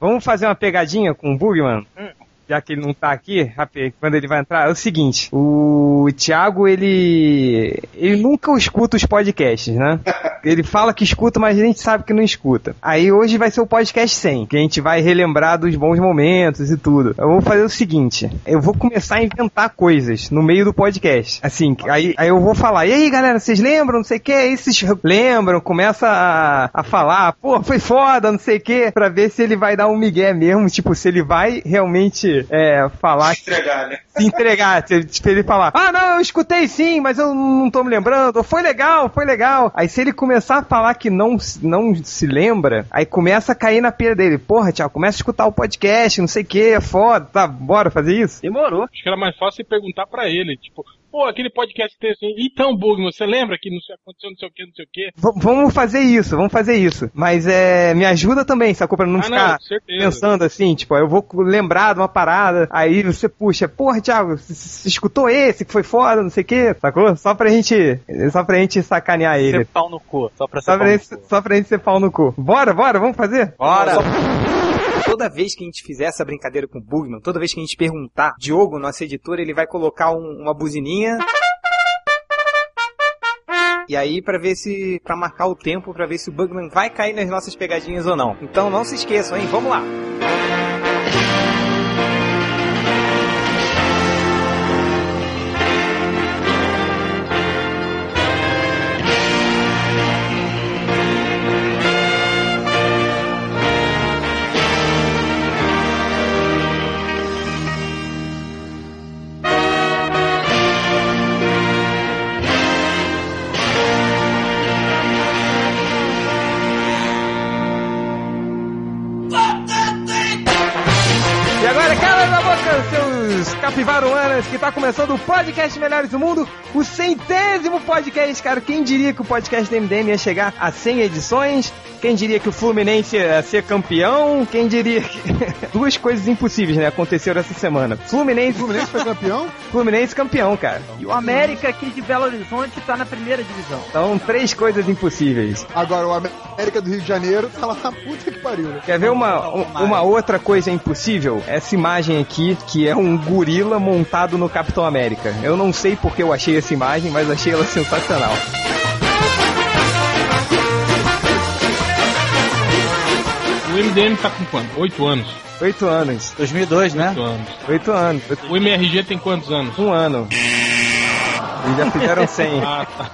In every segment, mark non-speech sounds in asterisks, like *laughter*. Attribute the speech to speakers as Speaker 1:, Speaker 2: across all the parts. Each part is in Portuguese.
Speaker 1: Vamos fazer uma pegadinha com o Bugman? já que ele não tá aqui, rapaz, quando ele vai entrar, é o seguinte: o Thiago, ele. ele nunca escuta os podcasts, né? Ele fala que escuta, mas a gente sabe que não escuta. Aí hoje vai ser o podcast 100, que a gente vai relembrar dos bons momentos e tudo. Eu vou fazer o seguinte: eu vou começar a inventar coisas no meio do podcast. Assim, aí, aí eu vou falar: e aí galera, vocês lembram? Não sei o que, aí vocês lembram, começa a, a falar, pô, foi foda, não sei o que, pra ver se ele vai dar um migué mesmo, tipo, se ele vai realmente é, falar.
Speaker 2: Se entregar, né?
Speaker 1: Se entregar, se se ele falar, ah, não, eu escutei sim, mas eu não tô me lembrando, ou foi legal, foi legal. Aí se ele começar a falar que não, se- não se lembra, aí começa a cair na pira dele. Porra, Thiago, começa a escutar o podcast, não sei o que, é foda, tá, bora fazer isso?
Speaker 3: Demorou.
Speaker 4: Acho que era mais fácil perguntar pra ele, tipo, pô, aquele podcast que tem assim, então, Bugman, você lembra que não sei, aconteceu não sei o que, não sei o que?
Speaker 1: V- vamos fazer isso, vamos fazer isso. Mas é, me ajuda também, sacou? Pra não
Speaker 4: Ah,
Speaker 1: ficar
Speaker 4: não, certeza.
Speaker 1: pensando assim, tipo, eu vou lembrar de uma parada, aí você puxa, porra, Thiago, c- c- você escutou esse que foi foda, não sei o que, sacou? Só pra gente, só pra gente sacanear ele.
Speaker 3: Ser pau no cu, só pra ser
Speaker 1: Só
Speaker 3: pau
Speaker 1: pra,
Speaker 3: no
Speaker 1: gente,
Speaker 3: cu.
Speaker 1: só pra gente ser pau no cu. Bora, bora, vamos fazer?
Speaker 3: Bora!
Speaker 5: Toda vez que a gente fizer essa brincadeira com o Bugman, toda vez que a gente perguntar, Diogo, nosso editor, ele vai colocar um- uma buzininha. E aí pra ver se pra marcar o tempo, pra ver se o Bugman vai cair nas nossas pegadinhas ou não. Então não se esqueçam, hein? Vamos lá.
Speaker 1: E agora, cala na boca, seus capivaruanas, que tá começando o podcast Melhores do Mundo, o centésimo podcast, cara. Quem diria que o podcast do MDM ia chegar a 100 edições? Quem diria que o Fluminense ia ser campeão? Quem diria que... *laughs* Duas coisas impossíveis, né, aconteceram essa semana. Fluminense,
Speaker 6: Fluminense foi campeão?
Speaker 1: Fluminense campeão, cara.
Speaker 7: E o América aqui de Belo Horizonte tá na primeira divisão.
Speaker 1: São Então, três coisas impossíveis.
Speaker 6: Agora o América do Rio de Janeiro tá lá na puta que pariu, né?
Speaker 1: Quer ver uma, um- uma outra coisa impossível? Essa imagem aqui, que é um gorila montado no Capitão América. Eu não sei porque eu achei essa imagem, mas achei ela sensacional.
Speaker 4: O MDM tá com quanto? Oito anos.
Speaker 1: Oito anos.
Speaker 3: 2002, né?
Speaker 4: Oito anos.
Speaker 1: Oito anos.
Speaker 4: O MRG tem quantos anos?
Speaker 1: Um ano. E já fizeram
Speaker 4: *laughs*
Speaker 1: cem.
Speaker 4: Ah,
Speaker 1: *laughs*
Speaker 4: tá.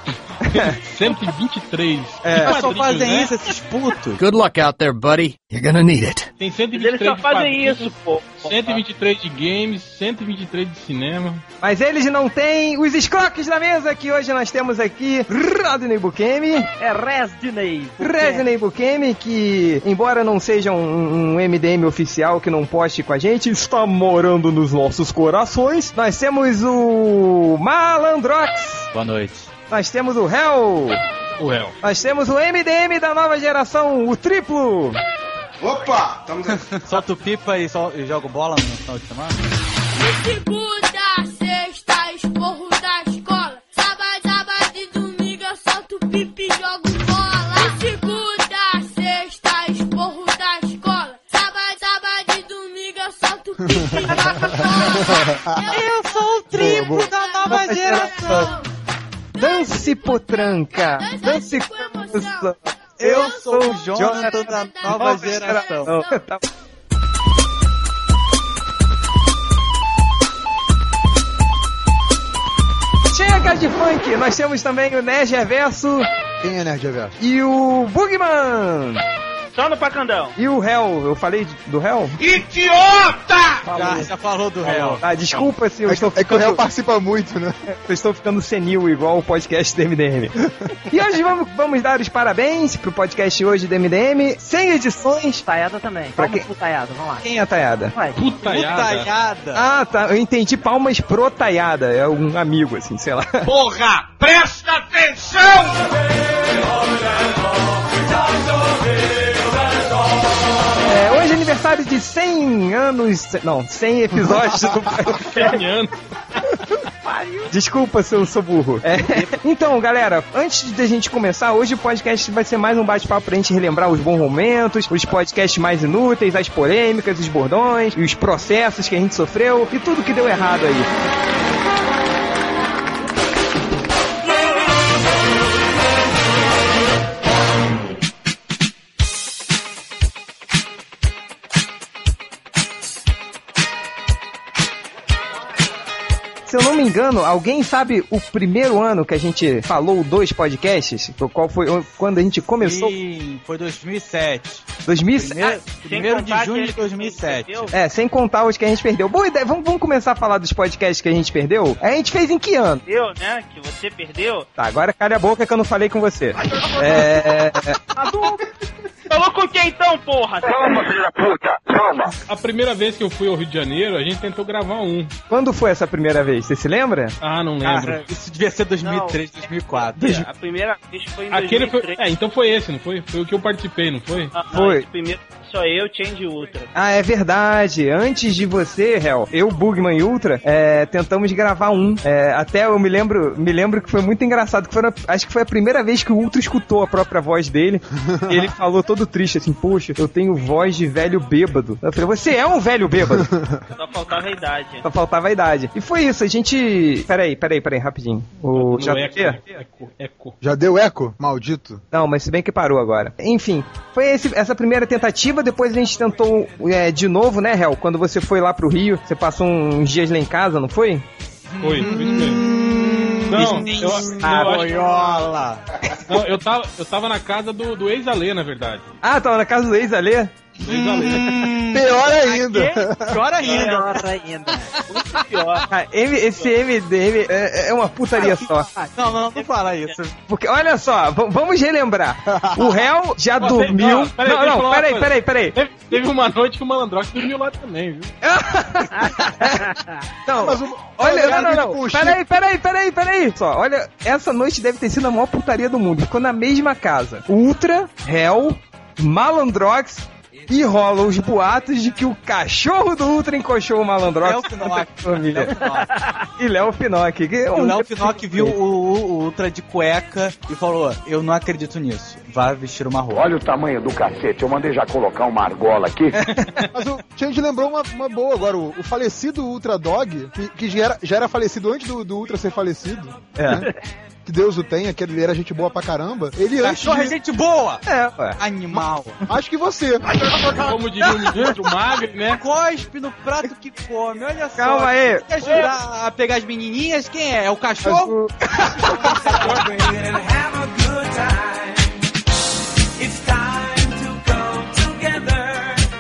Speaker 4: 123.
Speaker 1: É.
Speaker 4: Que
Speaker 3: Mas só
Speaker 4: quadrinhos,
Speaker 3: fazem
Speaker 4: né?
Speaker 3: isso, esses putos.
Speaker 8: Good luck out there, buddy. You're gonna need it.
Speaker 4: Tem
Speaker 7: Mas
Speaker 4: 123
Speaker 7: eles só
Speaker 4: de
Speaker 7: fazem
Speaker 4: quadrinhos,
Speaker 7: isso, pô.
Speaker 4: 123 de games, 123 de cinema.
Speaker 1: Mas eles não têm os escroques da mesa que hoje nós temos aqui. Rodney Bukemi.
Speaker 7: É Resdiney.
Speaker 1: Resident Bukemi, que, embora não seja um, um MDM oficial que não poste com a gente, está morando nos nossos corações. Nós temos o Malandrox,
Speaker 3: Boa noite.
Speaker 1: nós temos o Hell,
Speaker 4: O réu.
Speaker 1: nós temos o MDM da nova geração, o Triplo,
Speaker 2: Opa! Estamos aqui.
Speaker 3: Solta o pipa e, sol... e jogo bola no final de semana?
Speaker 9: Segunda, sexta, esporro da escola. Sábado, sábado e domingo eu solto pipi e jogo bola. Segunda, sexta, esporro da escola. Sábado, sábado e domingo eu solto pipi e jogo bola. *laughs* Eu sou o
Speaker 6: triplo Boa, boa.
Speaker 9: da nova geração.
Speaker 1: Dance Potranca, Dance
Speaker 9: com emoção.
Speaker 1: Confusa. Eu sou o Jonathan
Speaker 3: da
Speaker 9: nova
Speaker 3: geração.
Speaker 1: Tá Chega de funk! Nós temos também o Nerd Reverso
Speaker 6: Quem é Nerd Averso?
Speaker 1: e o Bugman!
Speaker 7: Só no Pacandão.
Speaker 1: E o Hell, eu falei de- do Hell?
Speaker 2: Idiota!
Speaker 3: Já, já falou do réu.
Speaker 1: Ah, desculpa se eu
Speaker 6: É,
Speaker 1: estou
Speaker 6: que- é que o
Speaker 1: ficando,
Speaker 6: réu participa muito, né?
Speaker 1: eu estou ficando senil igual o podcast do MDM. e hoje vamos, vamos dar os parabéns pro podcast hoje do MDM, 100 edições.
Speaker 7: Taiada também.
Speaker 1: Pra
Speaker 7: Vamos
Speaker 1: quê?
Speaker 7: pro Taiada, vamos lá.
Speaker 1: Quem é a Taiada?
Speaker 7: Vai.
Speaker 4: Putaiada.
Speaker 3: Putaiada.
Speaker 1: Ah, tá. Eu entendi palmas pro Taiada. É um amigo, assim, sei lá. *laughs*
Speaker 2: Porra! Presta atenção!
Speaker 1: É, hoje é aniversário de
Speaker 2: *laughs*
Speaker 1: 100 anos. Não, 100 episódios do.
Speaker 4: Putaiada.
Speaker 7: pariu.
Speaker 1: Desculpa se eu sou burro. É. Então, galera, antes da gente começar, hoje o podcast vai ser mais um bate-papo pra gente relembrar os bons momentos, os podcasts mais inúteis, as polêmicas, os bordões, e os processos que a gente sofreu e tudo que deu errado aí. Se eu não me engano, alguém sabe o primeiro ano que a gente falou dois podcasts? Qual foi quando a gente começou?
Speaker 3: E foi 2007.
Speaker 1: 2007?
Speaker 3: Primeiro, primeiro
Speaker 7: Ah, contar
Speaker 3: de junho
Speaker 7: aquele
Speaker 3: de
Speaker 7: que
Speaker 3: 2007.
Speaker 7: você perdeu?
Speaker 1: É, sem contar os que a gente perdeu. Boa ideia, vamos, vamos começar a falar dos podcasts que a gente perdeu? A gente fez em que ano?
Speaker 7: Eu, né? Que você perdeu.
Speaker 1: Tá, agora cale a boca que eu não falei com você. É,
Speaker 7: Falou com quem então, porra?
Speaker 4: A primeira vez que eu fui ao Rio de Janeiro, a gente tentou gravar um.
Speaker 1: quando foi essa primeira vez? Você se lembra?
Speaker 4: Ah, não lembro.
Speaker 3: Cara, isso devia ser 2003, 2004.
Speaker 7: A primeira vez foi em
Speaker 4: Aquele foi.
Speaker 7: 2003.
Speaker 4: É, então foi esse, não foi? Foi o que eu participei, não foi?
Speaker 7: Ah, não,
Speaker 1: Foi.
Speaker 7: esse primeiro só eu, Change Ultra.
Speaker 1: Ah, é verdade. Antes de você, Hel, eu, Bugman e Ultra, é, tentamos gravar um. É, até eu me lembro, me lembro que foi muito engraçado. Que foi na- acho que foi a primeira vez que o Ultra escutou a própria voz dele. E ele falou todo triste assim: Poxa, eu tenho voz de velho bêbado. Eu falei: Você é um velho bêbado.
Speaker 7: Só faltava a idade.
Speaker 1: Só faltava a idade. E foi isso, a gente. Peraí, peraí, peraí, rapidinho. O
Speaker 4: No
Speaker 1: JP?
Speaker 4: é eco, eco, eco.
Speaker 6: Já deu eco? Maldito.
Speaker 1: Não, mas se bem que parou agora. Enfim, foi esse- essa primeira tentativa, depois a gente tentou é, de novo, né, Hel? Quando você foi lá pro Rio, você passou uns dias lá em casa, não foi?
Speaker 4: Foi, foi isso mesmo. Não, eu,
Speaker 3: Ah,
Speaker 4: eu, acho-
Speaker 3: Boiola!
Speaker 4: não, eu tava, eu tava na casa do, do ex-Alê, na verdade.
Speaker 1: Ah, tava na casa do ex Alê?
Speaker 4: Do ex-Alê.
Speaker 1: Hum,
Speaker 6: Pior
Speaker 1: *laughs*
Speaker 6: ainda.
Speaker 3: Pior ainda.
Speaker 7: ainda. é Muito pior.
Speaker 1: Ah, M- esse MDM é, é uma putaria só.
Speaker 3: Não, não, não fala isso. É
Speaker 1: Porque, olha só, v- vamos relembrar. O réu já
Speaker 4: Você-
Speaker 1: dormiu.
Speaker 4: não, peraí, deixa eu
Speaker 1: não, não,
Speaker 4: falar uma
Speaker 1: peraí,
Speaker 4: coisa.
Speaker 1: peraí, peraí.
Speaker 4: Teve, teve uma noite que o Malandrox dormiu lá também, viu?
Speaker 1: Não,
Speaker 6: Mas o-
Speaker 1: Então, olha, não,
Speaker 6: olha,
Speaker 1: não,
Speaker 6: com
Speaker 1: não.
Speaker 6: o
Speaker 1: Peraí, peraí, peraí, peraí. Só, olha, essa noite deve ter sido a maior putaria do mundo. Ficou na mesma casa. Ultra, Hell, Malandrox. E rola os boatos de que o cachorro do Ultra encoxou o Malandrox.
Speaker 3: Léo Finocchi.
Speaker 1: com a família. E Léo Finocchi. que é
Speaker 3: O
Speaker 1: um-
Speaker 3: Léo Finocchi viu o, o- o Ultra de cueca e falou: Eu não acredito nisso. Vá vestir uma roupa.
Speaker 10: Olha o tamanho do cacete. Eu mandei já colocar uma argola aqui.
Speaker 11: É,
Speaker 6: Mas o Change lembrou uma, uma boa agora. O, o falecido Ultra Dog, que, que já, era, já era falecido antes do, do Ultra ser falecido.
Speaker 1: É.
Speaker 6: né? Que Deus o tenha, que ele era gente boa pra caramba. Ele antes.
Speaker 3: Cachorro é
Speaker 6: De,
Speaker 3: gente boa!
Speaker 1: É, ué.
Speaker 3: Animal!
Speaker 6: acho que você.
Speaker 4: Como diria o ministro Magre, né?
Speaker 3: Cospe no prato que come, olha só.
Speaker 1: É. Calma aí.
Speaker 3: Quer ajudar a pegar as menininhas? Quem é? É o cachorro? *laughs*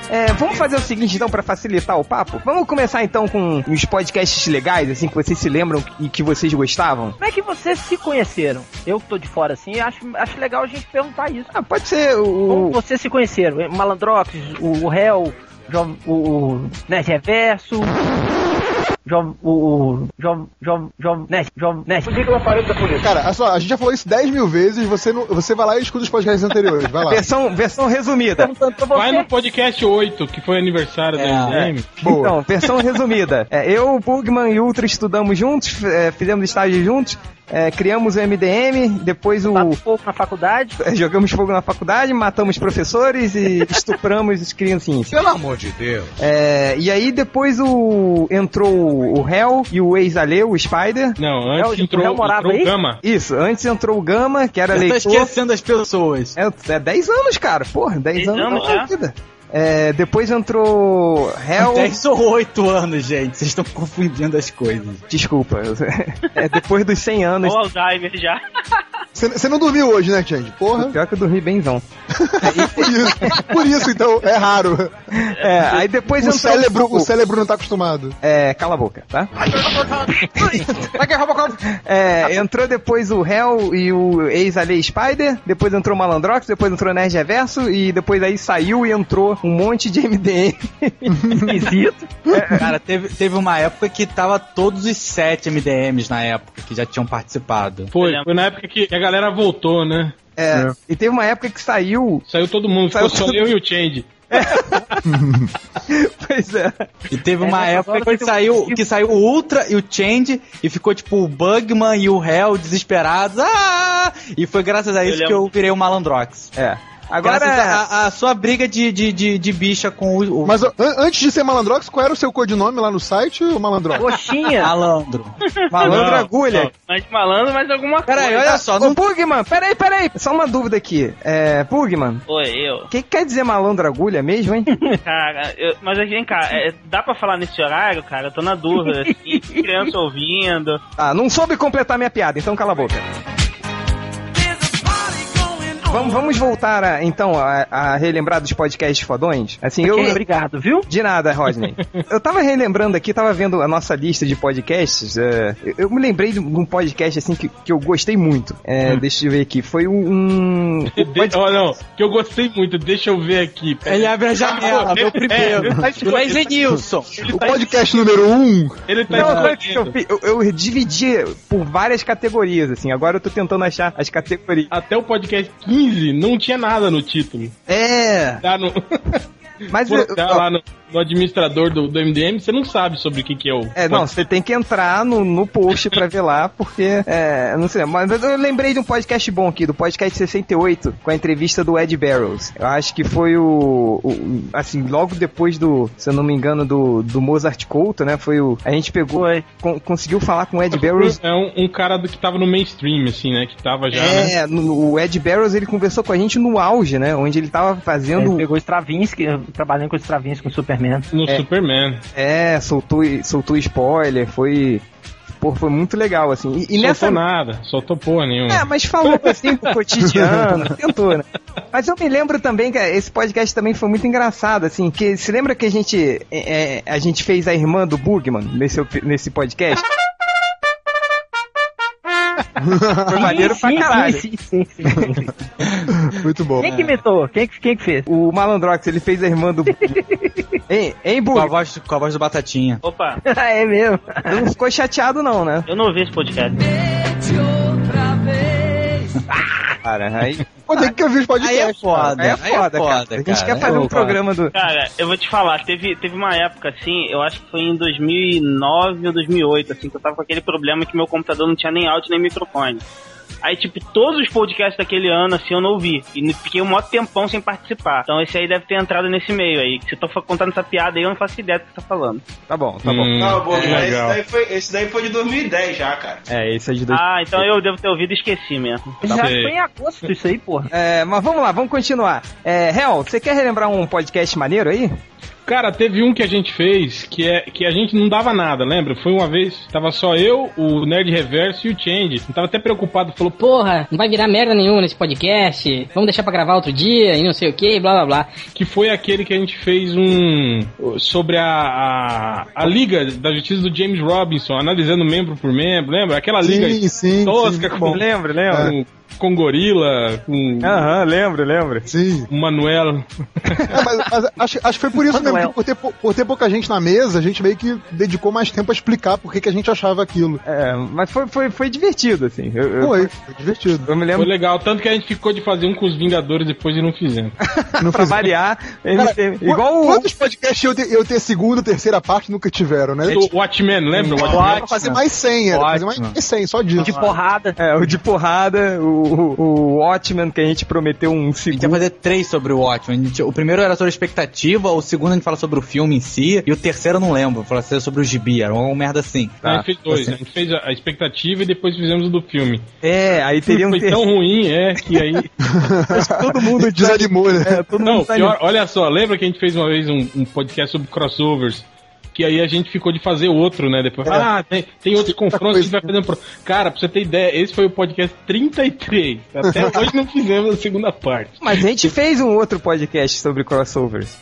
Speaker 1: É, vamos fazer o seguinte, então, pra facilitar o papo? Vamos começar, então, com uns podcasts legais, assim, que vocês se lembram e que vocês gostavam?
Speaker 7: Como é que vocês se conheceram? Eu tô de fora assim, acho, acho legal a gente perguntar isso.
Speaker 1: Ah, pode ser
Speaker 7: Como
Speaker 1: o...
Speaker 7: Então, vocês se conheceram? Malandrox, o réu, jo- o, o Nerd Reverso. Jo, o. o- Jo, jo, jo, Nerd, jo, Nerd.
Speaker 6: Cara, olha só, a gente já falou isso 10 mil vezes. Você, não, você vai lá e escuta os podcasts anteriores.
Speaker 1: *laughs*
Speaker 6: Vai lá.
Speaker 1: Versão, versão resumida.
Speaker 7: Tá Perguntando pra
Speaker 4: Vai
Speaker 7: você.
Speaker 4: no podcast 8, que foi aniversário
Speaker 3: É,
Speaker 4: da MDM.
Speaker 6: Boa.
Speaker 1: Então, versão resumida. É, eu, Bugman e Ultra estudamos juntos, f- é, fizemos estágio juntos, é, criamos o MDM, depois o.
Speaker 11: Tá.
Speaker 7: Bate um pouco na faculdade.
Speaker 1: é, Jogamos fogo na faculdade, matamos professores e estupramos os criancinhas.
Speaker 10: Pelo amor de Deus.
Speaker 1: É, e aí depois o entrou o Hell e o ex-Ale, o Spider.
Speaker 4: Não,
Speaker 7: É, o
Speaker 4: antes entrou,
Speaker 7: Rafael morava
Speaker 4: entrou
Speaker 7: aí?
Speaker 4: o Gama.
Speaker 1: Isso, antes entrou o Gama, que era
Speaker 3: Você tá
Speaker 1: leitor.
Speaker 3: esquecendo as pessoas.
Speaker 1: É, é 10 anos, cara, porra, 10
Speaker 7: 10
Speaker 1: anos,
Speaker 7: anos
Speaker 1: da
Speaker 7: já?
Speaker 1: vida. É, depois entrou Hell.
Speaker 3: 10 ou 8 anos, gente. Vocês estão confundindo as coisas.
Speaker 1: Desculpa, *laughs* é, depois dos 100 anos.
Speaker 7: Ou Alzheimer já.
Speaker 6: Você você não dormiu hoje, né, Change? Porra.
Speaker 1: Pior que eu dormi então. bemzão.
Speaker 6: Por isso, por isso, então, é raro.
Speaker 1: É, aí depois
Speaker 6: O
Speaker 1: entrou
Speaker 6: cérebro,
Speaker 1: o-
Speaker 6: o cérebro não tá acostumado.
Speaker 1: É, cala a boca, tá? É, entrou depois o Hell e o ex-Ali Spider, depois entrou o Malandrox, depois entrou o Nerd Reverso, e depois aí saiu e entrou um monte de MDM.
Speaker 7: Esquisito.
Speaker 3: É, Cara, teve, teve uma época que tava todos os 7 MDMs na época que já tinham participado.
Speaker 4: Foi,
Speaker 7: Eu
Speaker 11: é
Speaker 7: lembro.
Speaker 4: foi na época que a galera voltou, né?
Speaker 1: É, E teve uma época que saiu. *laughs*
Speaker 4: Saiu todo mundo,
Speaker 1: Saiu
Speaker 4: ficou só
Speaker 1: todo
Speaker 4: eu e o Change.
Speaker 1: Pois é.
Speaker 3: E teve
Speaker 1: É,
Speaker 3: uma
Speaker 1: nessas
Speaker 3: época
Speaker 1: horas tem
Speaker 3: que
Speaker 1: um
Speaker 3: saiu, que saiu o Ultra e o Change e ficou tipo o Bugman e o Hell desesperados. Ah! E foi graças a
Speaker 1: Eu
Speaker 3: isso que
Speaker 1: lembro.
Speaker 3: eu virei o Malandrox.
Speaker 1: É.
Speaker 3: Agora
Speaker 6: Agora-
Speaker 3: a, a sua briga de, de, de, de bicha com o. o-
Speaker 6: Mas ó, an- antes de ser Malandrox, qual era o seu codinome lá no site, ô Malandrox?
Speaker 3: é.
Speaker 7: Coxinha.
Speaker 1: *laughs* Ah,
Speaker 3: Malandro.
Speaker 1: Malandro
Speaker 6: Não,
Speaker 1: agulha.
Speaker 6: não. tá
Speaker 11: Mas malandro, mas alguma coisa.
Speaker 1: Peraí, olha só. Ô, Bugman, peraí, peraí. Só uma dúvida aqui. É, Bugman,
Speaker 11: Oi, eu.
Speaker 1: o que que quer dizer malandro agulha mesmo, hein?
Speaker 11: Cara, eu- mas vem cá, é, dá pra falar nesse horário, cara? Eu tô na dúvida.
Speaker 1: *laughs*
Speaker 11: Tem criança ouvindo.
Speaker 1: Ah, não soube completar minha piada, então cala a boca. Vamos, vamos voltar, a- então, a, a relembrar dos podcasts fodões? Assim,
Speaker 7: Ok,
Speaker 1: eu...
Speaker 7: obrigado, viu?
Speaker 1: De nada, Rodney. eu tava relembrando aqui, tava vendo a nossa lista de podcasts. é, eu, eu me lembrei de um podcast, assim, que, que eu gostei muito. É, Deixa eu ver aqui. Foi um... um-
Speaker 4: De- ó, não, que eu gostei muito, deixa eu ver aqui.
Speaker 1: É,
Speaker 4: peraí.
Speaker 3: Ele abre a janela, meu primeiro. é
Speaker 4: ele tá
Speaker 3: Do
Speaker 4: escondendo.
Speaker 3: Lenzenilson.
Speaker 6: O podcast número 1. Um. *laughs*
Speaker 4: Ele tá
Speaker 1: Não, agora que eu,
Speaker 4: escondendo.
Speaker 1: fi- eu, eu dividi por várias categorias, assim. Agora eu tô tentando achar as categorias.
Speaker 4: Até o podcast 15 não tinha nada no título.
Speaker 1: É.
Speaker 4: Tá no... *laughs*
Speaker 1: Mas
Speaker 4: Pô,
Speaker 1: eu-
Speaker 4: tá
Speaker 1: ó.
Speaker 4: lá no, no administrador do, do MDM, você não sabe sobre o que, que é o.
Speaker 1: É, não, você tem que entrar no, no post pra ver lá, porque, é, não sei, mas eu- eu lembrei de um podcast bom aqui, do podcast 68, com a entrevista do Ed Barrows. Eu acho que foi o, o- assim, logo depois do, se eu não me engano, do, do Mozart Couto, né, foi o, a gente pegou, con- conseguiu falar com o Ed Barrows.
Speaker 4: É um, um cara do que tava no mainstream, assim, né? Que tava *laughs* já. né?
Speaker 1: É, no- o Ed Barrows, ele conversou com a gente no auge, né, onde ele tava fazendo...
Speaker 7: Ele
Speaker 11: É,
Speaker 7: É, pegou Stravinsky, trabalhando com Stravinsky, com Superman.
Speaker 4: No Superman.
Speaker 1: É, soltou, soltou spoiler, foi... Pô, foi muito legal, assim. E, e
Speaker 4: soltou
Speaker 1: nessa,
Speaker 4: nada, soltou porra nenhuma.
Speaker 1: É, mas falou assim pro cotidiano, tentou, né? Mas eu me lembro também que esse podcast também foi muito engraçado, assim, que se lembra que a gente, é, é, a gente fez a irmã do Bugman nesse, op- nesse podcast? *laughs* Foi Maneiro pra
Speaker 7: Sim, sim,
Speaker 1: caralho.
Speaker 7: sim, sim, sim, sim, sim.
Speaker 1: *laughs*
Speaker 6: Muito bom.
Speaker 7: Quem que imitou? Quem, que- quem que fez?
Speaker 1: O Malandrox, ele fez a irmã do Bugman. hein, hein,
Speaker 3: Com a,
Speaker 1: Bugman?
Speaker 3: voz, com a voz do Batatinha.
Speaker 11: Opa,
Speaker 1: é mesmo. Não ficou chateado não, né?
Speaker 11: eu não ouvi esse podcast.
Speaker 1: Cara, aí...
Speaker 6: Pô, tem que ouvir os podcasts.
Speaker 3: Aí é foda,
Speaker 1: É
Speaker 3: aí é
Speaker 1: foda, cara.
Speaker 3: foda,
Speaker 1: A gente
Speaker 3: cara,
Speaker 1: quer
Speaker 3: é
Speaker 1: fazer um
Speaker 3: foda.
Speaker 1: programa do...
Speaker 11: Cara, eu vou te falar, teve, teve uma época assim, eu acho que foi em 2009 ou 2008, assim, que eu tava com aquele problema que meu computador não tinha nem áudio nem microfone. Aí, tipo, todos os podcasts daquele ano, assim, eu não ouvi. E fiquei um maior tempão sem participar. Então esse aí deve ter entrado nesse meio aí. Se eu tô fa- contando essa piada aí, eu não faço ideia do que você tá falando.
Speaker 1: Tá bom, tá bom.
Speaker 4: Hum,
Speaker 2: Não,
Speaker 4: é
Speaker 2: bom, mas esse
Speaker 4: legal.
Speaker 2: daí, foi, esse daí foi de 2010 já, cara.
Speaker 1: É, esse é de dois...
Speaker 11: Ah, então eu devo ter ouvido e esqueci mesmo.
Speaker 7: Já
Speaker 4: sei.
Speaker 7: foi em agosto isso aí, porra.
Speaker 1: É, mas vamos lá, vamos continuar. É, Hel, você quer relembrar um podcast maneiro aí?
Speaker 4: Cara, teve um que a gente fez que é que a gente não dava nada, lembra? Foi uma vez, tava só eu, o Nerd Reverso e o Change. Eu tava até preocupado, falou, pô,
Speaker 12: Porra, não vai virar merda nenhuma nesse podcast. Vamos deixar pra gravar outro dia e não sei o que, blá blá blá.
Speaker 4: que foi aquele que a gente fez um. sobre a, a, a Liga da Justiça do James Robinson, analisando membro por membro, lembra? Aquela
Speaker 6: Sim,
Speaker 4: liga
Speaker 6: sim,
Speaker 4: tosca
Speaker 6: sim,
Speaker 4: com,
Speaker 1: Lembro,
Speaker 4: com, com gorila, com
Speaker 1: Aham, lembro, lembro.
Speaker 6: Sim.
Speaker 4: o Manuel.
Speaker 6: É, mas, mas acho, acho que foi por isso mesmo, que por ter, pou- por ter pouca gente na mesa, a gente meio que dedicou mais tempo a explicar por que que a gente achava aquilo.
Speaker 1: É, mas foi, foi, foi divertido, assim. Eu, eu-
Speaker 6: Foi, foi divertido.
Speaker 1: eu me
Speaker 4: Foi
Speaker 1: lembro,
Speaker 4: legal, tanto que a gente ficou de fazer um com os Vingadores depois e não fizemos.
Speaker 6: Não
Speaker 1: pra
Speaker 6: fiz-
Speaker 1: variar, ele
Speaker 6: Cara,
Speaker 1: teve-
Speaker 6: qu-
Speaker 1: igual o...
Speaker 6: Quantos podcasts eu ter, eu ter segunda, terceira parte nunca tiveram, né? Eu
Speaker 4: O Watchmen, lembra? O Watchmen?
Speaker 6: vou fazer mais 100, era. Fazer mais 100, só disso.
Speaker 7: De porrada.
Speaker 1: É, o de porrada, o, o, o Watchmen, que a gente prometeu um
Speaker 3: A gente ia
Speaker 1: segundo.
Speaker 3: fazer três sobre o Watchmen. A gente- O primeiro era sobre a expectativa, o segundo a gente fala sobre o filme em si, e o terceiro eu não lembro. Fala sobre o gibi, era uma merda assim.
Speaker 1: Tá.
Speaker 4: A gente fez dois, né? a gente fez a a expectativa e depois fizemos o do filme.
Speaker 1: É, aí teria um
Speaker 4: Foi
Speaker 1: ter...
Speaker 4: tão ruim, é, que aí.
Speaker 1: todo *laughs* mundo
Speaker 6: *laughs* Desanimou, né?
Speaker 1: é, todo mundo
Speaker 4: Não,
Speaker 1: tá
Speaker 4: pior, olha só, lembra que a gente fez uma vez um, um podcast sobre crossovers? Que aí a gente ficou de fazer outro, né? Depois, ah, tem, tem outros confrontos, a gente vai fazer um. pro- Cara, pra você ter ideia, esse foi o podcast 33. Até hoje não fizemos a segunda parte.
Speaker 1: Mas a gente fez um outro podcast sobre crossovers.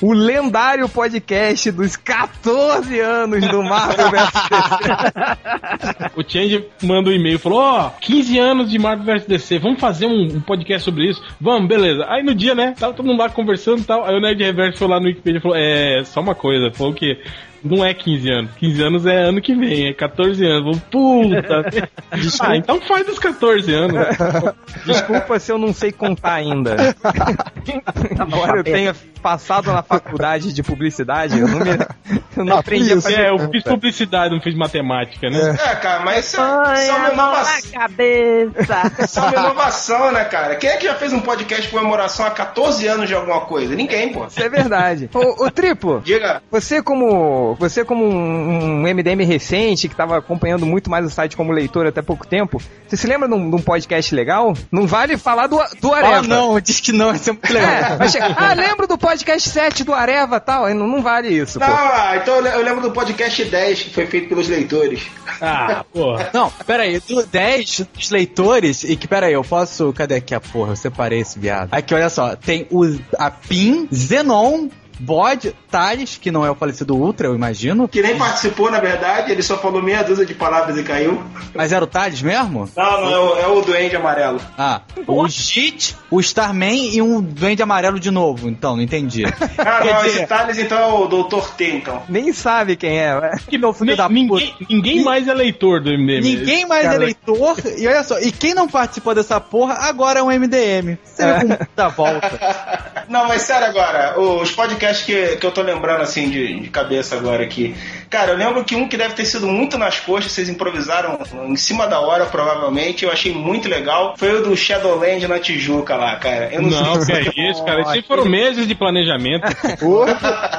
Speaker 1: O lendário podcast dos 14 anos do Marvel *laughs* vs.
Speaker 4: O Change manda um e-mail, falou: Ó, 15 anos de Marvel vs DC, vamos fazer um, um podcast sobre isso? Vamos, beleza. Aí no dia, né? Tava todo mundo lá conversando e tal. Aí o Nerd Reverso foi lá no Wikipedia e falou: É, só uma coisa. Falou que Não é 15 anos. 15 anos é ano que vem, é 14 anos.
Speaker 3: *laughs*
Speaker 4: Puta! *laughs* ah, então faz os 14 anos.
Speaker 1: Desculpa se eu não sei contar ainda. *laughs* Embora eu tenha passado na faculdade de publicidade, eu não me. Eu não aprendi a fazer
Speaker 4: É, eu
Speaker 1: conta.
Speaker 4: fiz publicidade, não fiz matemática, né?
Speaker 2: É, cara, mas isso
Speaker 11: um
Speaker 2: é, isso é uma
Speaker 7: Põe a mão na
Speaker 2: inovação.
Speaker 11: *laughs*
Speaker 7: cabeça.
Speaker 2: Isso é uma inovação, né, cara? Quem é que já fez um podcast de comemoração há 14 anos de alguma coisa? Ninguém, pô.
Speaker 1: Isso é verdade. Ô, ô, Triplo,
Speaker 2: Diga.
Speaker 1: você como você como um, um MDM recente que estava acompanhando muito mais o site como leitor até pouco tempo, você se lembra de um, de um podcast legal? Não vale falar do, do Areva.
Speaker 3: Ah, não, diz que não, é sempre
Speaker 1: É,
Speaker 3: legal.
Speaker 1: vai chegar, ah, lembro do podcast 7 do Areva e tal. aí Não, não vale isso,
Speaker 2: Não,
Speaker 1: pô.
Speaker 2: ah, então eu le- eu lembro do podcast 10 que foi feito pelos leitores.
Speaker 4: Ah, porra.
Speaker 3: Não, pera aí, do 10 dos leitores, e que pera aí, eu posso, cadê aqui a porra? Eu separei esse viado. Aqui, olha só, tem o, a Pin, Zenon, Bod, Thales, que não é o falecido Ultra, eu imagino.
Speaker 2: Que nem participou, na verdade, ele só falou meia dúzia de palavras e caiu.
Speaker 3: Mas era o Thales mesmo?
Speaker 2: Não, não, é o, é o Duende Amarelo.
Speaker 3: Ah, o Jit, o Starman e um Duende Amarelo de novo, então, não entendi.
Speaker 2: Ah, não, esse Thales então é o Dr. T, então.
Speaker 1: Nem sabe quem é. né?
Speaker 3: Que meu filho
Speaker 4: Ni-
Speaker 3: da
Speaker 4: ninguém, ninguém mais é leitor do MDM.
Speaker 3: Ninguém mais é leitor, e olha só, e quem não participou dessa porra agora é um MDM. Você vê como dá volta.
Speaker 2: Não, mas sério agora, os podcasts que, que eu tô lembrando assim de, de cabeça agora aqui. Cara, eu lembro que um que deve ter sido muito nas coxas, vocês improvisaram em cima da hora, provavelmente, eu achei muito legal, foi o do Shadowland na Tijuca lá, cara. Eu não,
Speaker 4: Não, que
Speaker 2: sei.
Speaker 4: é isso, cara. Isso aí foram meses de planejamento.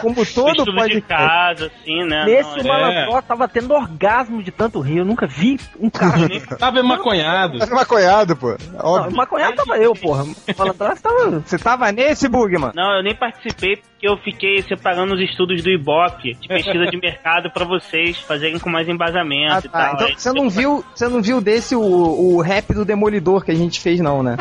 Speaker 1: Como todo
Speaker 11: Estudo de
Speaker 1: podcast.
Speaker 11: casa, assim, né?
Speaker 7: Nesse
Speaker 4: é.
Speaker 7: malandro tava tendo orgasmo de tanto rir. Eu nunca vi um
Speaker 11: Uhum.
Speaker 7: cara.
Speaker 4: Tava
Speaker 3: *laughs*
Speaker 4: maconhado.
Speaker 6: Era maconhado, pô.
Speaker 7: Não,
Speaker 6: Óbvio.
Speaker 7: maconhado tava eu, porra. Malandro tava.
Speaker 1: Você tava nesse, Bugman?
Speaker 11: Não, eu nem participei porque eu fiquei separando os estudos do Ibope de pesquisa de mercado pra vocês fazerem com mais embasamento
Speaker 1: Ah,
Speaker 11: e
Speaker 1: tá.
Speaker 11: tal.
Speaker 1: Então
Speaker 11: Aí,
Speaker 1: você não viu, você não viu desse o, o rap do Demolidor que a gente fez, não, né?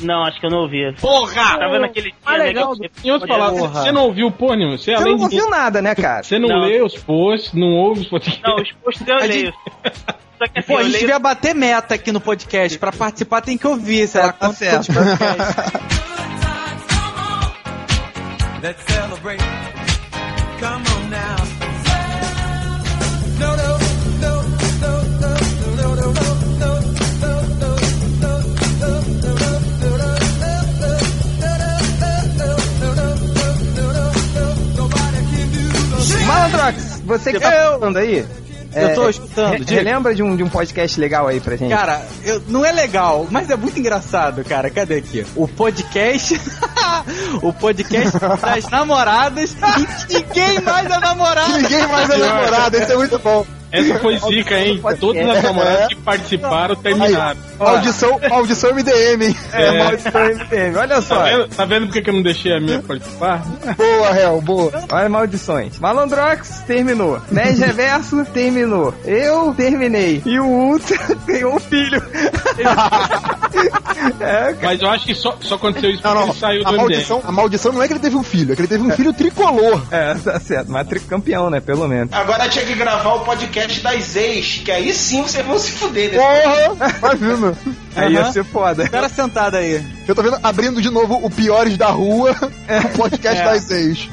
Speaker 11: Não, acho que eu não ouvi.
Speaker 4: Porra!
Speaker 11: Tava naquele dia,
Speaker 1: Ah,
Speaker 11: né,
Speaker 1: legal.
Speaker 11: que eu-
Speaker 4: Em outras palavras,
Speaker 3: Porra.
Speaker 4: você não ouviu porra nenhuma. Você,
Speaker 1: Você
Speaker 4: além
Speaker 1: não
Speaker 4: de.
Speaker 1: ouviu nada, né,
Speaker 4: *laughs*
Speaker 1: cara?
Speaker 4: Você não,
Speaker 11: Não.
Speaker 4: lê os posts, não ouve os podcasts.
Speaker 11: Não, os posts eu
Speaker 3: A
Speaker 11: leio. Só que assim,
Speaker 3: Pô, a
Speaker 11: eu
Speaker 3: gente
Speaker 11: leio
Speaker 3: devia bater meta aqui no podcast. Pra participar tem que ouvir, sei lá,
Speaker 1: Tá
Speaker 3: quantos
Speaker 1: certo.
Speaker 3: podcasts.
Speaker 1: Malandrox, você que tá falando aí?
Speaker 3: Eu tô escutando, diga.
Speaker 1: Lembra de um, de um podcast legal aí pra gente?
Speaker 3: Cara, eu- não é legal, mas é muito engraçado, cara. Cadê aqui? O podcast. *laughs* o podcast das
Speaker 1: *laughs*
Speaker 3: namoradas e que ninguém mais é namorada.
Speaker 6: Ninguém mais é namorado, isso é muito bom.
Speaker 4: Essa foi zica, hein? Todas as namoradas que participaram terminaram.
Speaker 6: Maldição, maldição MDM, hein?
Speaker 1: é, Maurício MDM, *laughs* olha só.
Speaker 4: Tá vendo, tá vendo por que que eu não deixei a minha participar?
Speaker 6: É Boa, réu, boa.
Speaker 1: Olha maldições. Malandrox terminou. Nerd Reverso terminou. Eu terminei. E o Ultra *laughs* ganhou um filho.
Speaker 4: Mas eu acho que só, só aconteceu isso
Speaker 6: Não,
Speaker 4: porque
Speaker 6: não, Tá
Speaker 4: ele saiu do
Speaker 6: a
Speaker 4: MDM.
Speaker 6: maldição, a maldição não é que ele teve um filho, é que ele teve um filho tricolor.
Speaker 1: É, *laughs* tá certo. Mas tricampeão, né? Pelo menos.
Speaker 2: Agora tinha que gravar o podcast das ex, que aí sim vocês vão se fuder, né?
Speaker 1: É,
Speaker 6: Porra, imagina.
Speaker 1: Aí ia
Speaker 3: Aham.
Speaker 1: ser
Speaker 3: *laughs*
Speaker 1: foda.
Speaker 3: Espera sentado aí.
Speaker 6: Eu tô vendo abrindo de novo o Piores da Rua, o podcast das ex.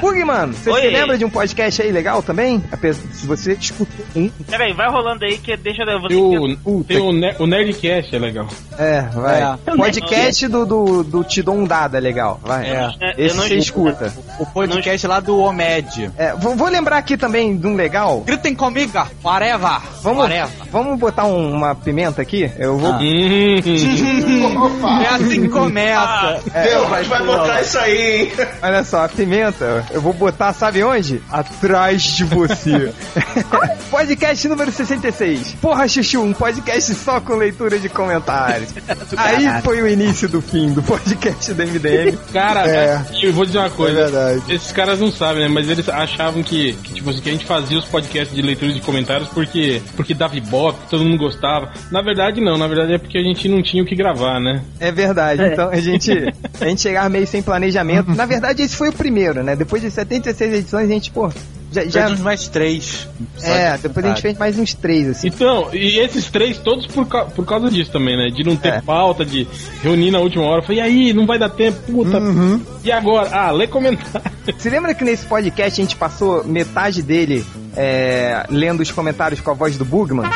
Speaker 1: Bug, mano, você
Speaker 11: Oi.
Speaker 1: se lembra de um podcast aí legal também? Apesar- Se você escutou um.
Speaker 11: Peraí, vai rolando aí que deixa eu.
Speaker 4: Tem
Speaker 11: Você...
Speaker 4: o, tem o, ne o Nerdcast, é legal.
Speaker 1: É, vai.
Speaker 3: É.
Speaker 1: Podcast do, do, do Te Dou um Dado é legal, vai.
Speaker 3: É.
Speaker 1: Esse você escuta.
Speaker 3: O podcast lá do Omed.
Speaker 1: É, vou, vou lembrar aqui também de um legal.
Speaker 3: Gritem comigo, Areva!
Speaker 1: Vamos, vamos botar um- uma pimenta aqui? Eu vou.
Speaker 3: Ah.
Speaker 4: Hum,
Speaker 3: É assim que começa.
Speaker 1: Ah,
Speaker 3: É,
Speaker 2: Deus, vai botar isso aí, hein?
Speaker 1: Olha só, a pimenta, eu vou botar, sabe onde? Atrás de
Speaker 3: *laughs*
Speaker 1: você. podcast número 66. Porra, Chuchu, um podcast só com leitura de
Speaker 3: *laughs*
Speaker 1: comentários.
Speaker 3: É,
Speaker 1: Aí foi o início do fim do podcast do MDM.
Speaker 4: *laughs* Cara,
Speaker 6: É.
Speaker 4: assim, eu vou dizer uma
Speaker 6: É
Speaker 4: coisa.
Speaker 6: verdade.
Speaker 4: Esses caras não sabem, né? Mas eles achavam que, que, tipo assim, que a gente fazia os podcasts de leitura de comentários porque, porque dava ibope, todo mundo gostava. Na verdade, não. Na verdade é porque a gente não tinha o que gravar, né?
Speaker 1: É verdade, então a gente, a gente chegava meio sem planejamento. Na verdade, esse foi o primeiro, né? Depois de 76 edições, a gente, pô, Já, já-
Speaker 3: Fez uns mais três. Só
Speaker 1: É,
Speaker 3: de
Speaker 1: depois a gente
Speaker 3: vontade.
Speaker 1: fez mais uns três,
Speaker 4: *laughs*
Speaker 1: assim.
Speaker 4: Então, e esses três, todos por, ca- por causa disso também, né? De não ter
Speaker 6: É.
Speaker 4: pauta, de reunir na última hora. Falei, e aí, não vai dar tempo, puta.
Speaker 6: Uhum.
Speaker 4: E agora? Ah, lê comentário.
Speaker 1: Você lembra que nesse podcast a gente passou metade dele é, lendo os comentários com a voz do Bugman?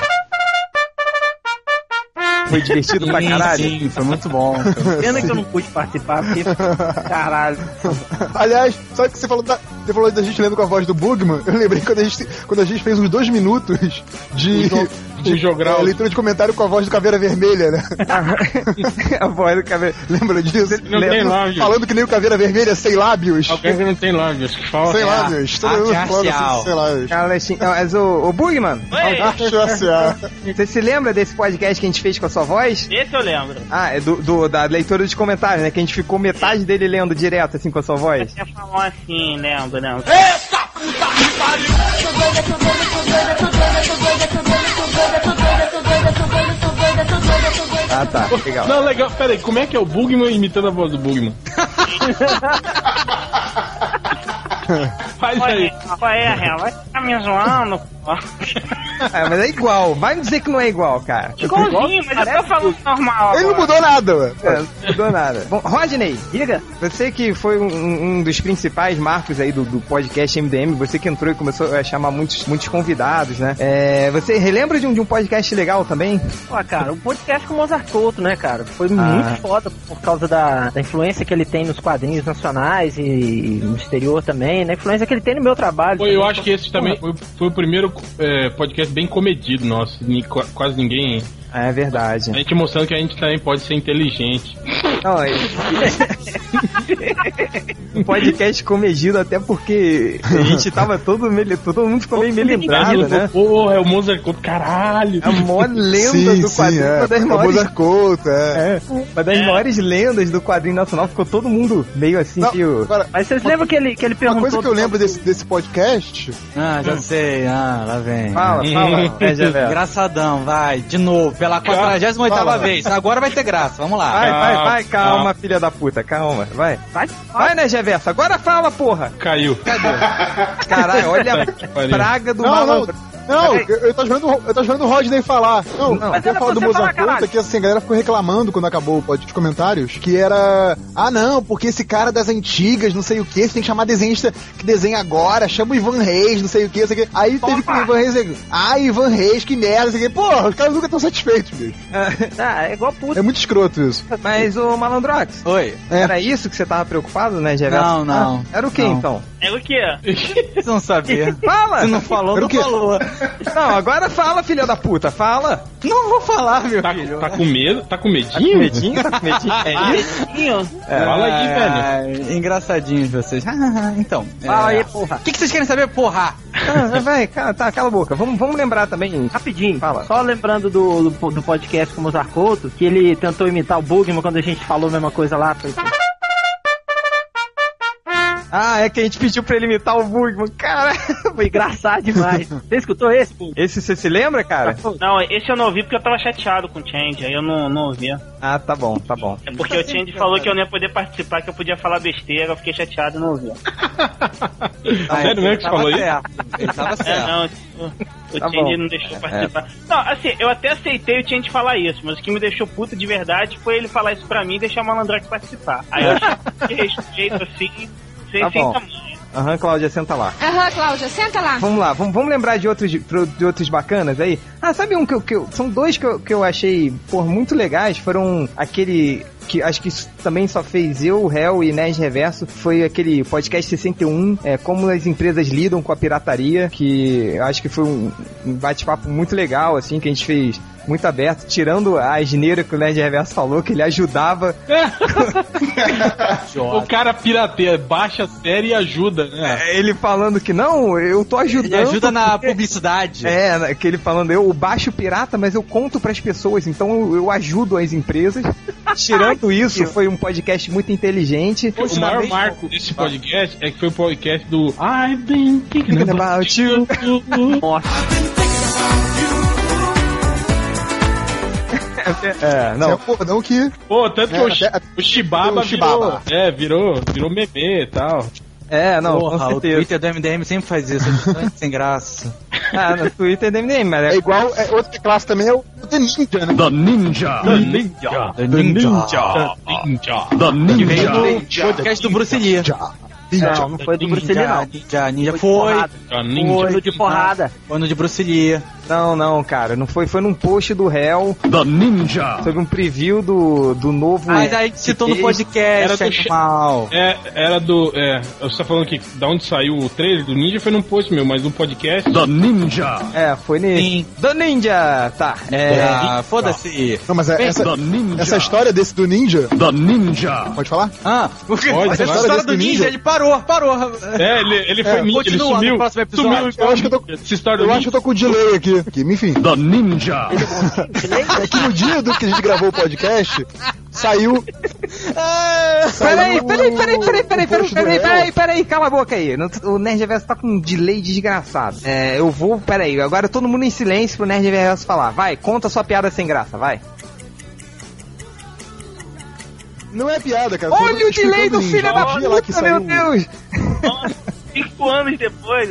Speaker 1: Foi divertido pra
Speaker 3: Sim,
Speaker 1: caralho.
Speaker 3: sim, foi muito bom.
Speaker 7: Pena que eu não pude participar,
Speaker 11: *laughs*
Speaker 7: porque. Caralho.
Speaker 6: Aliás, sabe que você falou da, você falou da gente lendo com a voz do Bugman? Eu lembrei quando a gente, quando a gente fez uns dois minutos de,
Speaker 4: O jo- o
Speaker 6: de
Speaker 4: jogral.
Speaker 6: é, leitura de comentário com a voz do Caveira Vermelha, né?
Speaker 1: *laughs* a voz do Caveira.
Speaker 6: Lembra disso?
Speaker 4: Não tem
Speaker 6: Lembra?
Speaker 4: lábios.
Speaker 6: Falando que nem o Caveira Vermelha, sem lábios.
Speaker 4: Alguém que não tem lábios, que fala.
Speaker 6: Sem lábios. Todo mundo falando assim, sem lábios.
Speaker 1: Alexin- ah, Mas o, o Bugman,
Speaker 6: Arte racial.
Speaker 1: você se lembra desse podcast que a gente fez com a sua voz?
Speaker 11: Esse eu lembro.
Speaker 1: Ah, é do, do- da leitura de comentários, né? Que a gente ficou metade dele lendo direto, assim, com a sua voz.
Speaker 11: Você falou assim, lembro, lembro.
Speaker 1: Ah, tá, legal.
Speaker 4: Não, legal, peraí, como é que é o Bugman imitando a voz
Speaker 1: *laughs*
Speaker 4: do Bugman? Faz aí.
Speaker 11: Qual é, Real? Vai ficar me zoando,
Speaker 6: *laughs*
Speaker 11: pô.
Speaker 1: Ah, mas é igual. Vai me dizer que não é igual, cara.
Speaker 11: Igualzinho, mas eu tô falando normal.
Speaker 6: Ele não
Speaker 11: agora.
Speaker 6: mudou nada, ué.
Speaker 1: É, não mudou nada. Bom, Rodney, diga. Você que foi um, um dos principais marcos aí do, do podcast MDM, você que entrou e começou a chamar muitos, muitos convidados, né? É, você relembra de um, de um podcast legal também?
Speaker 7: Pô, cara, o podcast com o Mozart Couto, né, cara? Foi
Speaker 1: Ah.
Speaker 7: muito foda por causa da, da influência que ele tem nos quadrinhos nacionais e no exterior também, né? Influência que ele tem no meu trabalho.
Speaker 4: Foi,
Speaker 7: também.
Speaker 4: eu acho que esse também foi, foi o primeiro é, podcast bem comedido nosso. Ni- qua- Quase ninguém.
Speaker 1: É verdade.
Speaker 4: A gente mostrando que a gente também pode ser inteligente.
Speaker 1: Não,
Speaker 6: *laughs*
Speaker 1: é... um podcast comedido, até porque a
Speaker 6: *laughs*
Speaker 1: gente tava todo, mele... todo mundo ficou meio melindrado, né? É
Speaker 4: Porra, é o Mozart Couto, caralho.
Speaker 1: A maior lenda
Speaker 6: Sim,
Speaker 1: do
Speaker 6: sim,
Speaker 1: quadrinho,
Speaker 6: é.
Speaker 1: uma das
Speaker 6: É o
Speaker 1: maiores
Speaker 6: Mozart Couto, é.
Speaker 1: É, uma das maiores lendas do quadrinho nacional ficou todo mundo meio assim,
Speaker 6: Não,
Speaker 1: meio.
Speaker 6: agora,
Speaker 7: Mas vocês lembram que ele, que ele
Speaker 6: uma
Speaker 7: perguntou.
Speaker 6: coisa que eu lembro desse, desse podcast
Speaker 3: Ah, já sei. Ah, lá vem. É,
Speaker 1: Fala,
Speaker 4: *laughs*
Speaker 1: fala, né, Javé?
Speaker 3: Engraçadão, vai, de novo, pela 48
Speaker 6: Fala.
Speaker 3: vez. Agora vai ter graça, vamos lá.
Speaker 1: Vai, vai, vai, calma, filha da puta, calma, vai.
Speaker 7: Vai,
Speaker 1: Vai, né, Geverso? Agora fala, porra!
Speaker 4: Caiu.
Speaker 1: Caralho, olha *laughs*
Speaker 4: Tá que
Speaker 1: a
Speaker 4: pariu.
Speaker 1: praga do
Speaker 6: Não, não,
Speaker 1: malandro.
Speaker 6: não, eu, eu tô esperando, o- eu tô esperando o Rodney falar. Não,
Speaker 1: Não.
Speaker 6: eu quero
Speaker 7: era
Speaker 6: falar do
Speaker 7: você falar,
Speaker 6: Mozart
Speaker 7: caralho.
Speaker 6: Couto que assim, a galera ficou reclamando quando acabou o pod de comentários, que era. Ah não, porque esse cara das antigas, não sei o que, você tem que chamar desenhista que desenha agora, chama o Ivan Reis, não sei o que, não sei o que. Aí teve que o Ivan Reis. Ah, Ivan Reis, que merda, não sei o que. Porra, os caras nunca estão satisfeitos, bicho.
Speaker 7: Ah, é igual puta.
Speaker 6: É muito escroto isso.
Speaker 1: Mas, ô Malandrox,
Speaker 3: Oi.
Speaker 1: era isso que você tava preocupado, né, Geverso?
Speaker 3: Não, não.
Speaker 1: era o que
Speaker 3: Não.
Speaker 1: então?
Speaker 11: É o quê?
Speaker 3: Vocês não sabiam.
Speaker 1: Fala!
Speaker 3: Você não falou,
Speaker 6: Era o
Speaker 3: não
Speaker 6: quê?
Speaker 3: falou.
Speaker 1: Não, agora fala, filha da puta, fala!
Speaker 3: Não vou falar, meu
Speaker 4: Tá,
Speaker 3: filho.
Speaker 4: tá com medo? Tá com medinho?
Speaker 1: Medinho, É, tá com medinho.
Speaker 7: Ah,
Speaker 1: É isso?
Speaker 4: Fala aí, velho.
Speaker 3: velho. Engraçadinhos
Speaker 1: *laughs*
Speaker 3: vocês. então.
Speaker 7: Fala
Speaker 3: é,
Speaker 7: aí, porra.
Speaker 3: O que, que vocês querem saber, porra?
Speaker 1: Ah, vai, ca- tá, cala a boca. Vamos, vamos lembrar também. um.
Speaker 7: Rapidinho,
Speaker 1: Fala.
Speaker 7: só lembrando do, do, do podcast com o Mozart Couto, que ele tentou imitar o Bugman quando a gente falou a mesma coisa lá. Foi-
Speaker 1: Ah, é que a gente pediu pra ele imitar o Bugman. Cara,
Speaker 7: Foi engraçado
Speaker 1: *laughs*
Speaker 7: demais. Você escutou esse, Bugman?
Speaker 1: esse você se lembra, cara?
Speaker 11: Não, esse eu não ouvi porque eu tava chateado com o Change, aí eu não, não ouvi.
Speaker 1: Ah, tá bom, tá bom.
Speaker 11: É porque o Change falou que eu não ia poder participar, que eu podia falar besteira, eu fiquei chateado e não ouvi.
Speaker 1: tá
Speaker 4: Sério mesmo que você falou isso?
Speaker 3: Ele tava
Speaker 11: É,
Speaker 3: certo.
Speaker 11: não, o, o
Speaker 1: Tá
Speaker 11: Change
Speaker 1: bom.
Speaker 11: não deixou participar. Não, assim, eu até aceitei o Change falar isso, mas o que me deixou puto de verdade foi ele falar isso pra mim e deixar o Malandrax participar. Aí eu
Speaker 1: *laughs*
Speaker 11: achei de respeito assim, sem,
Speaker 1: Tá bom.
Speaker 11: sem tamanho.
Speaker 1: Aham, Cláudia, senta lá.
Speaker 9: Aham, Cláudia, senta lá.
Speaker 1: Vamos lá, vamos, vamos lembrar de outros, de outros bacanas aí. Ah, sabe um que eu. Que eu são dois que eu, que eu achei, pô, muito legais. Foram aquele. Que acho que isso também só fez eu, o Hell e Nerd Reverso. Foi aquele podcast 61, é, Como as Empresas Lidam com a Pirataria. Que eu acho que foi um, um bate-papo muito legal, assim, que a gente fez muito aberto. Tirando a asneira que o Nerd Reverso falou, que ele ajudava.
Speaker 4: O cara pirateia, baixa a série e ajuda, né?
Speaker 1: É, Ele falando que não, eu tô ajudando.
Speaker 3: Ele ajuda na publicidade.
Speaker 1: Então, É, aquele falando, eu baixo pirata, mas eu conto pras pessoas, então eu, eu ajudo as empresas.
Speaker 3: *laughs*
Speaker 1: Tirando isso, foi um podcast muito inteligente.
Speaker 4: O maior marco desse podcast é que foi o podcast do I've been thinking
Speaker 1: Thinking
Speaker 4: about
Speaker 1: about
Speaker 4: you.
Speaker 1: É,
Speaker 6: Não.
Speaker 1: não.
Speaker 6: É não que.
Speaker 4: Pô, tanto que
Speaker 6: É,
Speaker 4: o, Shi-
Speaker 6: até-
Speaker 4: o Shibaba,
Speaker 6: o Shibaba.
Speaker 4: Virou, é, virou, virou meme e tal.
Speaker 1: É, não, com
Speaker 3: Porra, o
Speaker 1: certeza.
Speaker 3: Twitter do MDM sempre faz isso, é sem graça.
Speaker 1: Ah, no Twitter do MDM, mas
Speaker 6: É igual, é, outra classe também é o The Ninja, né?
Speaker 3: The Ninja.
Speaker 6: The
Speaker 3: Ninja. The
Speaker 4: Ninja. Ninja.
Speaker 3: The Ninja. Que veio do
Speaker 4: Ninja.
Speaker 3: podcast do Bruce Lee.
Speaker 7: Não,
Speaker 3: É.
Speaker 7: não foi do Bruce Lee, não.
Speaker 3: Ninja, Ninja
Speaker 7: Foi de
Speaker 3: foi.
Speaker 7: porrada. Foi de porrada.
Speaker 3: Foi no de Bruce Lee.
Speaker 1: Não, não, cara, não foi. Foi num post do réu.
Speaker 3: The Ninja.
Speaker 1: Sobre um preview do, do novo.
Speaker 3: Mas aí citou no
Speaker 4: Era
Speaker 3: podcast,
Speaker 4: do
Speaker 3: é mal.
Speaker 4: É, era do. É, você tá falando que da onde saiu o trailer do Ninja foi num post meu, mas no podcast.
Speaker 3: Da Ninja!
Speaker 1: É, foi nesse. The Ninja! Tá.
Speaker 3: É,
Speaker 1: É.
Speaker 3: foda-se.
Speaker 6: Não, mas é-
Speaker 3: Vem,
Speaker 6: essa,
Speaker 3: The Ninja.
Speaker 6: essa história desse do ninja.
Speaker 3: The Ninja.
Speaker 6: Pode falar?
Speaker 3: Ah, *laughs* porque
Speaker 6: Pode,
Speaker 3: essa
Speaker 6: pode.
Speaker 3: história do
Speaker 6: Desse
Speaker 3: ninja,
Speaker 6: ninja.
Speaker 3: ele parou, parou.
Speaker 4: É, ele, ele foi
Speaker 3: É,
Speaker 4: ninja, ele
Speaker 3: continua no
Speaker 4: sumiu.
Speaker 3: próximo episódio.
Speaker 4: Sumiu,
Speaker 6: Eu acho que eu tô,
Speaker 4: Essa história do
Speaker 6: eu acho que eu tô com delay aqui. aqui enfim.
Speaker 3: The Ninja.
Speaker 6: É que no dia do que a gente gravou o podcast, saiu.
Speaker 1: Peraí,
Speaker 6: saiu
Speaker 1: peraí, peraí, peraí, peraí,
Speaker 6: o
Speaker 1: peraí,
Speaker 6: post do
Speaker 1: peraí,
Speaker 6: Léo.
Speaker 1: peraí, peraí, cala a boca aí. No- O Nerd Reverso tá com um delay desgraçado. É, eu vou, peraí, agora todo mundo em silêncio pro Nerd Reverso falar. Vai, conta sua piada sem graça, vai.
Speaker 6: Não é piada, cara. Foi
Speaker 1: Olha o
Speaker 6: explicando
Speaker 1: delay do
Speaker 6: ninja.
Speaker 1: filho da
Speaker 6: O dia lá que
Speaker 1: puta,
Speaker 6: saiu-
Speaker 1: meu Deus!
Speaker 11: Cinco anos depois,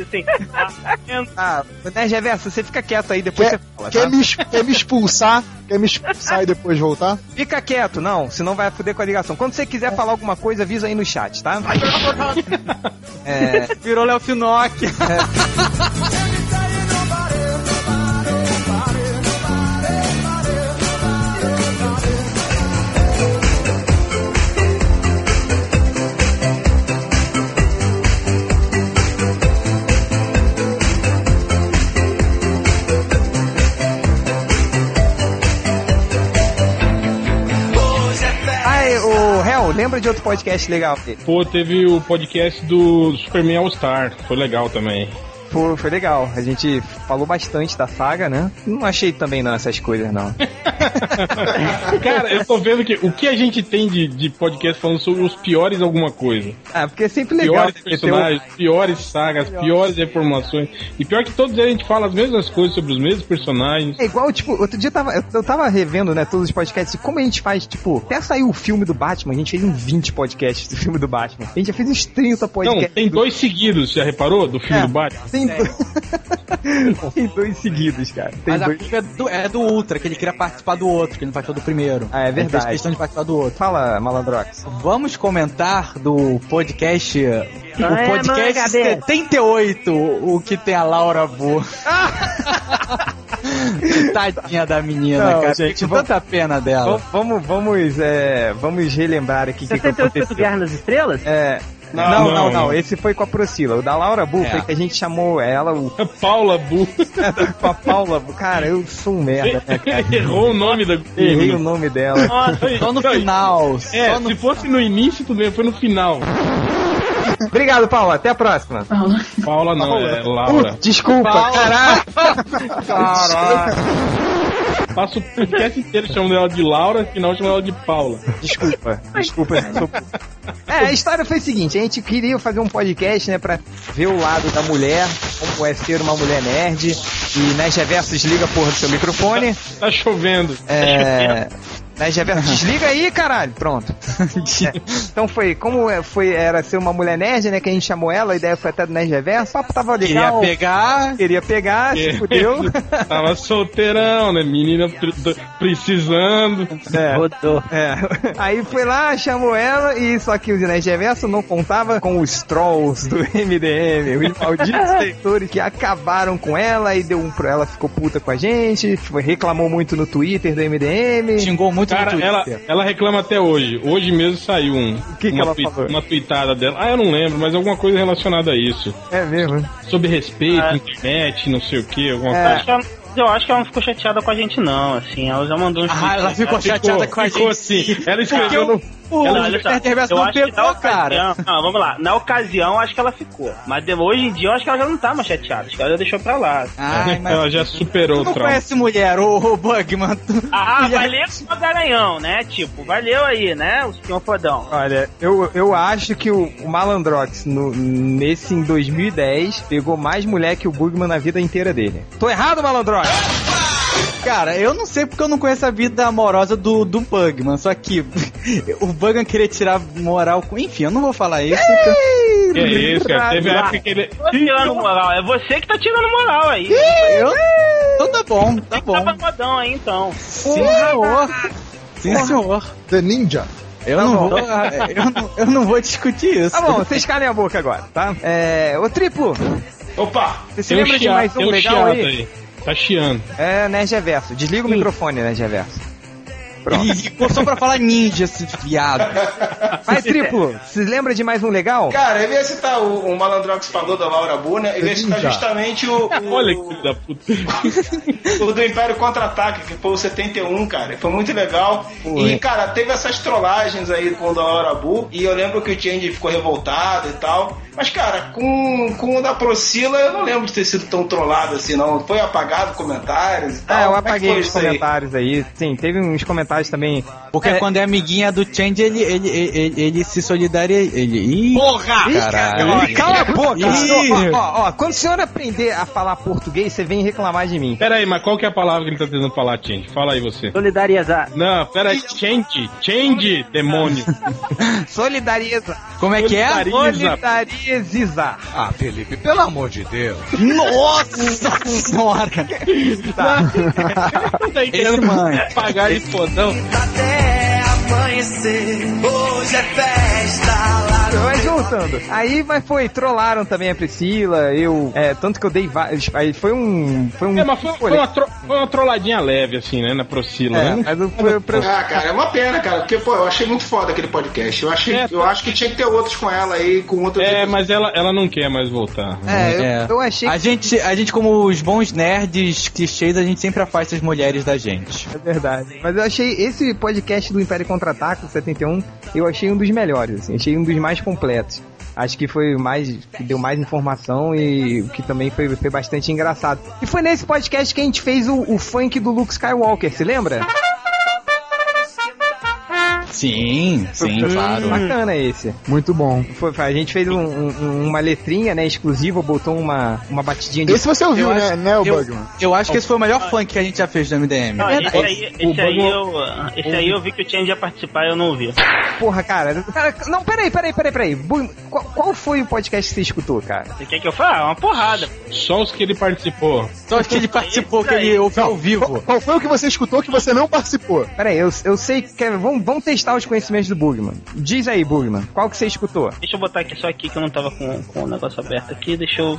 Speaker 7: *laughs*
Speaker 11: assim. tá vendo?
Speaker 1: Ah, Nerd Reverso, você fica quieto aí, depois
Speaker 6: Quer,
Speaker 1: você fala,
Speaker 6: quer,
Speaker 1: tá?
Speaker 6: me, ex- quer me expulsar? Quer me expulsar e depois voltar?
Speaker 1: Fica quieto, não, senão vai foder com a ligação. Quando você quiser falar alguma coisa, avisa aí no chat, tá? É, *laughs*
Speaker 3: Virou Léo Finoc.
Speaker 1: ai, o Hel, lembra de outro podcast legal aqui?
Speaker 4: Pô, teve o podcast do Superman All Star, foi legal também.
Speaker 1: Foi, foi legal. A gente falou bastante da saga, né? Não achei também não essas coisas, não.
Speaker 4: Cara, eu tô vendo que o que a gente tem de, de podcast falando sobre os piores alguma coisa.
Speaker 1: Ah, porque é sempre legal.
Speaker 4: Piores personagens, piores sagas, piores reformações. E pior que todos eles a gente fala as mesmas coisas sobre os mesmos personagens.
Speaker 1: É igual, tipo, outro dia eu tava, eu- eu tava revendo, né, todos os podcasts, e como a gente faz, tipo, até saiu o filme do Batman, a gente fez uns 20 podcasts do filme do Batman. A gente já fez uns 30
Speaker 4: Não,
Speaker 1: podcasts.
Speaker 4: tem
Speaker 1: do-
Speaker 4: dois seguidos, já reparou? Do filme do Batman?
Speaker 1: Tem, do- tem dois *laughs* seguidos, cara. Tem
Speaker 3: Mas a
Speaker 1: dois...
Speaker 3: culpa é do, é do Ultra, que ele queria participar do outro, que ele não participou do primeiro.
Speaker 1: Ah, é
Speaker 3: Ele fez
Speaker 1: verdade.
Speaker 3: questão de participar do outro.
Speaker 1: Fala, Malandrox.
Speaker 3: Vamos comentar do podcast.
Speaker 7: Não é,
Speaker 3: o podcast
Speaker 7: manga,
Speaker 3: 78, o que tem a Laura Bu. *laughs* Tadinha da menina,
Speaker 1: Não,
Speaker 3: cara.
Speaker 1: gente,
Speaker 3: Gente,
Speaker 1: vamos-
Speaker 3: tanta pena dela.
Speaker 1: Vam- Vamos, vamos, é, vamos relembrar aqui o que, que
Speaker 7: 68 Santo
Speaker 1: aconteceu.
Speaker 7: Guerra nas Estrelas?
Speaker 1: É, não,
Speaker 4: Não,
Speaker 1: não, não,
Speaker 4: não.
Speaker 1: Esse foi com a Priscila. O da Laura Bull
Speaker 3: É.
Speaker 1: foi que a gente chamou ela, o *laughs*
Speaker 4: É Paula Bu
Speaker 1: com a Paula. Cara, eu sou um merda,
Speaker 4: *laughs*
Speaker 1: né, cara?
Speaker 4: errou o nome da.
Speaker 1: Errei o nome dela.
Speaker 11: Nossa,
Speaker 3: Só no
Speaker 4: Não,
Speaker 3: final.
Speaker 4: É,
Speaker 3: só no
Speaker 4: se fosse no início, tudo bem, foi no final.
Speaker 1: Obrigado, Paula. Até a próxima.
Speaker 4: Paula não, é Laura.
Speaker 1: Putz, desculpa,
Speaker 4: *laughs*
Speaker 1: caralho.
Speaker 3: Caraca.
Speaker 4: Passa o podcast inteiro chamando ela de Laura, no final chamando ela de Paula.
Speaker 1: Desculpa, desculpa. sou- É, a história foi o seguinte: a gente queria fazer um podcast, né, pra ver o lado da mulher, como é ser uma mulher nerd. E Nerd Reverso desliga a porra do seu microfone.
Speaker 4: Tá chovendo.
Speaker 1: É. Nerd Reverso, desliga aí, caralho. Pronto. É, Então foi, como é- foi, era ser uma mulher nerd, né, que a gente chamou ela, a ideia foi até do Nerd Reverso. O papo tava
Speaker 3: Queria
Speaker 1: legal.
Speaker 3: pegar.
Speaker 1: Queria pegar, se fudeu. *laughs*
Speaker 4: *laughs* Tava solteirão, né? Menina pre- do- precisando.
Speaker 1: É.
Speaker 7: Rodou.
Speaker 1: É. Aí foi lá, chamou ela, e só que o Nerd Reverso não contava com os trolls do MDM, os malditos leitores que acabaram com ela e deu um pro ela, ficou puta com a gente, foi- reclamou muito no Twitter do MDM.
Speaker 3: Xingou muito
Speaker 4: Cara,
Speaker 3: no
Speaker 4: ela,
Speaker 3: Twitter.
Speaker 4: ela reclama até hoje. Hoje mesmo saiu um.
Speaker 1: que que
Speaker 4: uma,
Speaker 1: ela
Speaker 4: tui-
Speaker 1: falou?
Speaker 4: uma tweetada dela. Ah, eu não lembro, mas alguma coisa relacionada a isso.
Speaker 1: É mesmo.
Speaker 4: Sobre respeito,
Speaker 11: Ah.
Speaker 4: internet, não sei o que, alguma
Speaker 1: É.
Speaker 4: coisa.
Speaker 11: Acho que ela- Eu acho que ela não ficou chateada com a gente, não, assim. Ela já mandou um
Speaker 3: Ah, ela ficou chateada com a
Speaker 4: Ficou
Speaker 3: gente.
Speaker 4: assim. Ela
Speaker 3: Porque
Speaker 4: escreveu
Speaker 3: o, o
Speaker 11: Ela, olha só,
Speaker 3: Nerd Reverso
Speaker 11: eu
Speaker 3: não
Speaker 11: acho que na
Speaker 3: pegou, cara.
Speaker 11: ocasião- Não, vamos lá. Na ocasião, acho que ela ficou. Mas de- hoje em dia, eu acho que ela já não tá mais chateada. Acho que ela já deixou pra
Speaker 3: *laughs*
Speaker 11: lá.
Speaker 3: Ai, mas
Speaker 4: Ela já superou
Speaker 3: tu
Speaker 4: o
Speaker 3: não
Speaker 4: trauma.
Speaker 3: conhece mulher, ô, ô Bugman. tu-
Speaker 11: Ah,
Speaker 3: tu já-
Speaker 11: valeu o Garanhão, né? Tipo, valeu aí, né? O senhor fodão.
Speaker 1: Olha, eu, eu acho que o, o Malandrox, no- nesse em 2010, pegou mais mulher que o Bugman na vida inteira dele. Tô errado, Malandrox?
Speaker 3: Cara, eu não sei porque eu não conheço a vida amorosa do, do *laughs* Bugman. Só que o Bugman queria tirar moral com. Enfim, eu não vou falar isso. porque-
Speaker 1: Ih,
Speaker 4: Que isso, cara. Teve uma época que ele.
Speaker 11: Tô tirando moral. É você que tá tirando moral aí.
Speaker 3: Eu? Então tá bom, tá bom.
Speaker 11: Tava modão aí, então.
Speaker 3: Sim, senhor. Sim, senhor.
Speaker 6: The Ninja.
Speaker 3: Eu,
Speaker 1: Tá
Speaker 3: não
Speaker 1: bom.
Speaker 3: vou, é, eu, não, eu não vou discutir isso.
Speaker 1: Tá bom, vocês calem a boca agora, tá? É. Ô triplo!
Speaker 2: Opa!
Speaker 1: Você se lembra de mais um legal aí?
Speaker 4: Tá chiando.
Speaker 1: É, Nerd Reverso. Desliga o microfone, Nerd Reverso.
Speaker 3: E ficou só pra falar ninja, esse viado.
Speaker 1: Vai, triplo! Se lembra de mais um legal?
Speaker 2: Cara, eu ia citar o, o Malandrox falou da Laura Buna, eu ia citar
Speaker 1: Ninja.
Speaker 11: *laughs*
Speaker 2: justamente o,
Speaker 4: Olha que filho da puta.
Speaker 2: o do Império Contra-Ataque, que foi o 71, cara. Foi muito legal.
Speaker 1: Foi.
Speaker 2: E, cara, teve essas trollagens aí com o da Laura Bu, e eu lembro que o Change ficou revoltado e tal. Mas, cara, com, com o da Procila, eu não lembro de ter sido tão trollado assim, não. Foi apagado comentários e tal.
Speaker 1: Ah, eu
Speaker 2: Como é que
Speaker 1: apaguei
Speaker 2: foi
Speaker 1: os
Speaker 2: isso aí?
Speaker 1: comentários aí. Sim, teve uns comentários também.
Speaker 3: Porque
Speaker 1: É.
Speaker 3: quando é amiguinha do Change, ele, ele, ele, ele- ele se solidaria. Ele. Ih,
Speaker 1: Porra! Ih,
Speaker 3: Caralho!
Speaker 1: Ih, Cala a boca!
Speaker 3: Ih.
Speaker 1: Ó, ó, ó, quando o senhor aprender a falar português, você vem reclamar de mim.
Speaker 4: Pera aí, mas qual que é a palavra que ele tá tentando falar, Change? Fala aí você.
Speaker 7: Solidariedade.
Speaker 4: Não, pera aí. Change. Change, demônio.
Speaker 1: Solidariza.
Speaker 3: Como é que é?
Speaker 1: Solidarizar.
Speaker 10: Ah, Felipe, pelo amor de Deus.
Speaker 3: Nossa senhora!
Speaker 1: Tá.
Speaker 4: Puta aí,
Speaker 3: Esse
Speaker 4: querendo *laughs*
Speaker 3: mãe.
Speaker 4: apagar esse fodão.
Speaker 13: Até amanhecer, hoje é festa lá no
Speaker 1: Mas voltando, aí mas foi, trollaram também a Priscila, eu. É, tanto que eu dei vários. Aí foi um. Foi um.
Speaker 4: É, mas foi, foi uma tro- foi uma trolladinha leve, assim, né, na Procila,
Speaker 1: É,
Speaker 4: né?
Speaker 1: mas eu, eu, eu,
Speaker 2: Ah, cara, é uma pena, cara, porque, pô, eu achei muito foda aquele podcast. Eu, achei,
Speaker 4: É.
Speaker 2: eu acho que tinha que ter outros com ela aí, com outros.
Speaker 4: É, mas ela, ela não quer mais voltar.
Speaker 1: é, eu,
Speaker 3: É.
Speaker 1: eu achei
Speaker 3: A gente, a gente, como os bons nerds clichês, a gente sempre afasta as mulheres da gente.
Speaker 1: É verdade. Mas eu achei esse podcast do Império Contra-Ataque, o 71, eu achei um dos melhores, assim, achei um dos mais completos. Acho que foi o mais. que deu mais informação e o que também foi, foi bastante engraçado. E foi nesse podcast que a gente fez o, o funk do Luke Skywalker, se lembra?
Speaker 3: Sim, sim,
Speaker 6: Uhum.
Speaker 3: claro.
Speaker 1: Hum. Bacana esse.
Speaker 6: Muito bom.
Speaker 1: Foi- foi- a gente fez um- um- uma letrinha, né, exclusiva, botou uma, uma batidinha de.
Speaker 6: Esse você ouviu,
Speaker 3: Eu
Speaker 6: né,
Speaker 3: acho-
Speaker 6: né, o
Speaker 3: eu-
Speaker 6: Bugman?
Speaker 3: Eu acho que esse foi o melhor funk que a gente já fez do MDM.
Speaker 11: Não, esse aí,
Speaker 4: O
Speaker 11: esse aí,
Speaker 4: Bugman-
Speaker 11: eu, esse aí eu vi que o Change ia participar e eu não ouvi.
Speaker 1: Porra, cara. cara não, peraí, peraí, peraí, peraí. Bu- Qual, qual foi o podcast que você escutou, cara?
Speaker 11: Você quer que eu fale? Ah, uma porrada.
Speaker 4: Só os que ele participou.
Speaker 3: Só
Speaker 1: *laughs*
Speaker 3: que ele participou, que ele ouviu ao vivo.
Speaker 6: Qual foi o que você escutou que você não participou?
Speaker 1: Peraí, eu, eu sei que. quer- Vamos, vamos testar os conhecimentos do Bugman. Diz aí, Bugman, qual que você escutou?
Speaker 11: Deixa eu botar aqui só aqui que eu não tava com, com o negócio aberto aqui, deixa eu.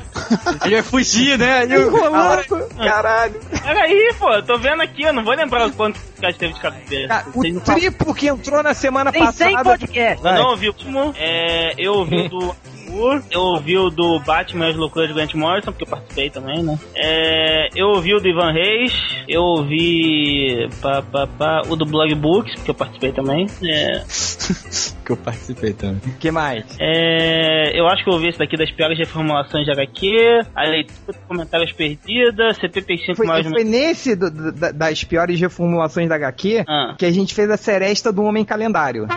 Speaker 3: Ele vai fugir, né? Ele-
Speaker 6: *laughs*
Speaker 1: Ah, Caralho.
Speaker 11: Peraí, pô, eu tô vendo aqui, eu não vou lembrar quanto que teve de cabeça.
Speaker 1: Cara, Tá,
Speaker 11: Vocês
Speaker 1: o
Speaker 11: não falam.
Speaker 1: triplo que entrou na semana
Speaker 7: Tem 100
Speaker 1: passada.
Speaker 7: podcasts.
Speaker 11: Eu não ouvi o último. É, eu ouvi o do Arthur, eu ouvi o do Batman e as loucuras de Grant Morrison, porque eu participei também, né? É, eu ouvi o do Ivan Reis, eu ouvi pá, pá, pá, o do Blog Books, porque eu participei também. É,
Speaker 3: Que eu participei também.
Speaker 1: O que mais?
Speaker 11: é, eu acho que eu ouvi esse daqui das piores reformulações de HQ, a leitura de comentários perdida, 75
Speaker 1: Foi,
Speaker 11: mais né?
Speaker 1: foi nesse do- do- da- das piores reformulações da HQ
Speaker 11: Ah.
Speaker 1: que a gente fez a seresta do Homem Calendário.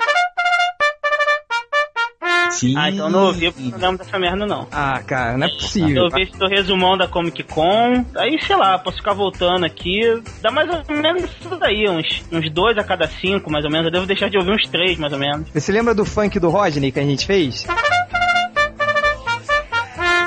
Speaker 3: Sim.
Speaker 11: Ah, então eu não ouvi, porque eu não lembro dessa merda, não.
Speaker 1: Ah, cara, não é
Speaker 11: Eu
Speaker 1: possível.
Speaker 11: ouvi esse do resumão da Comic Con. Aí, sei lá, posso ficar voltando aqui. Dá mais ou menos isso daí, uns, uns dois a cada cinco, mais ou menos. Eu devo deixar de ouvir uns três, mais ou menos.
Speaker 1: Você lembra do funk do Rodney que a gente fez?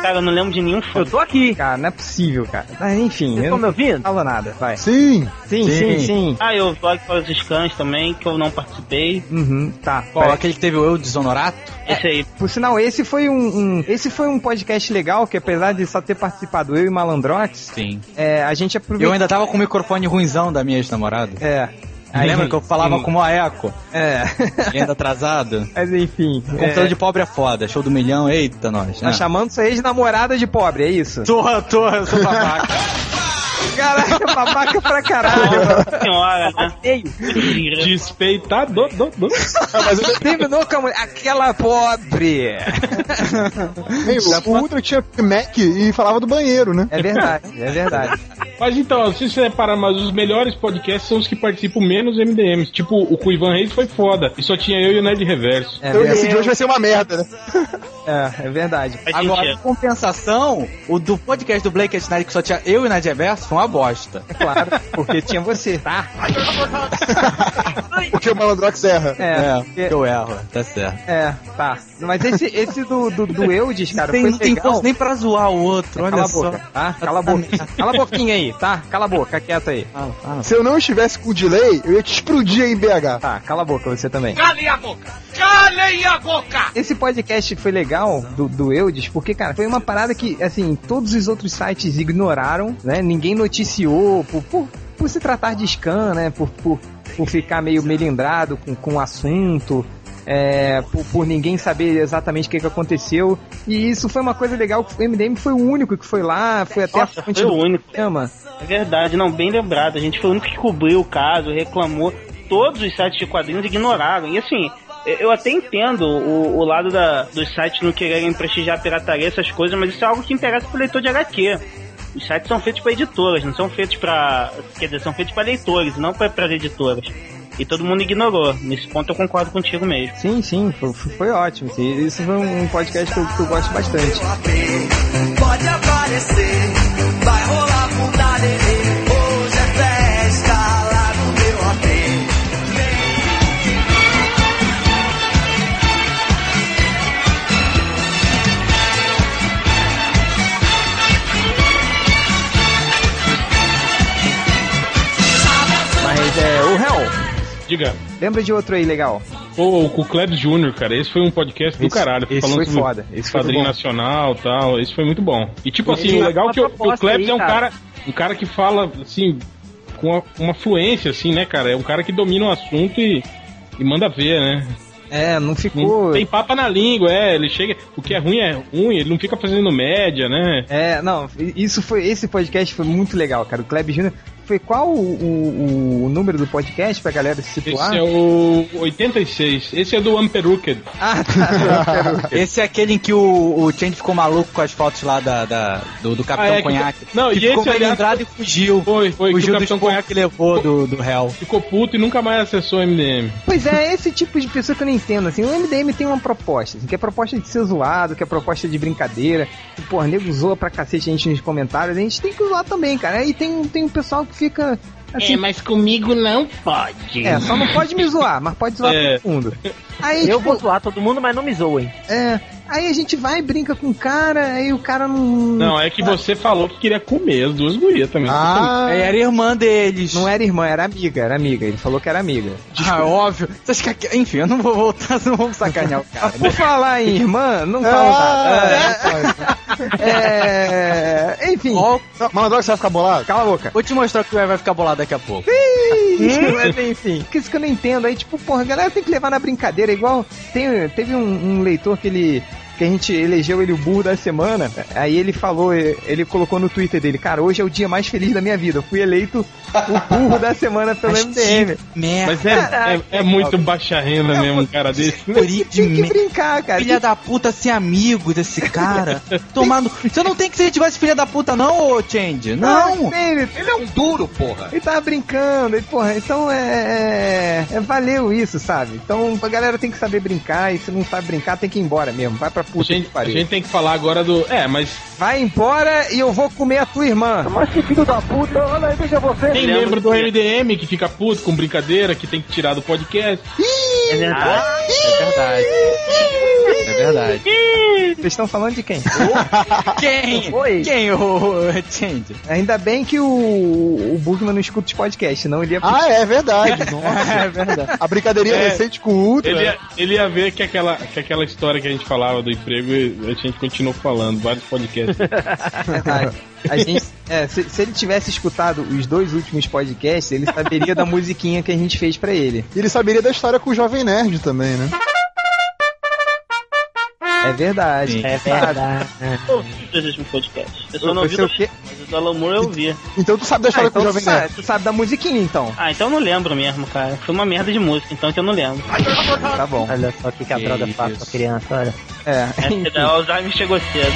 Speaker 11: Cara, eu não lembro de nenhum fã.
Speaker 7: Eu tô aqui.
Speaker 1: Cara, não é possível, cara. Mas, enfim,
Speaker 7: Vocês
Speaker 1: eu
Speaker 7: estão me
Speaker 1: não
Speaker 7: ouvindo?
Speaker 1: falo nada, vai.
Speaker 6: Sim.
Speaker 1: Sim, sim,
Speaker 3: Sim.
Speaker 1: sim.
Speaker 11: Ah, eu vlog para os scans também, que eu não participei.
Speaker 1: Uhum, tá.
Speaker 3: Qual, aquele que teve o eu desonorato?
Speaker 7: É,
Speaker 11: Esse aí.
Speaker 1: Por sinal, esse foi um, um- esse foi um podcast legal que apesar de só ter participado eu e Malandrox,
Speaker 3: Sim.
Speaker 1: é, a gente
Speaker 3: Eu
Speaker 1: aproveitou.
Speaker 3: ainda tava com o microfone ruinzão da minha ex-namorada.
Speaker 1: É. Aí-
Speaker 3: Lembra que eu falava com uma eco?
Speaker 1: É. *laughs*
Speaker 3: Ainda atrasado?
Speaker 1: Mas enfim.
Speaker 3: Computador
Speaker 1: é,
Speaker 3: de pobre é foda, show do milhão, eita nós.
Speaker 1: Tá
Speaker 7: Ah.
Speaker 3: né?
Speaker 1: chamando sua ex-namorada de pobre, é isso?
Speaker 3: Tô, tô, eu sou babaca.
Speaker 1: Caralho, babaca pra caralho.
Speaker 7: *laughs*
Speaker 1: mano.
Speaker 11: Nossa senhora, né?
Speaker 7: Ei,
Speaker 11: Mentira.
Speaker 4: Despeitado. do- do-
Speaker 1: Terminou com a mulher. Aquela pobre.
Speaker 6: Ei, o, o Ultra tinha Mac e falava do banheiro, né?
Speaker 1: É verdade, é verdade.
Speaker 4: Mas então, se você reparar, mas os melhores podcasts são os que participam menos MDMs. Tipo, o com o Ivan Reis foi foda. E só tinha eu e o Ned Reverso.
Speaker 1: É
Speaker 6: então
Speaker 1: verdade.
Speaker 6: esse de hoje vai ser uma merda, né?
Speaker 1: É É, é verdade.
Speaker 4: é.
Speaker 3: Agora, em compensação, o do podcast do Blake Snyder que só tinha eu e Nadia Verso foi uma bosta.
Speaker 1: É claro, porque tinha você. Tá.
Speaker 6: Porque o Malandrox erra.
Speaker 1: É,
Speaker 3: É,
Speaker 1: porque-
Speaker 3: eu erro, tá certo.
Speaker 1: É, tá. Mas esse, esse do, do, do Eudes, cara,
Speaker 3: Tem-
Speaker 1: foi
Speaker 3: não tem
Speaker 1: legal.
Speaker 3: força nem pra zoar o outro, olha
Speaker 1: Cala a
Speaker 3: só.
Speaker 1: boca, tá? Cala a boca. Cala a boquinha aí, tá? Cala a boca, quieto aí.
Speaker 6: Se eu não estivesse com delay, eu ia te explodir em BH.
Speaker 1: Tá, cala a boca você também.
Speaker 13: Calem a boca! Calem a boca!
Speaker 1: Esse podcast foi legal do, do Eudes, porque, cara, foi uma parada que, assim, todos os outros sites ignoraram, né? Ninguém noticiou por, por, por se tratar de scan, né? Por, por, por ficar meio melindrado com, com o assunto. é, por, por ninguém saber exatamente o que, que aconteceu. E isso foi uma coisa legal que o MDM foi o único que foi lá, foi até
Speaker 11: Nossa,
Speaker 1: a fonte
Speaker 11: foi
Speaker 1: do
Speaker 11: o único.
Speaker 1: programa.
Speaker 11: É verdade, não, bem lembrado. A gente foi o único que cobriu o caso, reclamou. Todos os sites de quadrinhos ignoraram. E assim, eu eu até entendo o, o lado da- dos sites não quererem prestigiar a pirataria, essas coisas, mas isso é algo que interessa pro leitor de HQ. Os sites são feitos pra editoras, não são feitos pra. Quer dizer, são feitos pra leitores, não pra, pras editoras. E todo mundo ignorou. Nesse ponto eu concordo contigo mesmo.
Speaker 1: Sim, sim, foi, foi ótimo. Sim. Isso foi um podcast que eu, que eu gosto bastante.
Speaker 13: Pode aparecer, vai rolar bunda nenê. Hoje é festa lá no meu AP.
Speaker 1: Mas é o réu.
Speaker 4: Diga.
Speaker 1: Lembra de outro aí legal?
Speaker 4: Pô, o Klebs Jr., cara, esse foi um podcast do
Speaker 1: Esse-
Speaker 4: caralho.
Speaker 1: esse foi
Speaker 4: sobre
Speaker 1: foda, esse foi
Speaker 4: quadrinho
Speaker 1: bom.
Speaker 4: nacional e tal. Esse foi muito bom. E tipo assim,
Speaker 1: Ele
Speaker 4: o
Speaker 1: tá
Speaker 4: legal
Speaker 1: com
Speaker 4: é que o,
Speaker 1: uma
Speaker 4: o
Speaker 1: proposta
Speaker 4: Klebs
Speaker 1: aí,
Speaker 4: é um
Speaker 1: cara.
Speaker 4: cara, um cara que fala, assim, com uma, uma fluência, assim, né, cara? É um cara que domina o assunto e, e manda ver, né?
Speaker 1: É, não ficou.
Speaker 4: Não tem papa na língua, é. Ele chega. O que é ruim é ruim, ele não fica fazendo média, né?
Speaker 1: É, não, isso foi. Esse podcast foi muito legal, cara. O Kleb Jr. Foi qual o, o- o número do podcast pra galera se situar?
Speaker 4: Esse é o 86. Esse é do Unperucked.
Speaker 1: Ah,
Speaker 3: *laughs* Esse é aquele em que o, o Change ficou maluco com as fotos lá da, da- do, do Capitão
Speaker 4: Ah, é, que-
Speaker 3: Conhaque.
Speaker 4: não,
Speaker 3: que
Speaker 4: e
Speaker 3: ficou
Speaker 4: esse, aliás,
Speaker 3: melindrado e fugiu.
Speaker 4: Foi, foi.
Speaker 3: fugiu
Speaker 4: que o
Speaker 3: do
Speaker 4: Capitão
Speaker 3: esporro
Speaker 4: Conhaque
Speaker 3: que levou do, do réu.
Speaker 4: ficou puto e nunca mais acessou o MDM.
Speaker 1: Pois é, esse tipo de pessoa que eu não entendo, assim, o MDM tem uma proposta, assim, que é proposta de ser zoado, que é proposta de brincadeira, que, pô, nego zoa pra cacete a gente nos comentários, a gente tem que zoar também, cara, e tem, tem um pessoal que fica, assim...
Speaker 7: É, mas comigo não pode.
Speaker 1: É, só não pode me zoar, mas pode zoar
Speaker 7: É.
Speaker 1: todo mundo. Aí,
Speaker 7: eu
Speaker 1: tipo,
Speaker 7: vou zoar todo mundo, mas não me zoem.
Speaker 1: É, aí a gente vai, brinca com o cara, aí o cara não...
Speaker 4: Não, é que você falou que queria comer as duas gurias também.
Speaker 6: Ah. É.
Speaker 3: era irmã deles.
Speaker 1: Não era irmã, era amiga, era amiga. Ele falou que era amiga.
Speaker 3: Ah, óbvio. Você acha que- Enfim, eu não vou voltar, *laughs* não vamos sacanear o cara.
Speaker 1: Por Ah. falar em irmã, não fala nada. É, é, enfim.
Speaker 6: Malandrox vai ficar bolado?
Speaker 1: Cala a boca.
Speaker 3: Vou te mostrar que o Iair vai ficar bolado daqui a pouco.
Speaker 1: Ih, Mas enfim, Hum? que isso que eu não entendo. Aí, tipo, porra, a galera tem que levar na brincadeira. Igual tem, teve um, um leitor que ele. Que a gente elegeu ele o burro da semana. Aí ele falou, ele colocou no Twitter dele, cara, hoje é o dia mais feliz da minha vida. Eu fui eleito o burro da semana pelo
Speaker 3: né?"
Speaker 1: MDM.
Speaker 3: Merda.
Speaker 4: Mas é, é, é muito baixa renda mesmo um cara desse.
Speaker 3: Guri de
Speaker 1: Tem que
Speaker 3: me-
Speaker 1: brincar, cara.
Speaker 3: Filha da puta sem amigos esse *laughs* cara. Tomando. Você não tem que ser tivesse filha da puta, não, ô Change. Não!
Speaker 1: Ele,
Speaker 10: é um duro, porra.
Speaker 1: ele tava brincando, ele, porra, então é, é. é- Valeu isso, sabe? Então a galera tem que saber brincar, e se não sabe brincar, tem que ir embora mesmo. Vai pra
Speaker 4: A
Speaker 1: puta
Speaker 4: gente,
Speaker 1: que
Speaker 4: a
Speaker 1: pariu.
Speaker 4: gente tem que falar agora do. É, mas
Speaker 1: Vai embora e eu vou comer a tua irmã.
Speaker 7: Mas que filho da puta, olha aí, veja você.
Speaker 4: tem membro do MDM que fica puto com brincadeira, que tem que tirar do podcast.
Speaker 11: É
Speaker 7: Ah,
Speaker 11: verdade.
Speaker 3: É verdade. É verdade.
Speaker 1: Vocês estão falando de quem?
Speaker 3: Quem?
Speaker 7: Oi.
Speaker 3: Quem, ô ô, Change?
Speaker 1: Ainda bem que o, o Bugman não escuta os podcasts, senão ele ia.
Speaker 6: Ah, é *laughs* verdade. Nossa.
Speaker 3: É verdade.
Speaker 6: A brincadeirinha
Speaker 4: É.
Speaker 6: recente com o Ultra.
Speaker 4: Ele ia, ele ia ver que aquela, que aquela história que a gente falava do emprego, a gente continuou falando, vários podcasts.
Speaker 1: verdade. tá. A gente, é, se, se ele tivesse escutado os dois últimos podcasts, ele saberia da musiquinha que a gente fez pra ele.
Speaker 6: E ele saberia da história com o Jovem Nerd também, né?
Speaker 1: É verdade.
Speaker 7: É verdade.
Speaker 11: Eu ouvi os dois últimos podcasts. Eu só não
Speaker 1: Você
Speaker 11: vi do
Speaker 1: o quê?
Speaker 11: mas o do Alan Moore eu ouvi.
Speaker 6: Então tu sabe da
Speaker 1: Ah,
Speaker 6: história
Speaker 1: então
Speaker 6: com o
Speaker 1: tu
Speaker 6: Jovem Nerd.
Speaker 1: sabe, tu sabe da musiquinha então.
Speaker 11: Ah, então eu não lembro mesmo, cara. Foi uma merda de música, então que eu não lembro.
Speaker 1: Tá bom.
Speaker 7: Olha só o que, que a
Speaker 3: Que
Speaker 7: droga faz
Speaker 3: isso.
Speaker 7: pra criança, olha.
Speaker 1: É.
Speaker 7: *laughs*
Speaker 11: Essa da Alzheimer chegou cedo.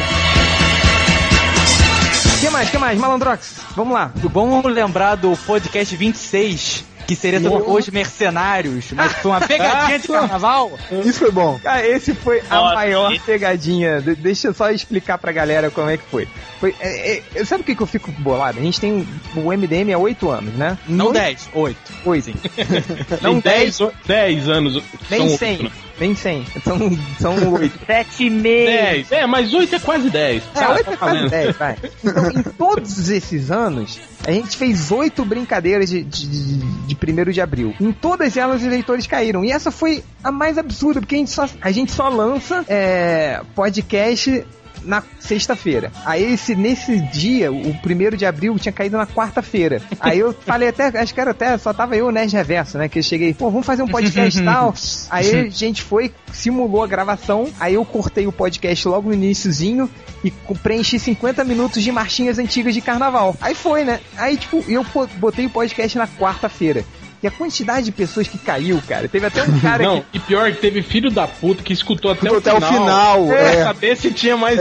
Speaker 1: que mais? que mais? Malandrox, vamos lá.
Speaker 3: Vamos lembrar do podcast 26, Que seria sobre os mercenários, mas foi uma pegadinha *laughs* de carnaval.
Speaker 6: Isso foi bom.
Speaker 1: Cara, esse foi a maior pegadinha. De- deixa eu só explicar pra galera como é que foi. foi é- é- sabe o que, que eu fico bolado? A gente tem o MDM há oito anos, né?
Speaker 3: Não 10, 8.
Speaker 1: 8.
Speaker 4: Tem
Speaker 1: *laughs* Não
Speaker 4: 10,
Speaker 1: 10,
Speaker 4: o- 10 anos.
Speaker 1: nem
Speaker 4: são
Speaker 1: 100.
Speaker 4: oito, né?
Speaker 1: Nem 100. São, são 8.
Speaker 7: 7,5.
Speaker 4: 10. É, mas 8 é quase 10.
Speaker 1: É, oito é quase 10, vai. Então, em todos esses anos, a gente fez oito brincadeiras de, de, de- de 1 de abril. Em todas elas, os leitores caíram. E essa foi a mais absurda, porque a gente só, a gente só lança é, podcast na sexta-feira. Aí se nesse dia, o 1 de abril, tinha caído na quarta-feira. Aí eu falei até, acho que era até, só tava eu, né, de reverso, né, que eu cheguei, pô, vamos fazer um podcast e tal. Aí a gente foi, simulou a gravação, aí eu cortei o podcast logo no iníciozinho e co- preenchi 50 minutos de marchinhas antigas de carnaval. Aí foi, né? Aí, tipo, eu po- botei o podcast na quarta-feira. E a quantidade de pessoas que caiu, cara. Teve até um cara
Speaker 4: não,
Speaker 1: que.
Speaker 4: e pior que teve filho da puta que escutou até,
Speaker 6: Escutou
Speaker 4: o
Speaker 6: até o
Speaker 4: final.
Speaker 6: final,
Speaker 4: Pra
Speaker 6: é.
Speaker 4: saber se tinha mais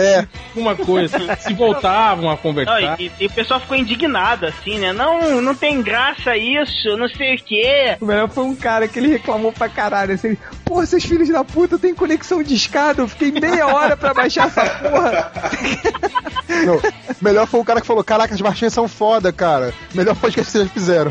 Speaker 4: alguma coisa. Se voltavam a
Speaker 11: Não,
Speaker 4: conversar.
Speaker 11: e, e o pessoal ficou indignado, assim, né? Não, não tem graça isso, não sei o quê.
Speaker 1: O melhor foi um cara que ele reclamou pra caralho. Assim, Pô, seus filhos da puta, tem conexão de escada. Eu fiquei meia hora pra baixar essa porra. *laughs*
Speaker 6: Não, melhor foi o cara que falou: Caraca, as marchinhas são foda, cara. Melhor podcast que vocês fizeram.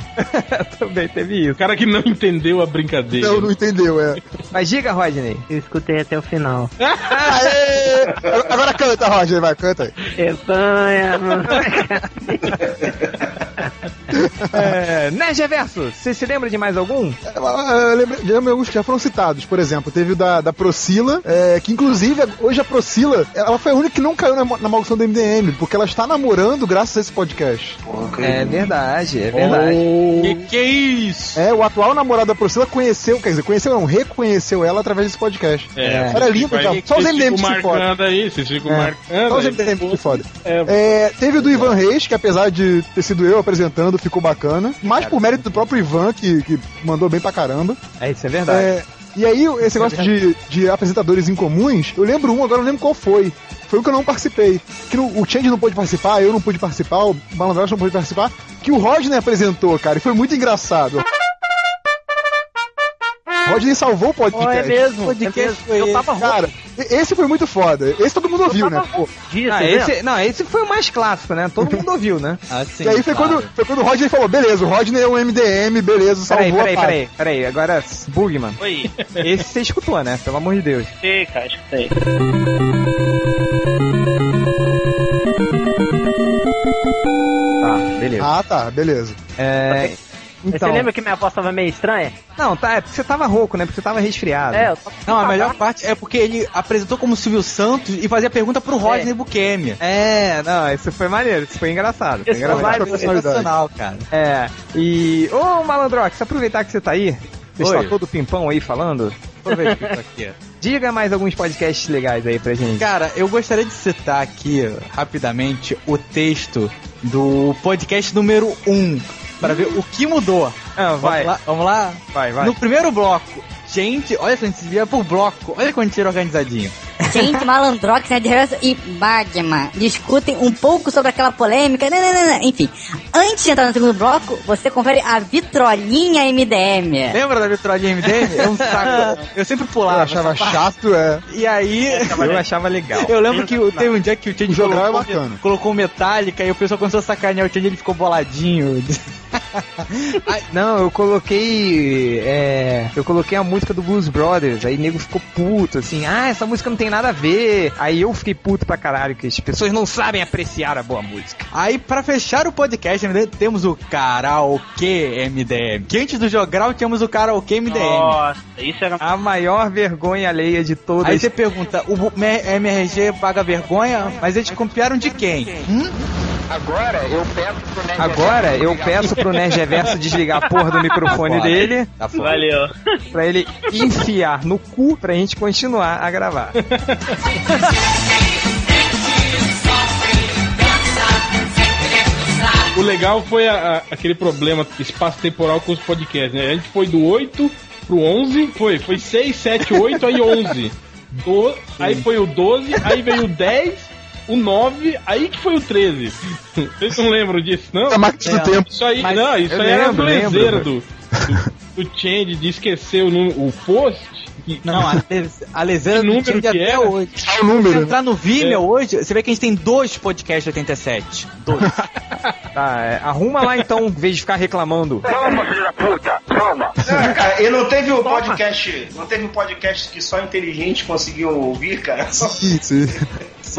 Speaker 1: Também teve
Speaker 4: O cara que não entendeu a brincadeira.
Speaker 6: Não, não entendeu, *laughs* é.
Speaker 1: Mas diga, Rodney.
Speaker 7: Eu escutei até o final.
Speaker 6: Aê! Agora- Agora canta, Roger, vai, canta aí.
Speaker 7: Espanha,
Speaker 1: É, *laughs* Nerd Verso, você se lembra de mais algum?
Speaker 6: Eu lembro de alguns que já foram citados, por exemplo, teve o da, da Procila, é, que inclusive hoje a Procila, ela foi a única que não caiu na, mo- na maldição do MDM, porque ela está namorando graças a esse podcast.
Speaker 1: É verdade, é verdade.
Speaker 4: Que que é isso?
Speaker 6: É, o atual namorado da Procila conheceu, quer dizer, conheceu não, reconheceu ela através desse podcast.
Speaker 4: É,
Speaker 6: Era lindo, cara. Só os
Speaker 4: vocês
Speaker 6: MDM
Speaker 4: ficam
Speaker 6: que se fodem.
Speaker 4: marcando aí, vocês ficam
Speaker 6: É.
Speaker 4: marcando.
Speaker 6: Só os
Speaker 4: aí.
Speaker 6: MDM que se fodem.
Speaker 4: É,
Speaker 6: *laughs* É, teve o do Ivan Reis, que apesar de ter sido eu apresentando, ficou bacana. Mas por mérito do próprio Ivan, que, que mandou bem pra caramba.
Speaker 1: É, isso é verdade.
Speaker 6: É, e aí, esse negócio de, de apresentadores incomuns, eu lembro um, agora eu não lembro qual foi. Foi um que eu não participei. Que no- o Change não pôde participar, eu não pude participar, o Malandragem não pôde participar, que o Rodney apresentou, cara, e foi
Speaker 7: *laughs*
Speaker 6: muito engraçado. Rodney salvou o podcast.
Speaker 7: Oh, é mesmo,
Speaker 3: podcast
Speaker 7: é mesmo.
Speaker 3: foi
Speaker 7: Eu
Speaker 3: esse,
Speaker 7: tava rouco
Speaker 6: Cara, e- esse foi muito foda. Esse todo mundo ouviu, né? Pô,
Speaker 7: disso,
Speaker 1: Ah,
Speaker 7: né?
Speaker 1: esse, não, esse foi o mais clássico, né? Todo mundo ouviu, né?
Speaker 3: Ah, sim,
Speaker 6: e aí foi,
Speaker 3: claro.
Speaker 6: quando, foi quando o Rodney falou, beleza, o Rodney é um MDM, beleza, salvou
Speaker 1: *laughs* Peraí, peraí,
Speaker 6: a paz.
Speaker 1: peraí, peraí. Agora, Bugman,
Speaker 11: Foi,
Speaker 1: esse você escutou, né? Pelo amor de Deus.
Speaker 11: sei, cara, escutei.
Speaker 1: Tá, beleza.
Speaker 6: Ah, tá, beleza.
Speaker 1: É,
Speaker 7: Você
Speaker 1: então,
Speaker 7: lembra que minha voz tava meio estranha?
Speaker 1: não, tá, é porque você tava rouco, né? Porque você tava resfriado.
Speaker 7: É, eu tava...
Speaker 3: Não, a melhor parte é porque ele apresentou como Silvio Santos e fazia pergunta pro Rodney Bukemi.
Speaker 1: É, não, isso foi maneiro, isso foi engraçado. Foi
Speaker 7: Esse
Speaker 1: engraçado.
Speaker 6: vai-
Speaker 3: é
Speaker 6: personalidade.
Speaker 3: sensacional, cara.
Speaker 1: É, e. Ô, Malandrox, aproveitar que você tá aí, você
Speaker 3: Oi.
Speaker 1: está todo pimpão aí falando,
Speaker 3: Aproveita que eu tô aqui.
Speaker 1: diga mais alguns podcasts legais aí pra gente.
Speaker 3: Cara, eu gostaria de citar aqui rapidamente o texto do podcast número 1 para ver o que mudou.
Speaker 1: Ah, vai,
Speaker 3: Vamos lá? Vamos lá?
Speaker 1: vai, vai.
Speaker 3: No primeiro bloco, gente, olha só, a gente se vira por bloco. Olha como a gente era organizadinho.
Speaker 14: Gente, Malandrox, Red Harrison e Bagman discutem um pouco sobre aquela polêmica. né, nananana. Enfim, antes de entrar no segundo bloco, você confere a vitrolinha MDM.
Speaker 3: Lembra da vitrolinha MDM?
Speaker 6: *laughs*
Speaker 3: É um saco. Eu sempre
Speaker 6: É. Eu
Speaker 3: pulava.
Speaker 6: achava
Speaker 3: essa parte.
Speaker 6: chato, é.
Speaker 3: E aí,
Speaker 1: Eu achava
Speaker 3: *laughs*
Speaker 1: legal.
Speaker 3: eu lembro que teve um dia que o Change
Speaker 6: Jogar é
Speaker 3: colocou,
Speaker 6: bacana.
Speaker 3: colocou Metallica e o pessoal começou a sacanear o Change ele ficou boladinho.
Speaker 1: Não, eu coloquei. É, eu coloquei a música do Blues Brothers, aí o nego ficou puto, assim, ah, essa música não tem nada a ver. Aí eu fiquei puto pra caralho, que as pessoas não sabem apreciar a boa música.
Speaker 3: Aí, pra fechar o podcast, MDM, temos o Karaokê MDM. Que antes do Jogral, tínhamos o Karaokê MDM.
Speaker 11: Nossa, isso era.
Speaker 1: A maior vergonha alheia de todas.
Speaker 3: Aí você pergunta, o bu- me- MRG paga vergonha? Mas eles copiaram de quem? Hum?
Speaker 1: Agora eu peço pro Nerd Reverso desligar a porra
Speaker 3: *laughs*
Speaker 1: do microfone
Speaker 3: Foda.
Speaker 1: dele,
Speaker 3: Tá foda.
Speaker 11: Valeu.
Speaker 1: pra ele enfiar no cu pra gente continuar a gravar.
Speaker 4: O legal foi a- a- aquele problema espaço-temporal com os podcasts, né? A gente foi do 8 pro 11, foi, foi 6, 7, 8, aí 11. Do- aí foi o 12, aí veio o 10, o 9, aí que foi o 13. Vocês não lembram disso, não?
Speaker 6: A máquina do tempo.
Speaker 4: Isso aí,
Speaker 1: Mas
Speaker 4: não, isso
Speaker 1: eu
Speaker 4: aí era
Speaker 1: lembro, lembro,
Speaker 4: blezeiro do, do Change de esquecer o, nu- o post. e-
Speaker 3: Não, a, le- a leseira
Speaker 4: Que
Speaker 3: do
Speaker 4: número
Speaker 3: Change
Speaker 4: que
Speaker 3: até
Speaker 4: era?
Speaker 3: hoje.
Speaker 4: o número,
Speaker 3: Se você
Speaker 6: *laughs*
Speaker 4: né?
Speaker 3: entrar no Vimeo
Speaker 4: É.
Speaker 3: hoje, você vê que a gente tem dois podcasts 87. Dois.
Speaker 1: Tá, é, arruma lá então, em vez de ficar reclamando.
Speaker 2: Não, cara, e não teve o podcast. Não teve um podcast que só inteligente conseguiu ouvir, cara. *laughs* Só...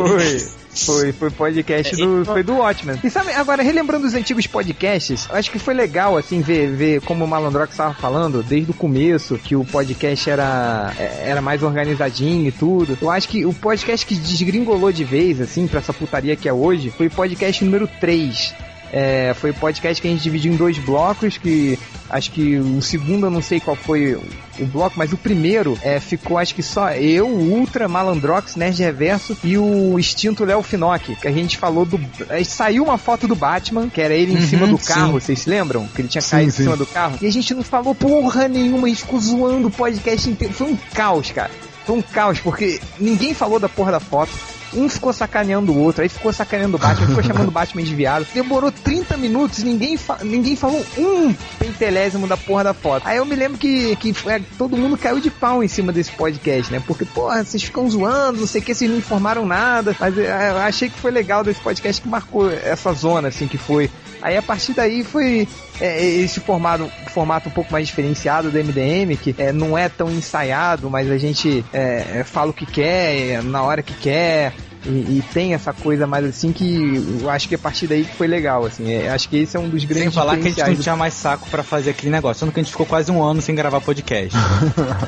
Speaker 1: Foi. Foi, foi podcast do, foi do Watchmen. E sabe, agora, relembrando os antigos podcasts, eu acho que foi legal, assim, ver, ver como o Malandrox estava falando, desde o começo, que o podcast era, é, era mais organizadinho e tudo. Eu acho que o podcast que desgringolou de vez, assim, pra essa putaria que é hoje, foi o podcast número 3. É, foi o podcast que a gente dividiu em dois blocos, que acho que o segundo eu não sei qual foi o bloco, mas o primeiro é, ficou acho que só eu, o Ultra, Malandrox, Nerd Reverso e o extinto Léo Finock, que a gente falou do... aí Saiu uma foto do Batman, que era ele em
Speaker 6: Uhum,
Speaker 1: cima do
Speaker 6: sim.
Speaker 1: carro, vocês se lembram? Que ele tinha caído
Speaker 6: sim.
Speaker 1: em cima do carro. E a gente não falou porra nenhuma, a gente ficou zoando o podcast inteiro. Foi um caos, cara. Foi um caos, porque ninguém falou da porra da foto. Um ficou sacaneando o outro, aí ficou sacaneando o Batman, ficou
Speaker 6: *laughs*
Speaker 1: chamando o Batman de viado. Demorou 30 minutos, ninguém, fa- ninguém falou um pentelésimo da porra da foto. Aí eu me lembro que, que foi- todo mundo caiu de pau em cima desse podcast, né? Porque, porra, vocês ficam zoando, não sei o que, vocês não informaram nada. Mas eu, eu achei que foi legal desse podcast que marcou essa zona, assim, que foi. Aí a partir daí foi é, esse formato, formato um pouco mais diferenciado do MDM, que é, não é tão ensaiado, mas a gente é, é, fala o que quer, é, na hora que quer. E, e tem essa coisa mais assim que eu acho que é a partir daí que foi legal, assim. É, acho que esse é um dos grandes
Speaker 3: Sem falar que a gente não
Speaker 1: diferenciais do-
Speaker 3: tinha mais saco pra fazer aquele negócio. Sendo que a gente ficou quase um ano sem gravar podcast.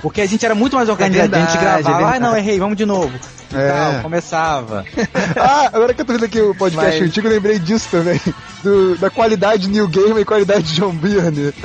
Speaker 3: Porque a gente era muito mais organizado. a gente
Speaker 6: verdade, é
Speaker 3: gravava, ah, não,
Speaker 6: verdade."
Speaker 3: errei, vamos de novo. E
Speaker 6: É.
Speaker 3: tal, começava.
Speaker 6: Ah, agora que eu tô vendo aqui o podcast
Speaker 3: Mas-
Speaker 6: antigo, eu lembrei disso também. *laughs* Do- da qualidade de New Gamer e qualidade de John Byrne.
Speaker 1: *laughs*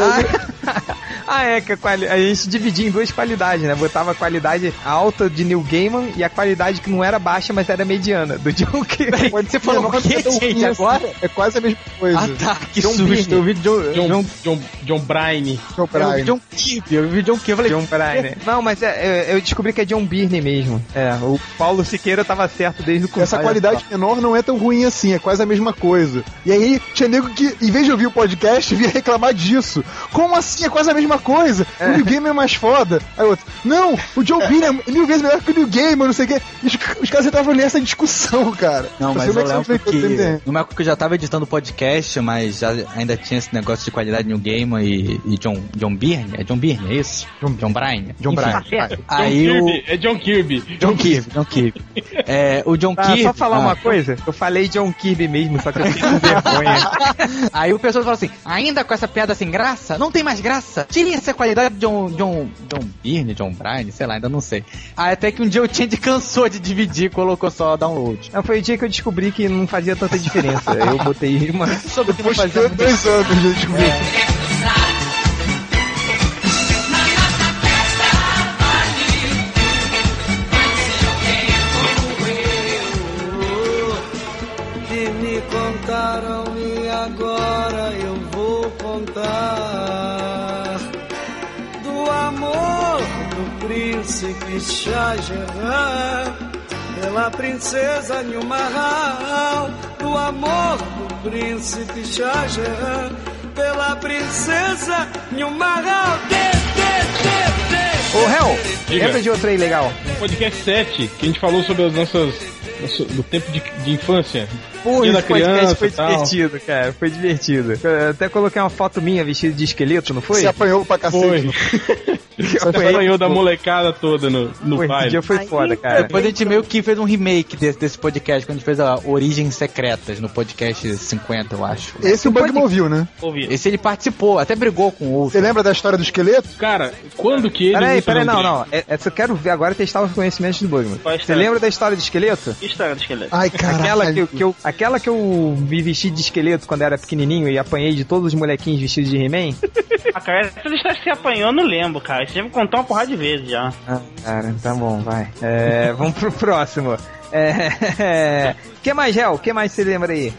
Speaker 1: Ah, é, que a, quali- a gente dividia em duas qualidades, né? Botava a qualidade alta de Neil Gaiman e a qualidade que não era baixa, mas era mediana, do John *laughs* Kirby.
Speaker 6: Você falou o quê, gente, agora? É quase a mesma coisa.
Speaker 1: Ah, tá, que
Speaker 6: John
Speaker 1: susto.
Speaker 6: Byrne. Eu vi John...
Speaker 4: John, John, John, Brine.
Speaker 6: É John
Speaker 1: Eu vi John
Speaker 3: Kirby, eu vi John Kirby, eu falei...
Speaker 1: John Byrne. Não, mas é, é, eu descobri que é John Byrne mesmo. É, o Paulo Siqueira tava certo desde o começo.
Speaker 6: Essa qualidade menor não é tão ruim assim, é quase a mesma coisa. E aí, tinha nego que, em vez de ouvir o podcast, *laughs* vinha reclamar disso. Como assim? É quase a mesma coisa. O New Gamer é mais foda. Aí outro, não, o Joe Bina é mil vezes melhor que o New Gamer, não sei o quê. E os, os caras estavam nessa discussão, cara.
Speaker 3: Não,
Speaker 6: Pra
Speaker 3: mas
Speaker 6: é você
Speaker 3: eu
Speaker 6: ver são
Speaker 3: lembro
Speaker 6: feitos do
Speaker 3: que
Speaker 6: MDM.
Speaker 3: numa época que eu já tava editando podcast, mas já ainda tinha esse negócio de qualidade New Gamer e, e John, John Byrne. É John Byrne, é isso? John, John Bryan.
Speaker 6: John
Speaker 3: Enfim,
Speaker 6: Bryan.
Speaker 3: *laughs* Aí
Speaker 4: John
Speaker 3: o...
Speaker 4: Kirby, É John Kirby.
Speaker 3: John Kirby, John Kirby. É, o John
Speaker 1: Ah,
Speaker 3: Kirby...
Speaker 1: só falar
Speaker 3: Ah.
Speaker 1: uma coisa, eu falei John Kirby mesmo, só que eu fiquei com *laughs* vergonha.
Speaker 3: Aí o pessoal fala assim, ainda com essa piada sem graça? Não tem mais graça. Tirem essa qualidade de John, John, John Byrne, John Bryan, sei lá, ainda não sei. Aí até que um dia o Change cansou de dividir e colocou só download.
Speaker 1: Não, foi o dia que eu descobri que não fazia tanta diferença. Eu botei uma.
Speaker 3: Sobre
Speaker 1: que não fazia
Speaker 6: Deu dois anos, gente.
Speaker 13: que me contaram e agora eu vou contar do amor do príncipe Shah Jahan pela princesa Nilmahal do amor do príncipe Shah Jahan pela princesa Nilmahal
Speaker 1: Ô, Hel,
Speaker 4: Diga.
Speaker 1: lembra de outra aí legal?
Speaker 4: Podcast 7, que a gente falou sobre as nossas. nosso- do tempo de, de infância.
Speaker 1: Pô,
Speaker 4: Dia
Speaker 1: esse
Speaker 4: da
Speaker 1: podcast
Speaker 4: criança
Speaker 1: foi
Speaker 4: e tal.
Speaker 1: divertido, cara. Foi divertido. Eu até coloquei uma foto minha vestida de esqueleto, não foi?
Speaker 6: Você apanhou pra
Speaker 1: *laughs*
Speaker 4: Foi.
Speaker 6: cacete.
Speaker 4: Você apanhou da molecada toda no, no
Speaker 1: Pô, esse
Speaker 4: baile.
Speaker 1: dia foi foda, cara.
Speaker 3: É, Depois a gente meio que fez um remake desse, desse podcast, quando a gente fez a Origens Secretas, no podcast 50, eu acho.
Speaker 6: Esse o Bug ouviu, né?
Speaker 4: Ouvi.
Speaker 3: Esse ele participou, até brigou com o outro.
Speaker 6: Você lembra da história do esqueleto?
Speaker 4: Cara, quando que ele.
Speaker 1: Peraí,
Speaker 4: usa
Speaker 1: peraí,
Speaker 4: o
Speaker 1: não,
Speaker 4: nome
Speaker 1: não. É- Essa eu quero ver agora testar os conhecimentos do Bugman.
Speaker 11: Qual a
Speaker 1: Você
Speaker 11: história?
Speaker 1: lembra da história do esqueleto?
Speaker 11: Que história do esqueleto?
Speaker 6: Ai, caralho.
Speaker 1: Aquela que, eu- que eu, aquela que eu me vesti de esqueleto quando era pequenininho e apanhei de todos os molequinhos vestidos de He-Man?
Speaker 11: Ah, cara, essa história que você apanhou, eu não lembro, cara. Você já me contou uma porrada de vezes já.
Speaker 1: Ah, cara, tá bom, vai. É, vamos pro próximo. É, *laughs* que mais, Hel? que mais você lembra aí?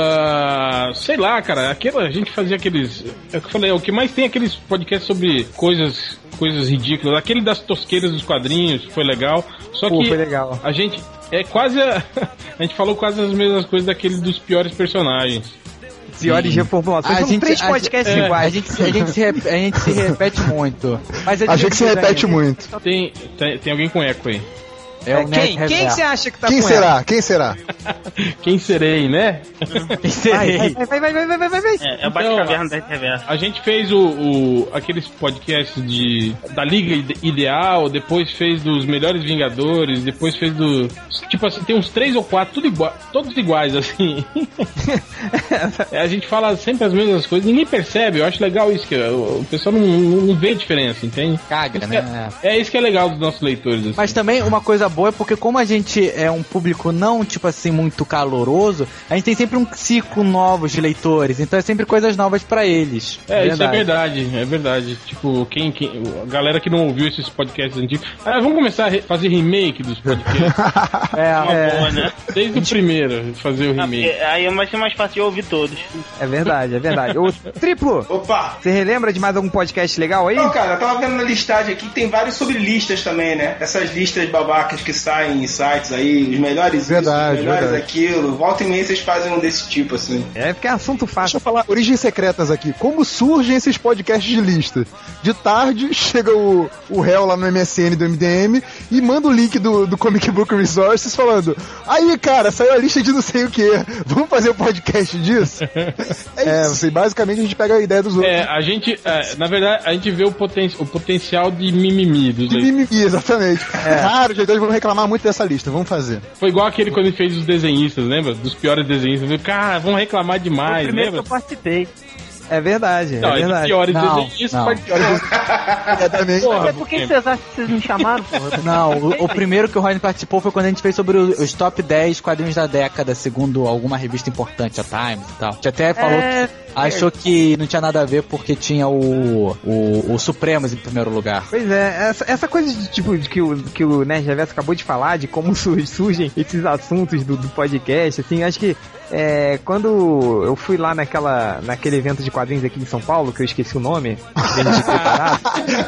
Speaker 4: Ah, sei lá, cara. Aquela, a gente fazia aqueles. É o que eu falei, é o que mais tem é aqueles podcasts sobre coisas coisas ridículas. Aquele das tosqueiras dos quadrinhos foi legal. Só
Speaker 1: Pô,
Speaker 4: que
Speaker 1: foi legal.
Speaker 4: a gente *laughs* é quase a, a gente falou quase as mesmas coisas daquele dos piores personagens.
Speaker 1: piores reformulações.
Speaker 3: A
Speaker 1: Ah, São
Speaker 3: gente-
Speaker 1: três
Speaker 3: a
Speaker 1: podcasts
Speaker 3: gente- é,
Speaker 1: iguais. né?
Speaker 3: A gente, a gente se re- a gente se repete muito. Mas é
Speaker 6: A gente se
Speaker 3: divertido,
Speaker 6: repete
Speaker 3: hein?
Speaker 6: muito.
Speaker 4: Tem, tem, tem alguém com eco aí.
Speaker 3: É o
Speaker 1: Quem, quem você acha que tá
Speaker 6: Quem
Speaker 1: com
Speaker 6: será?
Speaker 1: ela?
Speaker 6: Quem será?
Speaker 4: Quem serei, né?
Speaker 3: Quem
Speaker 1: *laughs* Vai, vai, vai, vai, vai, vai, vai, vai, vai.
Speaker 11: É, é o
Speaker 3: Então,
Speaker 11: Bate-Caverna da Reversa.
Speaker 4: A gente fez o, o- aqueles podcasts de, da Liga Ide- Ideal, depois fez dos Melhores Vingadores, depois fez do. Tipo assim, tem uns três ou quatro, tudo igua- todos iguais, assim. *laughs* É, a gente fala sempre as mesmas coisas, ninguém percebe, eu acho legal isso, que o, o pessoal não, não- não vê a diferença, entende?
Speaker 3: Caga,
Speaker 4: Isso que
Speaker 3: né?
Speaker 4: É, é isso que é legal dos nossos leitores. assim.
Speaker 3: Mas também uma coisa boa é porque como a gente é um público não, tipo assim, muito caloroso, a gente tem sempre um ciclo novo de leitores, então é sempre coisas novas pra eles.
Speaker 4: É, isso é verdade, é verdade. Tipo, quem, quem, a galera que não ouviu esses podcasts antigos. Ah, vamos começar a re- fazer remake dos podcasts.
Speaker 3: É,
Speaker 11: Uma boa, né?
Speaker 4: Desde o primeiro, fazer o remake.
Speaker 11: É, Aí vai ser mais fácil de ouvir todos.
Speaker 1: É verdade, é verdade. Ô, triplo!
Speaker 2: Opa!
Speaker 1: Você relembra de mais algum podcast legal aí?
Speaker 2: Não, cara, eu tava vendo na listagem aqui que tem vários sobre listas também, né? Essas listas babacas que saem em sites aí, os melhores isso,
Speaker 6: Verdade,
Speaker 2: os melhores
Speaker 6: verdade.
Speaker 2: aquilo. Volta e meia vocês fazem um desse tipo, assim.
Speaker 1: É porque é assunto
Speaker 6: Deixa
Speaker 1: fácil.
Speaker 6: eu falar origens secretas aqui. Como surgem esses podcasts de lista? De tarde, chega o, o réu lá no MSN do MDM e manda o link do, do Comic Book Resources falando: Aí, cara, saiu a lista de não sei o que. Vamos fazer um podcast disso? *laughs* é, assim, basicamente a gente pega a ideia dos outros.
Speaker 4: É, a gente, é, na verdade, a gente vê o, poten o potencial de mimimi dos
Speaker 6: De
Speaker 4: leitores.
Speaker 6: mimimi, exatamente. Raro, os leitores vão reclamar muito dessa lista. Vamos fazer.
Speaker 4: Foi igual aquele quando ele fez os desenhistas, lembra? Dos piores desenhistas. Viu? Cara, vão reclamar
Speaker 3: Ah,
Speaker 4: demais,
Speaker 7: Primeiro que
Speaker 4: lembra?
Speaker 7: eu participei.
Speaker 1: É verdade,
Speaker 4: Não,
Speaker 1: é
Speaker 4: é dos
Speaker 1: verdade.
Speaker 4: piores
Speaker 3: Não,
Speaker 4: desenhistas,
Speaker 3: não.
Speaker 4: mas piores desenhistas.
Speaker 6: Exatamente.
Speaker 4: Porra,
Speaker 7: Mas por que vocês acham que vocês me chamaram,
Speaker 3: *laughs*
Speaker 7: porra?
Speaker 3: Não, o, o primeiro que o Rony participou foi quando a gente fez sobre o- os top 10 quadrinhos da década, segundo alguma revista importante, a Times e tal. A gente até falou
Speaker 7: É,
Speaker 3: que achou que não tinha nada a ver porque tinha o, o, o Supremos em primeiro lugar.
Speaker 1: Pois é, essa, essa coisa de tipo de que o, que o Nerd Reverso acabou de falar, de como *laughs* sur- surgem esses assuntos do, do podcast, assim, acho que é, quando eu fui lá naquela, naquele evento de quadrinhos aqui em São Paulo, que eu esqueci o nome, que a gente foi parar.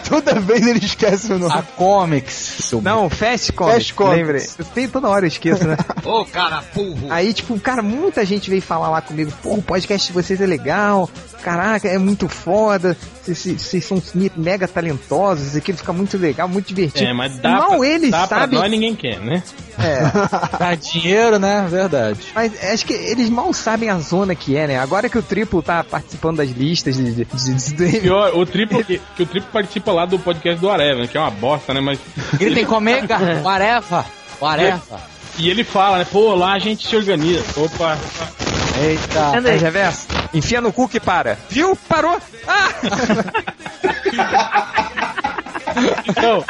Speaker 6: Toda vez ele esquece o nome. *laughs*
Speaker 3: A Comics. seu-
Speaker 1: não, Fast Comics,
Speaker 6: Fast Comics.
Speaker 1: lembrei. Eu sei, toda hora eu esqueço, né?
Speaker 8: Ô, cara burro!
Speaker 1: Aí, tipo, cara, muita gente veio falar lá comigo, pô, o podcast de vocês é legal, caraca, é muito foda, vocês- vocês vocês são me- mega talentosos, isso aqui fica muito legal, muito divertido.
Speaker 4: É, mas dá
Speaker 1: Mal
Speaker 4: pra,
Speaker 1: eles
Speaker 4: dá pra
Speaker 1: sabem.
Speaker 4: nós ninguém quer, né?
Speaker 1: É,
Speaker 3: *laughs* Dá dinheiro, né? Verdade.
Speaker 1: mas é, acho que eles mal sabem a zona que é, né? Agora que o Triplo tá participando das listas de, de, de- de-
Speaker 4: Pior, o triplo que, que o triplo participa lá do podcast do Areva, né, que é uma bosta, né? Mas
Speaker 3: Gritem comigo, whatever, whatever.
Speaker 4: e ele fala, né? Pô, lá a gente se organiza. Opa,
Speaker 3: Eita.
Speaker 1: Nerd Reverso, enfia no cu que para. Viu? Parou? Ah!
Speaker 4: Então,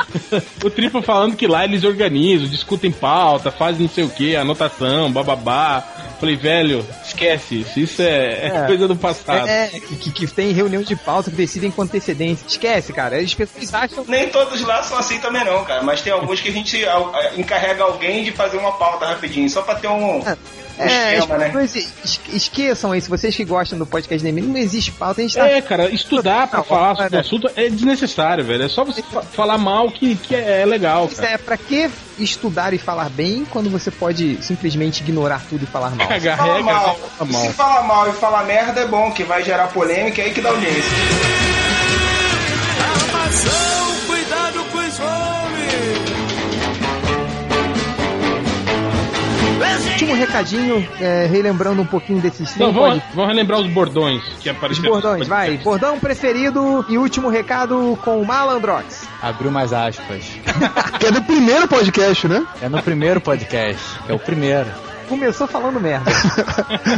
Speaker 4: *laughs* o Triplo falando que lá eles organizam, discutem pauta, fazem não sei o que, anotação, bababá. Falei, velho, esquece isso, isso é, é
Speaker 1: É.
Speaker 4: coisa do passado.
Speaker 1: É, que, que tem reunião de pauta que decidem com antecedência. Esquece, cara. As pessoas acham
Speaker 2: Nem todos lá são assim também não, cara. Mas tem alguns que a gente al- a- encarrega alguém de fazer uma pauta rapidinho, só pra ter um, um
Speaker 1: É,
Speaker 2: esquema,
Speaker 1: as
Speaker 2: né?
Speaker 1: pessoas es- esqueçam isso. Vocês que gostam do podcast de mim, não existe pauta. A gente tá.
Speaker 4: É, cara, estudar pra
Speaker 1: Não,
Speaker 4: falar sobre o
Speaker 1: cara.
Speaker 4: assunto é desnecessário, velho. É só você fa- falar mal que, que é legal,
Speaker 1: Isso
Speaker 4: cara.
Speaker 1: É, pra que estudar e falar bem quando você pode simplesmente ignorar tudo e falar é
Speaker 4: *laughs*
Speaker 1: mal?
Speaker 4: Cagar
Speaker 2: Fala
Speaker 4: regra,
Speaker 2: mal.
Speaker 4: né? fala mal.
Speaker 2: Se falar mal e falar merda é bom, que vai gerar polêmica, é aí que dá audiência.
Speaker 1: Último recadinho, é, relembrando um pouquinho desses
Speaker 4: Não,
Speaker 1: três
Speaker 4: vamos,
Speaker 1: pod-
Speaker 4: vamos relembrar os bordões que
Speaker 1: Os
Speaker 4: apareceram.
Speaker 1: bordões, vai. Bordão preferido e último recado com o Malandrox.
Speaker 3: Abriu mais aspas.
Speaker 6: Que é do primeiro podcast, né?
Speaker 3: É no primeiro podcast. É o primeiro.
Speaker 1: Começou falando merda.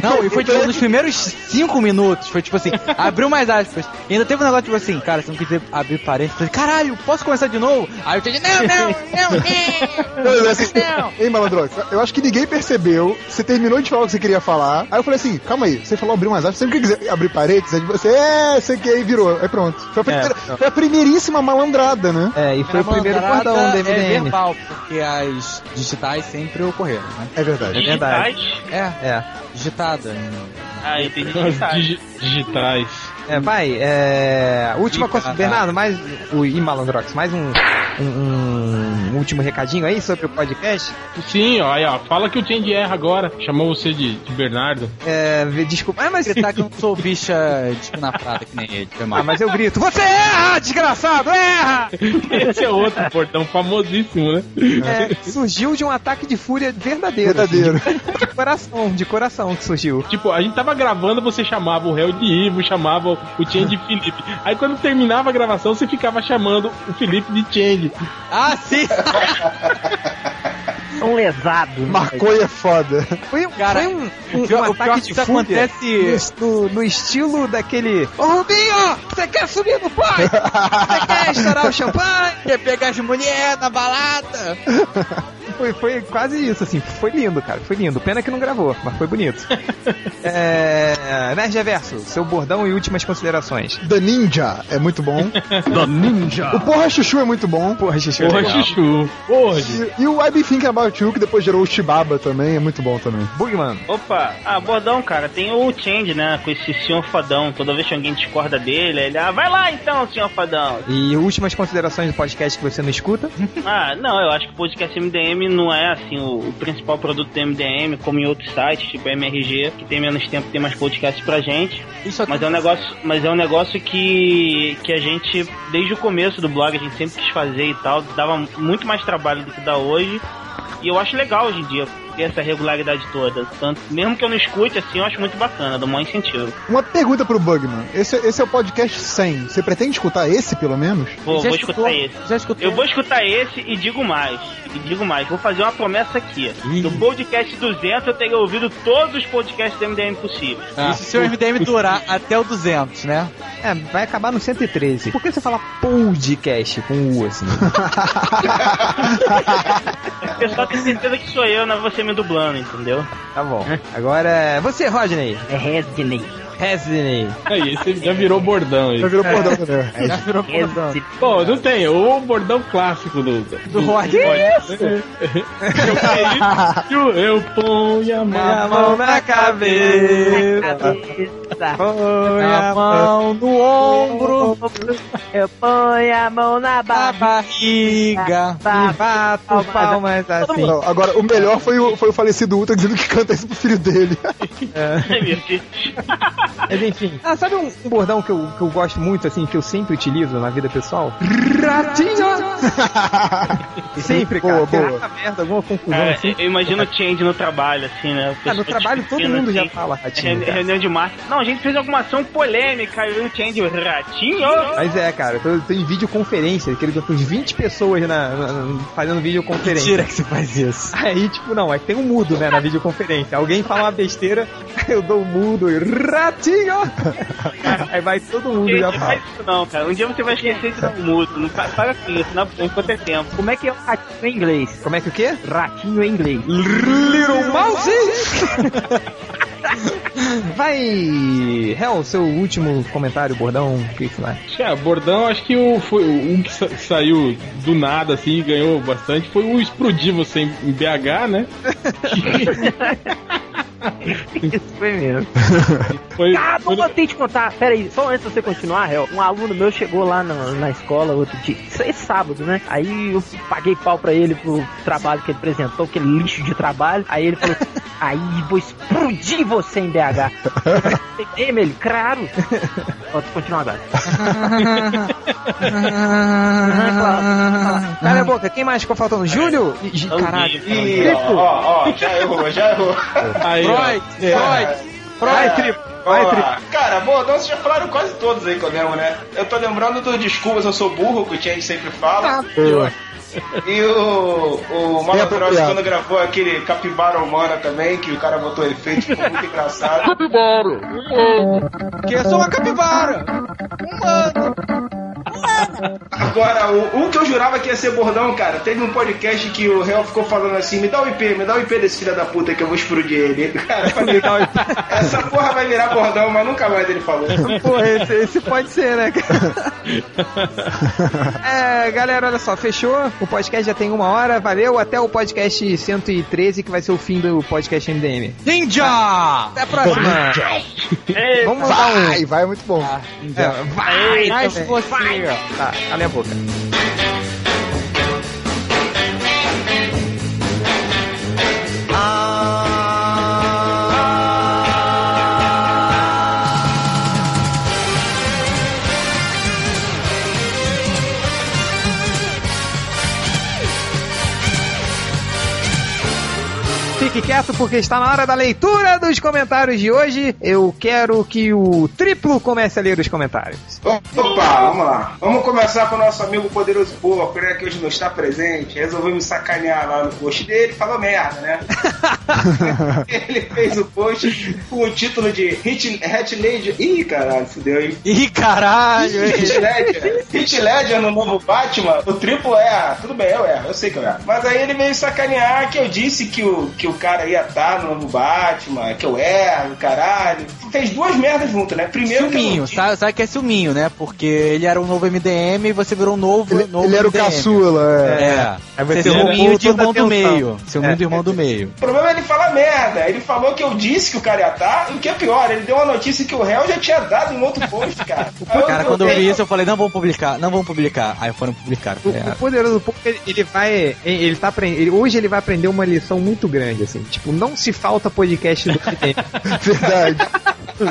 Speaker 3: Não, e foi tipo nos primeiros cinco minutos. Foi tipo assim, abriu mais aspas. E ainda teve um negócio tipo assim, cara, você não quis abrir parênteses. Falei, caralho, posso começar de novo? Aí eu entendi, não, não, não, não.
Speaker 6: Não, assim, Ei, Malandrox, eu acho que ninguém percebeu. Você terminou de falar o que você queria falar. Aí eu falei assim: calma aí, você falou abrir umas aspas, você não quer dizer abrir paredes? Aí você, é, você que aí virou. Aí pronto. Foi a, primeira- foi a primeiríssima malandrada, né?
Speaker 1: É, e foi o primeiro
Speaker 3: Malandrada
Speaker 1: bordão do
Speaker 3: É
Speaker 1: MDM.
Speaker 3: verbal, porque as digitais sempre ocorreram, né?
Speaker 6: É verdade.
Speaker 1: tá? verdade.
Speaker 11: Digitais?
Speaker 3: É,
Speaker 1: É.
Speaker 3: digitada. né?
Speaker 11: Ah, entendi.
Speaker 4: As
Speaker 11: Digitais.
Speaker 4: digi- digitais.
Speaker 1: É, vai, é. Última
Speaker 3: Ih,
Speaker 1: coisa.
Speaker 3: tá, tá.
Speaker 1: Bernardo, mais. O Malandrox, mais um. um- um- último recadinho aí sobre o podcast?
Speaker 4: Sim, ó, aí, ó, fala que o Change erra agora. Chamou você de, de Bernardo.
Speaker 1: É, vê- desculpa. Ah, mas você tá que eu não sou bicha
Speaker 3: tipo,
Speaker 1: despenaprada que nem ele.
Speaker 3: é
Speaker 1: Ah, mas eu grito. Você erra, desgraçado, erra!
Speaker 4: Esse é outro portão famosíssimo, né?
Speaker 1: É, surgiu de um ataque de fúria verdadeiro. Verdadeiro. De coração, de coração que surgiu.
Speaker 4: Tipo, a gente tava gravando, você chamava o réu de Ivo, chamava o Change de Felipe. Aí quando terminava a gravação, você ficava chamando o Felipe de Change.
Speaker 3: Ah, sim!
Speaker 7: Um lesado.
Speaker 6: Marcou é foda.
Speaker 1: Foi, um-
Speaker 3: Cara,
Speaker 1: foi um, um,
Speaker 3: o pior-
Speaker 1: um
Speaker 3: o pior
Speaker 1: ataque
Speaker 3: que
Speaker 1: de
Speaker 3: isso
Speaker 1: fúria
Speaker 3: acontece-
Speaker 1: no, no- no estilo daquele Ô Rubinho, você quer subir no pai? Você quer estourar o champanhe?
Speaker 3: Quer pegar as mulheres na balada?
Speaker 1: Foi, foi quase isso, assim. Foi lindo, cara. Foi lindo. Pena que não gravou, mas foi bonito. é... Nerd Reverso, seu bordão e últimas considerações.
Speaker 6: The Ninja é muito bom.
Speaker 1: The Ninja.
Speaker 6: O Porra Chuchu é muito bom.
Speaker 1: Porra Chuchu.
Speaker 4: Porra, Chuchu. Porra, Chuchu.
Speaker 6: E, e o I Be Thinking About You, que depois gerou o Shibaba também, é muito bom também.
Speaker 1: Bugman.
Speaker 11: Opa, ah, bordão, cara, tem o Change, né? Com esse senhor fadão. Toda vez que alguém discorda dele, ele, ah, vai lá então, senhor fadão.
Speaker 1: E últimas considerações do podcast que você não escuta.
Speaker 11: Ah, não, eu acho que o podcast MDM não é assim o, o principal produto do MDM, como em outros sites, tipo MRG, que tem menos tempo, tem mais podcasts pra gente.
Speaker 3: Isso
Speaker 11: mas é um negócio, mas é um negócio que que a gente desde o começo do blog a gente sempre quis fazer e tal, dava muito mais trabalho do que dá hoje. E eu acho legal hoje em dia ter essa regularidade toda. Tanto, mesmo que eu não escute assim, eu acho muito bacana, dá um maior incentivo.
Speaker 6: Uma pergunta pro Bugman. Esse, esse é o podcast 100. Você pretende escutar esse, pelo menos?
Speaker 11: Vou, vou escutar esse. Eu vou escutar esse e digo mais. E digo mais. Vou fazer uma promessa aqui. No podcast 200 eu teria ouvido todos os podcasts do MDM possíveis.
Speaker 3: Isso Ah. se o MDM durar até o 200, né?
Speaker 1: É, vai acabar no 113. Por que você fala podcast com U *laughs* assim?
Speaker 11: O pessoal tem certeza que sou eu, não é você me dublando, entendeu?
Speaker 1: Tá bom. Agora, você, Rodney.
Speaker 7: É Resident.
Speaker 1: Resident.
Speaker 4: Aí, esse já virou bordão. Aí.
Speaker 6: Já virou bordão também.
Speaker 4: Já virou bordão. Pô, não tem. é O bordão clássico do... Do, do
Speaker 3: Rod.
Speaker 4: Eu, eu, eu ponho a
Speaker 1: A
Speaker 4: mão...
Speaker 1: mão na cabeça. Põe a mão no ombro.
Speaker 7: Eu ponho a mão
Speaker 11: Ah,
Speaker 7: na
Speaker 3: Tá.
Speaker 11: *laughs*
Speaker 7: barriga.
Speaker 1: E bato palmas assim.
Speaker 6: Não, agora, o melhor foi o, foi o falecido Ultra dizendo que canta isso pro filho dele.
Speaker 11: Ai, meu Deus.
Speaker 1: Mas enfim. Ah, sabe um, um bordão que eu, que eu gosto muito, assim, que eu sempre utilizo na vida pessoal? *laughs* Ratinho! sempre, cara.
Speaker 6: Boa,
Speaker 1: Porque
Speaker 6: boa.
Speaker 1: essa merda, alguma confusão
Speaker 11: Cara,
Speaker 1: assim.
Speaker 11: eu imagino o change no trabalho, assim, né?
Speaker 1: Ah, no trabalho todo mundo já fala
Speaker 11: Reunião,
Speaker 1: ratinho. cara.
Speaker 11: reunião de marketing. Não, a gente fez alguma ação polêmica e o Change, ratinho.
Speaker 1: Mas é, cara, eu tô, eu tô em videoconferência, aquele com 20 pessoas na, na- na- fazendo videoconferência.
Speaker 3: Mentira que você faz isso.
Speaker 1: Aí, tipo, não, é que tem um mudo, né, na videoconferência. Alguém fala uma besteira, *laughs* eu dou o mudo e ratinho! Aí vai todo mundo
Speaker 11: Gente,
Speaker 1: já
Speaker 11: não
Speaker 1: fala.
Speaker 11: faz isso não, cara. Um dia você vai esquecer de dar um mudo. Não fa- para com isso, não, enquanto é tempo.
Speaker 7: Como é que é o ratinho em inglês?
Speaker 1: Como é que o quê?
Speaker 7: Ratinho em
Speaker 11: *laughs*
Speaker 7: inglês.
Speaker 1: Little Mouse! *laughs* Vai, Hel, seu último comentário, bordão, o que que vai?
Speaker 4: *laughs* É, bordão, acho que o, foi, um que sa- saiu do nada, assim, e ganhou bastante, foi o explodir você em em BH, né?
Speaker 7: Isso foi mesmo.
Speaker 4: Foi,
Speaker 7: Ah, não
Speaker 4: foi-
Speaker 7: gostei de contar. Pera aí, só antes de você continuar, Réu, um aluno meu chegou lá na, na escola outro dia, isso é sábado, né? Aí eu paguei pau pra ele pro trabalho que ele apresentou, aquele lixo de trabalho. Aí ele
Speaker 11: *laughs*
Speaker 7: falou, aí vou explodir você em BH. Peguei ele,
Speaker 11: *laughs*
Speaker 7: claro. Ó, tu continua agora.
Speaker 1: Cala a boca, quem mais ficou faltando? Júlio? Ih, ih, Caralho.
Speaker 2: Ih, ó, ó, ó, já errou, já errou.
Speaker 4: aí, ó.
Speaker 3: Freud,
Speaker 1: É.
Speaker 3: Freud.
Speaker 1: Vai, Tripo. Vai,
Speaker 2: Vamos
Speaker 1: Tripo.
Speaker 2: lá. Cara, bom, então vocês já falaram quase todos aí que eu lembro, né? Eu tô lembrando do Desculpas, eu sou burro, que o Change sempre fala. E o, o Malandrox,
Speaker 6: apropriado.
Speaker 2: quando gravou aquele Capibara Humana também, que o cara botou efeito, ficou muito engraçado.
Speaker 3: Porque eu sou uma capivara.
Speaker 2: Agora, o, o que eu jurava que ia ser bordão, cara, teve um podcast que o réu ficou falando assim: me dá o IP, me dá o IP desse filho da puta que eu vou explodir ele. *laughs* Cara, eu falei, essa porra vai virar bordão, mas nunca mais ele falou.
Speaker 1: Porra, esse, esse pode ser, né, *laughs* cara? É, galera, olha só, fechou. O podcast já tem uma hora, valeu. Até o podcast 113, que vai ser o fim do podcast MDM.
Speaker 3: Ninja!
Speaker 1: Até a próxima.
Speaker 11: Ei,
Speaker 1: Vamos mandar um.
Speaker 6: Vai, vai, é muito bom.
Speaker 1: É, vai,
Speaker 3: Mas
Speaker 1: também.
Speaker 3: você, ó.
Speaker 1: Tá, cala a boca.
Speaker 13: Thank
Speaker 1: Fique quieto porque está na hora da leitura dos comentários de hoje. Eu quero que o triplo comece a ler os comentários.
Speaker 2: Opa, vamos lá. Vamos começar com o nosso amigo Poderoso Pô, pena que hoje não está presente. Resolveu me sacanear lá no post dele, falou merda, né? Ele fez o post com o título de Hit, Hit Ledger. Ih, caralho, se deu, hein?
Speaker 3: Ih, caralho, hein?
Speaker 2: Hit Ledger. Hit Ledger no novo Batman, o triplo é. Tudo bem, eu é, eu sei que eu é. Mas aí ele veio sacanear que eu disse que o, que o cara ia estar no novo Batman, que eu erro, caralho. Fez duas merdas juntas, né? Primeiro que eu não
Speaker 3: Silminho, sabe, sabe que é Silminho, né? Porque ele era um novo MDM e você virou um novo.
Speaker 6: Ele,
Speaker 3: novo
Speaker 6: ele era o
Speaker 3: MDM.
Speaker 6: caçula, é.
Speaker 3: É.
Speaker 6: Aí
Speaker 3: Você
Speaker 6: você
Speaker 3: é Silminho
Speaker 6: roubou
Speaker 3: de irmão
Speaker 6: toda a
Speaker 3: do
Speaker 6: atenção.
Speaker 3: meio. Silminho
Speaker 6: É.
Speaker 3: do irmão do meio.
Speaker 2: O problema é ele falar merda. Ele falou que eu disse que o cara ia estar, e o que é pior, ele deu uma notícia que o réu já tinha dado em outro post, cara.
Speaker 3: *laughs*
Speaker 2: Aí
Speaker 3: Cara, quando eu
Speaker 2: botei-
Speaker 3: vi isso, eu falei, não vamos publicar, não vamos publicar. Aí foram publicar.
Speaker 1: O, o poderoso povo, ele, ele vai. Ele tá apren- ele- hoje ele vai aprender uma lição muito grande, assim. Tipo, não se falta podcast do PT.
Speaker 6: Verdade.
Speaker 7: *laughs*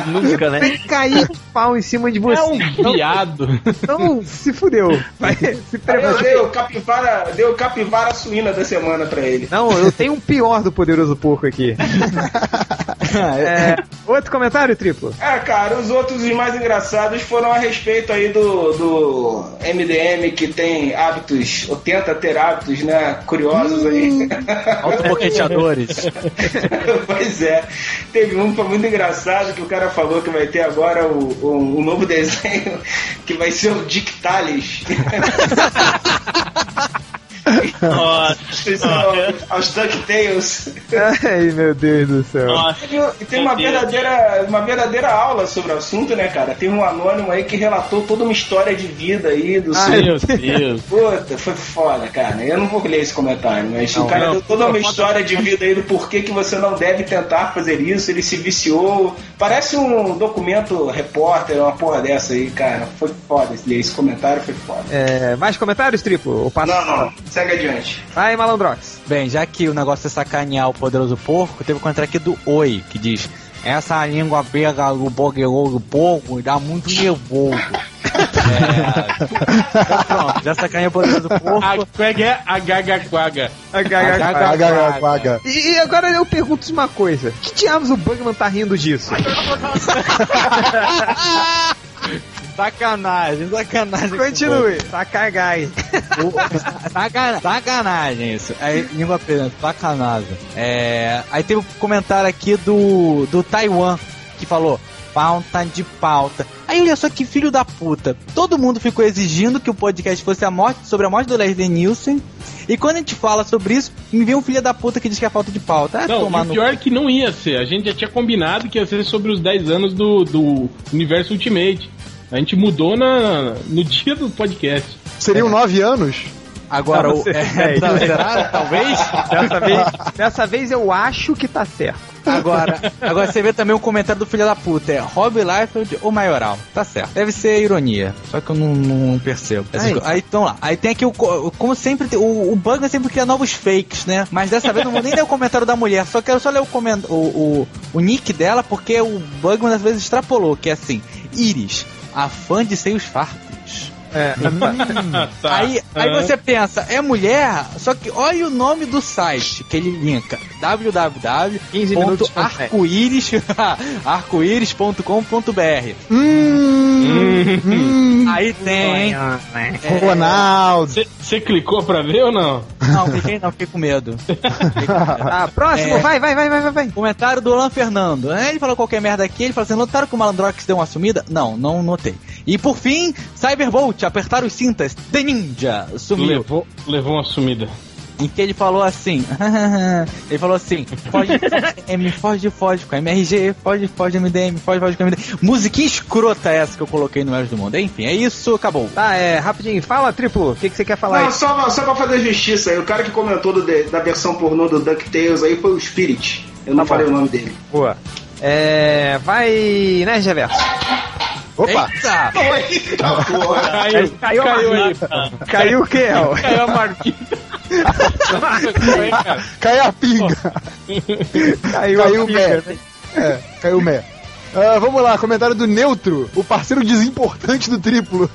Speaker 7: Nunca, né?
Speaker 1: Vai cair de pau em cima de você.
Speaker 4: É um viado.
Speaker 1: Então, se fudeu. Vai, se
Speaker 2: Aí eu
Speaker 1: prepara.
Speaker 2: dei o capivara, dei o capivara suína da semana pra ele.
Speaker 1: Não, eu tenho um pior do Poderoso Porco aqui.
Speaker 3: "Ah,
Speaker 6: *laughs*
Speaker 1: É, outro comentário, triplo?
Speaker 2: Ah, cara, os outros os mais engraçados foram a respeito aí do, do MDM que tem hábitos, ou tenta ter hábitos, né, curiosos aí.
Speaker 3: Hum.
Speaker 2: *laughs*
Speaker 3: Autoboqueteadores.
Speaker 2: pois é. Teve um que foi muito engraçado que o cara falou que vai ter agora o, o, o novo desenho que vai ser o Dick Tales. Aos- Aos DuckTales.
Speaker 1: Ai, meu Deus do céu.
Speaker 2: E tem um- uma verdadeira, uma verdadeira aula sobre o assunto, né, cara? Tem um anônimo aí que relatou toda uma história de vida aí do
Speaker 4: Ai,
Speaker 2: seu.
Speaker 4: meu Deus.
Speaker 2: Puta, foi foda, cara. Eu não vou ler esse comentário, mas o cara
Speaker 4: não.
Speaker 2: deu toda uma história de vida aí do porquê que você não deve tentar fazer isso, ele se viciou. Parece um documento repórter, uma porra dessa aí, cara. Foi foda ler esse comentário, foi foda.
Speaker 1: É, mais comentários, triplo? Ou passa-
Speaker 2: Não, não, segue adiante.
Speaker 1: Vai, Malandrox.
Speaker 3: Bem, já que o negócio é sacanear o poderoso porco, teve o contrato aqui do Oi, que diz: Essa língua pega o bogueiro do porco e dá muito nervoso. *laughs* é. Então, pronto, já sacaneei o poderoso porco.
Speaker 4: A quag é a gaga quaga.
Speaker 6: Agagaquaga.
Speaker 1: E, e agora eu pergunto uma coisa: que diabos o Bugman tá rindo disso?
Speaker 3: Sacanagem, sacanagem.
Speaker 1: Continue. Sacagai.
Speaker 3: O- Sacana, sacanagem isso. Aí, língua presa, sacanagem. É, aí teve um comentário aqui do, do Taiwan que falou. Pauta de pauta. Aí olha só que filho da puta. Todo mundo ficou exigindo que o podcast fosse a morte, sobre a morte do Leslie Nielsen. E quando a gente fala sobre isso, me vem um filho da puta que diz que é falta de pauta. Ah,
Speaker 4: Não,
Speaker 3: tomar
Speaker 4: e o
Speaker 3: no
Speaker 4: pior é que não ia ser. A gente já tinha combinado que ia ser sobre os 10 anos do, do Universo Ultimate. A gente mudou na, no dia do podcast.
Speaker 6: Seriam nove anos?
Speaker 3: Agora, o, *laughs* é,
Speaker 1: é,
Speaker 3: tá- será? Talvez?
Speaker 1: Dessa vez, *laughs* dessa vez eu acho que tá certo.
Speaker 3: Agora, agora você vê também o comentário do filho da puta, é Rob Liefeld ou Maioral. Tá certo. Deve ser ironia, só que eu não, não percebo. essas
Speaker 1: Ai.
Speaker 3: coisas. Aí, então lá. Aí tem aqui o. co- Como sempre, tem- o, o Bugman sempre cria novos fakes, né? Mas dessa vez eu não vou nem ler o comentário da mulher, só quero só ler o, comen- o, o, o nick dela, porque o Bugman dessa vez extrapolou, que é assim: Iris, a fã de seios fartos.
Speaker 1: É,
Speaker 4: Tá.
Speaker 3: Aí, aí você pensa, é mulher, só que olha o nome do site que ele linka:
Speaker 1: 15 minutos.
Speaker 3: *laughs* www.arcoíris.com.br. Hum, Aí tem. hein?
Speaker 6: né? Ronaldo.
Speaker 4: Você clicou pra ver ou não?
Speaker 3: Não, fiquei, não, fiquei com medo.
Speaker 1: Ah, próximo,
Speaker 3: É.
Speaker 1: vai, vai, vai, vai, vai, vai.
Speaker 3: Comentário do Alan Fernando. Né? Ele falou qualquer merda aqui. Ele falou assim: notaram que o Malandrox deu uma sumida? Não, não notei. E por fim, Cyberbolt, apertar os cintas. The Ninja sumiu.
Speaker 4: Levou, levou uma sumida.
Speaker 3: Em que ele falou assim: *laughs* ele falou assim, foge, foge, M, foge, foge com MRG, foge, foge MDM, foge, foge com MDM. Musiquinha escrota essa que eu coloquei no Eras do Mundo. Enfim, é isso, acabou.
Speaker 1: Tá, é, rapidinho. Fala, triplo. O que, que você quer falar
Speaker 2: Não,
Speaker 1: aí?
Speaker 2: só, só pra fazer justiça aí, o cara que comentou do de- da versão pornô do DuckTales aí foi o Spirit. Eu não
Speaker 1: Tá bom.
Speaker 2: falei o nome dele.
Speaker 1: Boa. É, vai, né, Reverso?
Speaker 6: Opa!
Speaker 3: Eita!
Speaker 1: Tá
Speaker 2: Eita porra!
Speaker 1: Caiu
Speaker 4: Caiu,
Speaker 1: a
Speaker 4: aí.
Speaker 1: Caiu o que, El?
Speaker 4: Caiu a marquita. Foi, cara.
Speaker 6: *laughs* Caiu a pinga.
Speaker 1: Caiu,
Speaker 6: Caiu o
Speaker 1: a
Speaker 6: Mé.
Speaker 1: pinga, né?
Speaker 6: É, caiu o Mé. Ah, vamos lá, comentário do Neutro, o parceiro desimportante do
Speaker 1: *laughs*
Speaker 6: triplo.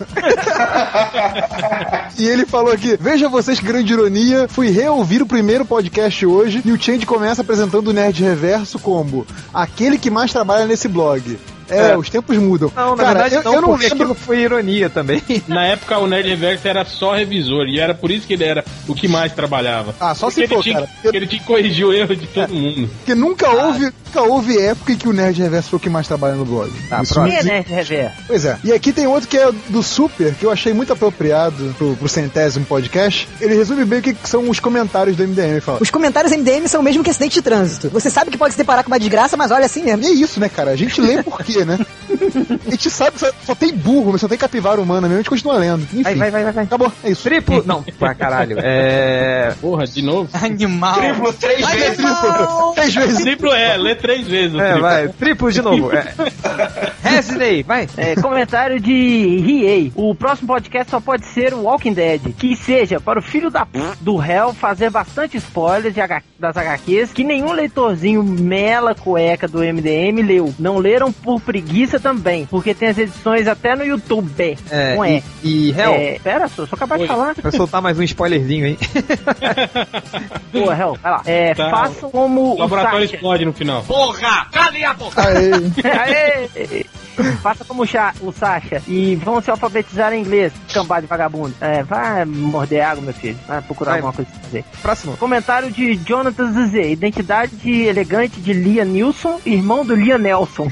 Speaker 6: e ele falou aqui: Veja vocês que grande ironia, fui reouvir o primeiro podcast hoje e o Change começa apresentando o Nerd Reverso como aquele que mais trabalha nesse blog. É,
Speaker 1: É.
Speaker 6: os tempos mudam.
Speaker 1: Não, na verdade não, porque aquilo
Speaker 6: foi ironia também.
Speaker 4: Na época, o Nerd Reverso era só revisor, e era por isso que ele era o que mais trabalhava.
Speaker 6: Ah, só
Speaker 4: porque
Speaker 6: se
Speaker 4: ele
Speaker 6: for,
Speaker 4: tinha,
Speaker 6: cara.
Speaker 4: porque ele tinha que corrigir o erro de todo mundo.
Speaker 6: Porque nunca
Speaker 1: Ah.
Speaker 6: houve, nunca houve época em que o Nerd Reverso foi o que mais trabalha no blog.
Speaker 1: Ah,
Speaker 6: Isso não
Speaker 11: Quem é
Speaker 7: né,
Speaker 6: existe.
Speaker 11: Nerd Reverso?
Speaker 6: Pois é. E aqui tem outro que é do Super, que eu achei muito apropriado pro, pro centésimo podcast. Ele resume bem o que que são os comentários do MDM. Ele fala.
Speaker 15: Os comentários MDM são o mesmo que acidente de trânsito. Você sabe que pode se deparar com uma desgraça, mas olha assim mesmo.
Speaker 6: E é isso, né, cara? A gente lê por quê, né? A gente sabe, só, só tem burro, mas só tem capivara humana mesmo, a gente continua lendo. Enfim.
Speaker 1: Vai, vai, vai, vai.
Speaker 6: Acabou, é isso.
Speaker 1: Triplo. Não, pra caralho. É.
Speaker 4: Porra, de novo?
Speaker 3: Animal.
Speaker 2: Triplo três vezes.
Speaker 6: Três vezes.
Speaker 4: Triplo é, lê três vezes. o
Speaker 1: É,
Speaker 4: triplo.
Speaker 1: vai. Triplo de novo. É. Resident, vai.
Speaker 11: É, comentário de Riei. O próximo podcast só pode ser o Walking Dead. Que seja para o filho da p... do réu fazer bastante spoilers de H... das HQs que nenhum leitorzinho mela cueca do MDM leu. Não leram por preguiça também, porque tem as edições até no YouTube.
Speaker 1: É,
Speaker 11: Não é.
Speaker 1: E, e Hel,
Speaker 11: É, pera, sou, sou capaz de falar.
Speaker 1: pra soltar mais um spoilerzinho, hein? *laughs*
Speaker 11: Boa, réu, vai lá. É,
Speaker 4: Tá.
Speaker 11: façam como
Speaker 4: O laboratório
Speaker 11: o Sasha.
Speaker 4: explode no final.
Speaker 11: Porra! Cale a boca! Aê! Faça como o Cha- o Sasha e vão se alfabetizar em inglês, cambá de vagabundo. É, vai morder água, meu filho. Vai procurar
Speaker 1: Vai.
Speaker 11: alguma coisa pra fazer.
Speaker 1: Próximo.
Speaker 11: Comentário de Jonathan Zizé. Identidade de elegante de Lia Nilson, irmão do Lia Nelson.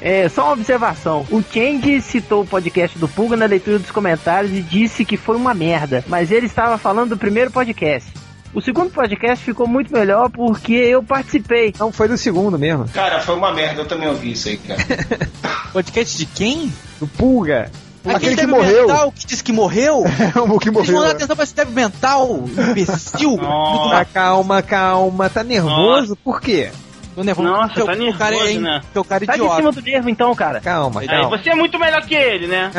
Speaker 11: É, só uma observação. O Change citou o podcast do Pulga na leitura dos comentários e disse que foi uma merda, mas ele estava falando do primeiro podcast. O segundo podcast ficou muito melhor porque eu participei.
Speaker 1: Não, foi do segundo mesmo.
Speaker 2: Cara, foi uma merda, eu também ouvi isso aí, cara.
Speaker 3: Podcast de quem?
Speaker 1: Do Pulga.
Speaker 6: Aquele que morreu.
Speaker 3: Mental, que disse que morreu?
Speaker 6: É, o que
Speaker 3: Vocês
Speaker 6: morreu.
Speaker 3: não dão
Speaker 6: né?
Speaker 3: atenção pra esse débil mental, imbecil.
Speaker 1: Tá, calma, calma. Tá nervoso? Por quê?
Speaker 3: Tô nervoso.
Speaker 16: Nossa,
Speaker 3: porque
Speaker 16: tá
Speaker 3: né, o- o cara é,
Speaker 16: nervoso, né?
Speaker 3: Teu cara é
Speaker 11: Tá de
Speaker 3: idiota.
Speaker 11: cima do nervo então, cara.
Speaker 1: Calma,
Speaker 16: Aí
Speaker 1: calma.
Speaker 16: você é muito melhor que ele, né?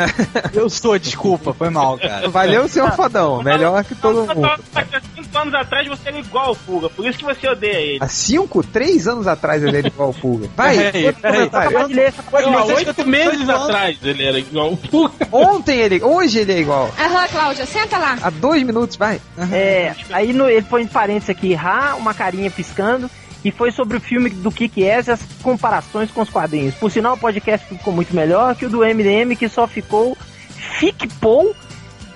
Speaker 3: Eu sou, desculpa, foi mal, cara.
Speaker 1: Valeu, seu fodão. Melhor que todo mundo.
Speaker 16: tá- Há cinco anos atrás você era igual ao Fuga, por isso que você odeia ele.
Speaker 1: Há cinco, três anos atrás ele era igual o Pulga. Vai,
Speaker 3: *laughs* É.
Speaker 4: Peraí,
Speaker 1: outro
Speaker 4: peraí.
Speaker 3: Tá
Speaker 1: comentário.
Speaker 11: de ler.
Speaker 4: Não, há
Speaker 3: Vocês que eu
Speaker 4: oito
Speaker 3: tô-
Speaker 4: meses
Speaker 3: tô falando-
Speaker 4: atrás ele era igual. Puta,
Speaker 1: Ontem ele, hoje ele é igual.
Speaker 9: Aham, Cláudia, senta lá.
Speaker 1: Há dois minutos, vai.
Speaker 11: É, aí no- ele põe em parênteses aqui, Ra, uma carinha piscando. E foi sobre o filme do Kick Ass e as comparações com os quadrinhos. Por sinal, o podcast ficou muito melhor que o do MDM, que só ficou ficpou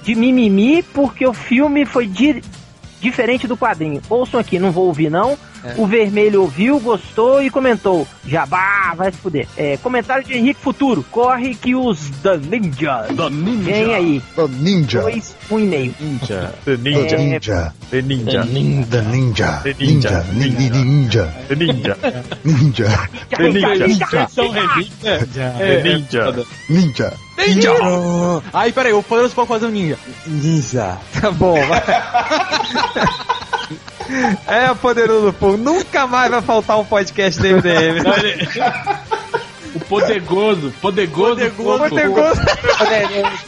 Speaker 11: de mimimi, porque o filme foi di- diferente do quadrinho. Ouçam aqui, não vou ouvir não. O Vermelho ouviu, gostou e comentou. Jabá, vai se fuder. É, comentário de Henrique Futuro. Corre que os da Ninja. Da Ninja. Vem aí.
Speaker 6: Oh, Ninja.
Speaker 11: Dois, um e meio.
Speaker 4: Ninja.
Speaker 6: The Ninja.
Speaker 11: É.
Speaker 6: Ninja. The Ninja. Ninja. Ninja.
Speaker 4: The
Speaker 6: Ninja.
Speaker 4: Ninja.
Speaker 6: Ninja.
Speaker 4: ninja.
Speaker 6: Ninja.
Speaker 4: Versão remix, né? É, é, foda.
Speaker 6: Ninja.
Speaker 3: Ninja! Aí, peraí, o poderoso pode fazer um ninja. Ninja.
Speaker 1: Tá bom, vai. É, o poderoso Pulga. Nunca mais vai faltar um podcast do MDM.
Speaker 4: Não, ele- O podegoso, podegoso,
Speaker 3: Podegoso.
Speaker 4: Fogo.
Speaker 1: Poderoso.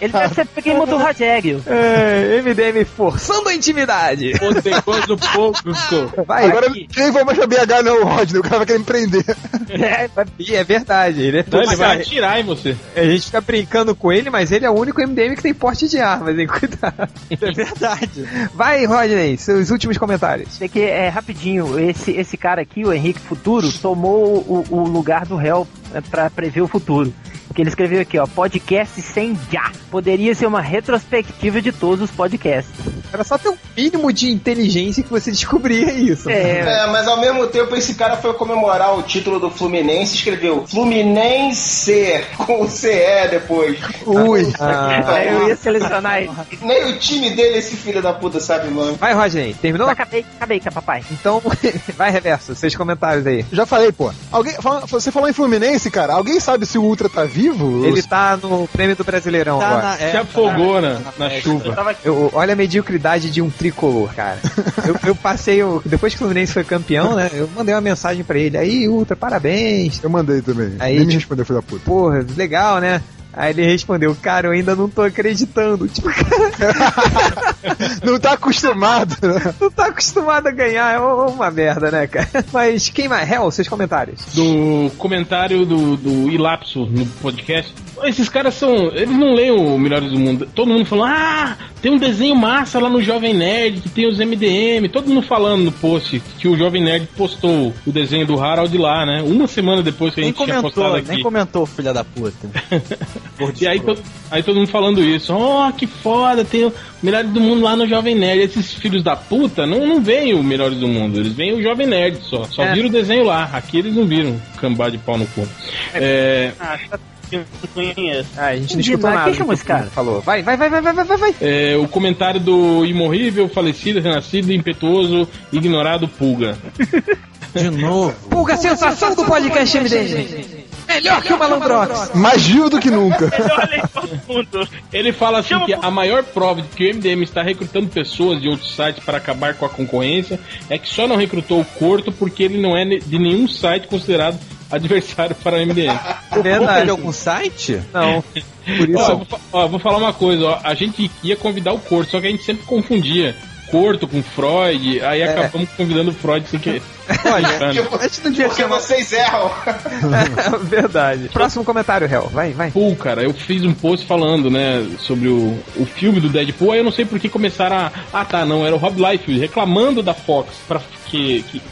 Speaker 11: Ele deve ser primo do *laughs* Rogério.
Speaker 1: É, MDM forçando a intimidade.
Speaker 4: Podegoso pouco.
Speaker 1: Vai,
Speaker 6: Agora
Speaker 1: agora.
Speaker 6: ninguém vai mais pra BH, não, Rodney. O cara vai querer me prender.
Speaker 1: É, é verdade, ele é
Speaker 4: Não, ele vai
Speaker 1: forçado.
Speaker 4: atirar em você.
Speaker 1: A gente fica brincando com ele, mas ele é o único MDM que tem porte de armas, hein? Cuidado.
Speaker 3: É verdade.
Speaker 1: *laughs* Vai, Rodney, seus últimos comentários.
Speaker 11: É que é rapidinho, esse, esse cara aqui, o Henrique Futuro, tomou o, o lugar do réu é, pra prever o futuro. Que ele escreveu aqui, ó, podcast sem já. Poderia ser uma retrospectiva de todos os podcasts.
Speaker 1: Era só ter um mínimo de inteligência que você *laughs* descobria isso. *laughs*
Speaker 11: É,
Speaker 2: É, mas ao mesmo tempo esse cara foi comemorar o título do Fluminense, escreveu Fluminense com o CE depois.
Speaker 6: Ui.
Speaker 1: Ah.
Speaker 11: eu ia selecionar ele.
Speaker 2: Nem o time dele, esse filho da puta, sabe, mano.
Speaker 1: Vai, Rodney, terminou?
Speaker 11: Acabei, acabei, tá, papai.
Speaker 1: Então, *laughs* vai, reverso, seus comentários aí.
Speaker 6: Já falei, pô. Alguém, fala- você falou em Fluminense, cara. Alguém sabe se o Ultra tá vivo?
Speaker 1: Ele tá no prêmio do Brasileirão
Speaker 3: Tá
Speaker 1: agora.
Speaker 3: na, é,
Speaker 4: Se afogou na, na chuva.
Speaker 1: Eu- olha a mediocridade de um tricolor, *laughs* cara. Eu, eu passei, o- depois que o Fluminense foi campeão, né? Eu mandei uma mensagem pra ele. Aí, Ultra, parabéns.
Speaker 6: Eu mandei também.
Speaker 1: Aí-
Speaker 6: Nem me respondeu, filho da puta.
Speaker 1: Porra, legal, né? Aí ele respondeu, cara, eu ainda não tô acreditando. *laughs* Tipo, cara. não tá acostumado. Não tá acostumado a ganhar. É uma merda, né, cara? *laughs* Mas quem mais? Hell, seus comentários.
Speaker 4: do comentário do, do Ilapso no podcast. Esses caras são. Eles não leem o Melhores do Mundo. Todo mundo falando, ah, tem um desenho massa lá no Jovem Nerd, que tem os MDM. Todo mundo falando no post que o Jovem Nerd postou o desenho do Harold lá, né? Uma semana depois que a
Speaker 3: Nem
Speaker 4: gente tinha postado
Speaker 3: comentou,
Speaker 4: aqui.
Speaker 3: nem comentou, filha da puta.
Speaker 4: E aí todo, aí todo mundo falando isso. Oh, que foda, tem o Melhores do Mundo lá no Jovem Nerd. Esses filhos da puta não, não veem o Melhores do Mundo, eles veem o Jovem Nerd só. Só
Speaker 11: É.
Speaker 4: viram o desenho lá. Aqui eles não viram cambá de pau no cu. É,
Speaker 11: Ah, tá- eu não conheço.
Speaker 1: Ah, a gente
Speaker 4: não escutou nada do que o Bruno
Speaker 1: Falou. Vai, vai, vai, vai, vai, vai, vai, vai.
Speaker 4: é, o comentário do imorrível, falecido, renascido, impetuoso, ignorado, pulga.
Speaker 3: De novo.
Speaker 1: Pulga, sensação do podcast MDM. Melhor que o Malandrox.
Speaker 6: Mais Gil do
Speaker 1: *laughs*
Speaker 6: que nunca.
Speaker 4: Ele fala assim que a maior prova de que o MDM está recrutando pessoas de outros sites para acabar com a concorrência é que só não recrutou o Corto porque ele não é ne- de nenhum site considerado *laughs* adversário para o MDM.
Speaker 3: Verdade. de algum site?
Speaker 1: É Não.
Speaker 4: Por isso... vou, fa- ó, vou falar uma coisa, ó, a gente ia convidar o Corto, só que a gente sempre confundia Corto com Freud, aí acabamos convidando o Freud assim, sem querer.
Speaker 2: Porque,
Speaker 1: *laughs*
Speaker 2: porque vocês erram. *laughs*
Speaker 1: É Verdade. Próximo comentário, Hel. Vai, vai.
Speaker 4: Deadpool, cara, eu fiz um post falando, né, sobre o, o filme do Deadpool, aí eu não sei por que começaram a. Ah tá, não, era o Rob Liefeld reclamando da Fox pra que, que,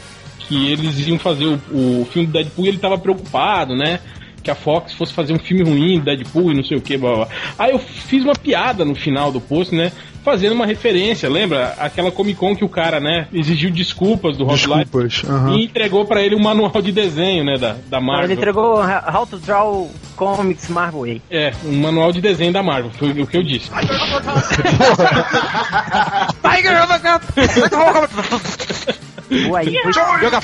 Speaker 4: que eles iam fazer o, o filme do Deadpool e ele tava preocupado, né? Que a Fox fosse fazer um filme ruim do Deadpool e não sei o que, blá, blá blá. Aí eu fiz uma piada no final do post, né? Fazendo uma referência, lembra? Aquela Comic Con que o cara, né, exigiu desculpas do Rob Liefeld
Speaker 6: Desculpas. aham.
Speaker 4: e entregou pra ele um manual de desenho, né, da, da
Speaker 7: Não,
Speaker 4: Marvel.
Speaker 7: ele
Speaker 11: um
Speaker 7: entregou How to Draw Comics Marvel Way.
Speaker 4: É, um manual de desenho da Marvel, foi o que eu disse.
Speaker 1: Tiger of
Speaker 7: Boa aí.
Speaker 4: Joga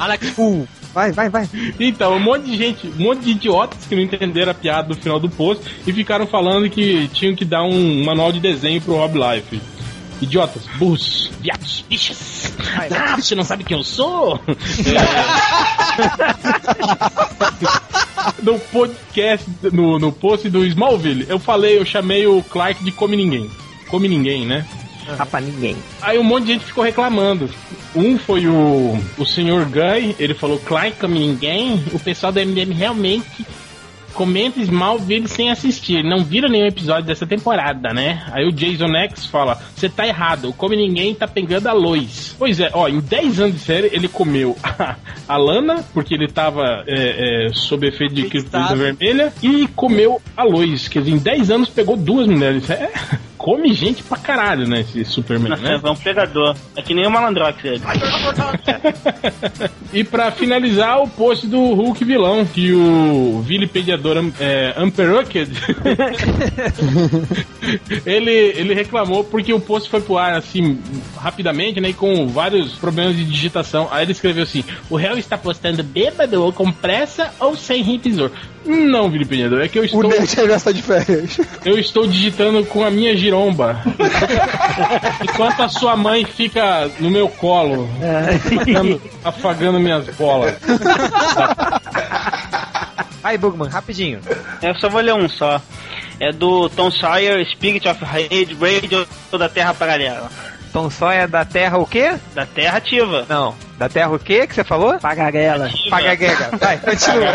Speaker 4: Alex Full.
Speaker 1: Vai, vai, vai.
Speaker 4: Então, um monte de gente, um monte de idiotas que não entenderam a piada do final do post e ficaram falando que tinham que dar um manual de desenho pro Rob Life. Idiotas, burros, viados, bichas. Ah, você não sabe quem eu sou? É. no podcast, no, no post do Smallville, eu falei, eu chamei o Clark de Come Ninguém. Come Ninguém, né?
Speaker 7: Rapa ninguém.
Speaker 4: Aí um monte de gente ficou reclamando. Um foi o, o senhor Guy, ele falou Clark como ninguém. O pessoal do MDM realmente comenta Smallville sem assistir. Não viram nenhum episódio dessa temporada, né? Aí o Jason X fala: Você tá errado, o Come Ninguém tá pegando a Lois. Pois é, ó, em 10 anos de série ele comeu *laughs* a, a Lana, porque ele tava é, é, sob efeito de criptonita vermelha, e comeu a Lois. Quer dizer, em 10 anos pegou duas mulheres. É, come gente pra caralho, né? Esse Superman,
Speaker 11: Nossa,
Speaker 4: né?
Speaker 11: é um pegador. É que nem o Malandrox ele.
Speaker 4: E pra finalizar, o post do Hulk vilão, que o vilipediador um, é, Unperucked, *laughs* ele, ele reclamou porque o post foi pro ar assim, rapidamente, né? E com vários problemas de digitação. Aí ele escreveu assim: o réu está postando bêbado, ou com pressa, ou sem rim e tesouro. Não, vilipediador, é que eu
Speaker 6: O
Speaker 4: estou.
Speaker 6: Nerd já tá de férias. *laughs*
Speaker 4: Eu estou digitando com a minha giromba. Enquanto a sua mãe fica no meu colo, afagando, afagando minhas bolas.
Speaker 1: Vai, Bugman, rapidinho.
Speaker 11: Eu só vou ler um só. É do Tom Sawyer, Spirit of Rage, Radio da Terra Paralela.
Speaker 1: Tom Sawyer da Terra o quê?
Speaker 11: Da Terra Ativa.
Speaker 1: Não. Da Terra o quê que você falou?
Speaker 7: Pagarela.
Speaker 1: Pagaguega. *laughs* Vai, continua.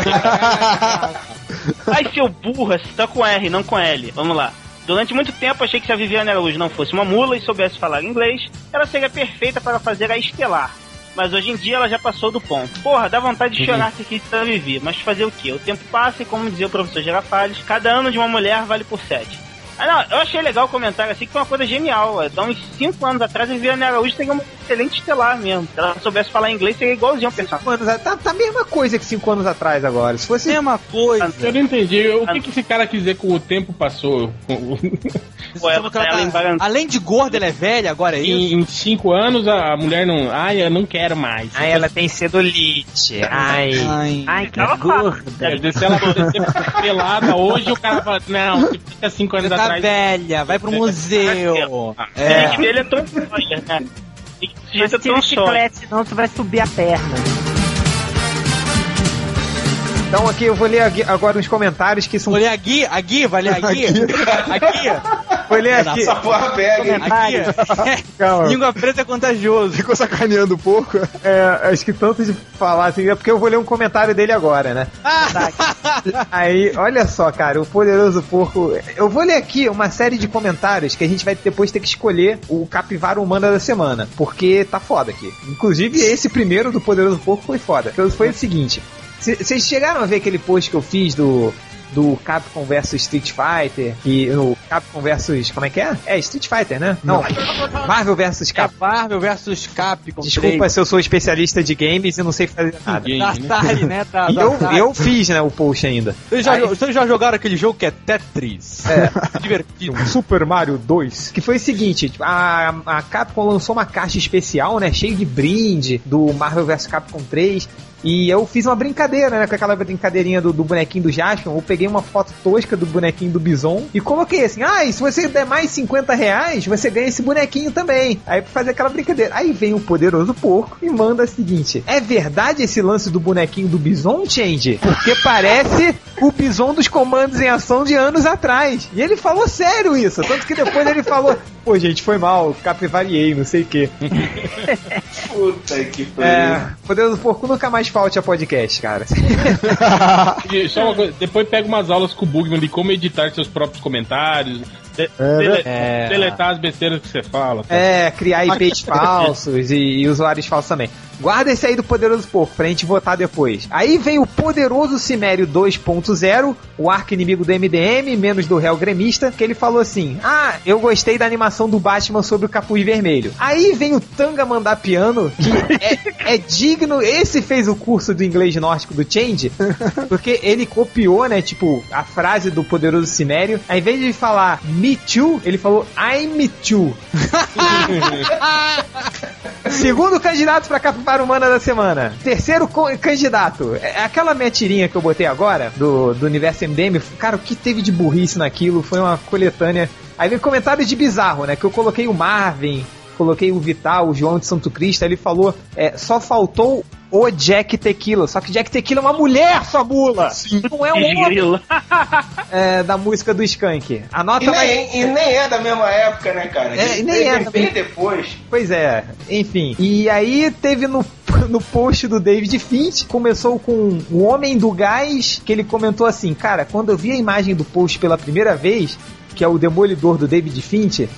Speaker 11: Ai, seu burra, você tá com R, não com L. Vamos lá. Durante muito tempo achei que se a Viviane Araújo não fosse uma mula e soubesse falar inglês, ela seria perfeita para fazer a estelar. Mas hoje em dia ela já passou do ponto. Porra, dá vontade
Speaker 1: Uhum.
Speaker 11: de chorar se quis da Vivi, mas fazer o quê? O tempo passa e, como dizia o professor Gerafales, cada ano de uma mulher vale por sete. Ah, não, eu achei legal o comentário assim, que foi uma coisa genial. ué. Há uns 5 anos atrás, a Viviane Araújo seria uma excelente estelar mesmo. Se ela soubesse falar inglês, seria igualzinho ao personagem.
Speaker 1: Anos a- tá, tá a mesma coisa que cinco anos atrás agora. Se fosse.
Speaker 3: *laughs* Mesma coisa.
Speaker 4: Eu não entendi. O que, que esse cara quis dizer com o tempo passou? Com-
Speaker 11: Ué, ela, ela,
Speaker 1: tá-
Speaker 11: embaran-
Speaker 3: Além de gorda, ela é velha agora, é isso?
Speaker 4: em, em cinco anos a a mulher não. Ai, eu não quero mais.
Speaker 11: Ah.
Speaker 1: Ai, Ah, ela tem cedolite. Ai.
Speaker 3: Ai.
Speaker 7: Ai, que
Speaker 11: Ela tá fala.
Speaker 7: gorda.
Speaker 4: Quer dizer, se ela fosse pelada hoje, o cara fala, não, você fica cinco
Speaker 3: Você
Speaker 4: anos
Speaker 3: tá
Speaker 4: atrás.
Speaker 3: velha, vai pro museu.
Speaker 11: É. O
Speaker 3: É.
Speaker 11: nick dele é Tom Sawyer, né? O nick do
Speaker 7: Não
Speaker 11: sujeito é
Speaker 7: tira
Speaker 11: Tom Sawyer.
Speaker 7: chiclete, senão você vai subir a perna.
Speaker 1: Então aqui eu vou ler agui- agora uns comentários que são. Vou ler a Gui, a Gui, vai ler a
Speaker 3: *laughs*
Speaker 1: Gui. aqui. Vou ler um aqui.
Speaker 2: Essa porra pega, hein?
Speaker 3: *laughs*
Speaker 1: Língua preta é contagioso. Ficou sacaneando um pouco. É, acho que tanto de falar assim, é porque eu vou ler um comentário dele agora, né? *laughs* Aí, olha só, cara, o Poderoso Porco. Eu vou ler aqui uma série de comentários que a gente vai depois ter que escolher o capivara humana da semana, porque tá foda aqui. Inclusive, esse primeiro do Poderoso Porco foi foda. que Foi o seguinte: c- vocês chegaram a ver aquele post que eu fiz do. Do Capcom vs Street Fighter e no Capcom vs. Como é que é? É Street Fighter, né? Não. Marvel vs Capcom.
Speaker 3: Marvel versus Capcom.
Speaker 1: Desculpa
Speaker 3: três.
Speaker 1: se eu sou especialista de games e não sei fazer nada.
Speaker 3: Game, né? Tarde, né? Tá-
Speaker 1: E
Speaker 3: tá
Speaker 1: eu,
Speaker 3: tarde.
Speaker 1: eu fiz, né, o post ainda.
Speaker 3: Vocês já, vocês já jogaram aquele jogo que é Tetris? *laughs* É. Divertido.
Speaker 1: Super Mario 2. Que foi o seguinte, tipo, a, a Capcom lançou uma caixa especial, né? Cheia de brinde do Marvel vs Capcom 3. E eu fiz uma brincadeira, né? Com aquela brincadeirinha do, do bonequinho do Jaspion. Eu peguei uma foto tosca do bonequinho do Bison e coloquei assim: ah, e se você der mais 50 reais, você ganha esse bonequinho também. Aí pra fazer aquela brincadeira. Aí vem o poderoso porco e manda a seguinte: é verdade esse lance do bonequinho do Bison, Change? Porque parece o Bison dos comandos em ação de anos atrás. E ele falou sério isso. Tanto que depois ele falou: pô, gente, foi mal, capivariei, não sei o quê.
Speaker 2: Puta que
Speaker 1: É,
Speaker 2: pariu.
Speaker 1: poderoso porco nunca mais falte a podcast, cara.
Speaker 4: E Só uma coisa, depois pega umas aulas com o Bugman de como editar seus próprios comentários, de- dele-
Speaker 1: É.
Speaker 4: deletar as besteiras que você fala. tá?
Speaker 1: É, criar IPs falsos e, e usuários falsos também. Guarda esse aí do Poderoso Porco pra gente votar depois. Aí vem o Poderoso Cimério 2.0, o arco inimigo do MDM, menos do réu gremista, que ele falou assim: Ah, eu gostei da animação do Batman sobre o capuz vermelho. Aí vem o Tanga Mandapiano, que é, é digno. Esse fez o curso do inglês nórdico do Change, porque ele copiou, né, tipo, a frase do Poderoso Cimério. Ao invés de falar Me Too, ele falou I'm Too. Segundo candidato pra capivara humana da semana. Terceiro co- candidato. É Aquela minha tirinha que eu botei agora, do, do universo MDM, cara, o que teve de burrice naquilo? Foi uma coletânea. Aí vem comentário de bizarro, né? Que eu coloquei o Marvin, coloquei o Vital, o João de Santo Cristo, aí ele falou, é, só faltou o Jack Tequila. Só que Jack Tequila é uma mulher, sua mula! Não é um homem! É, da música do Skank. Anota
Speaker 2: E
Speaker 1: mais. um.
Speaker 2: nem, e nem é da mesma época, né, cara?
Speaker 1: É, e nem
Speaker 2: Ele
Speaker 1: é
Speaker 2: veio
Speaker 1: também.
Speaker 2: Bem depois.
Speaker 1: Pois é, enfim. E aí teve no, *laughs* no post do David Finch, começou com o Homem do Gás, que ele comentou assim, cara, quando eu vi a imagem do post pela primeira vez, que é o Demolidor do David Finch,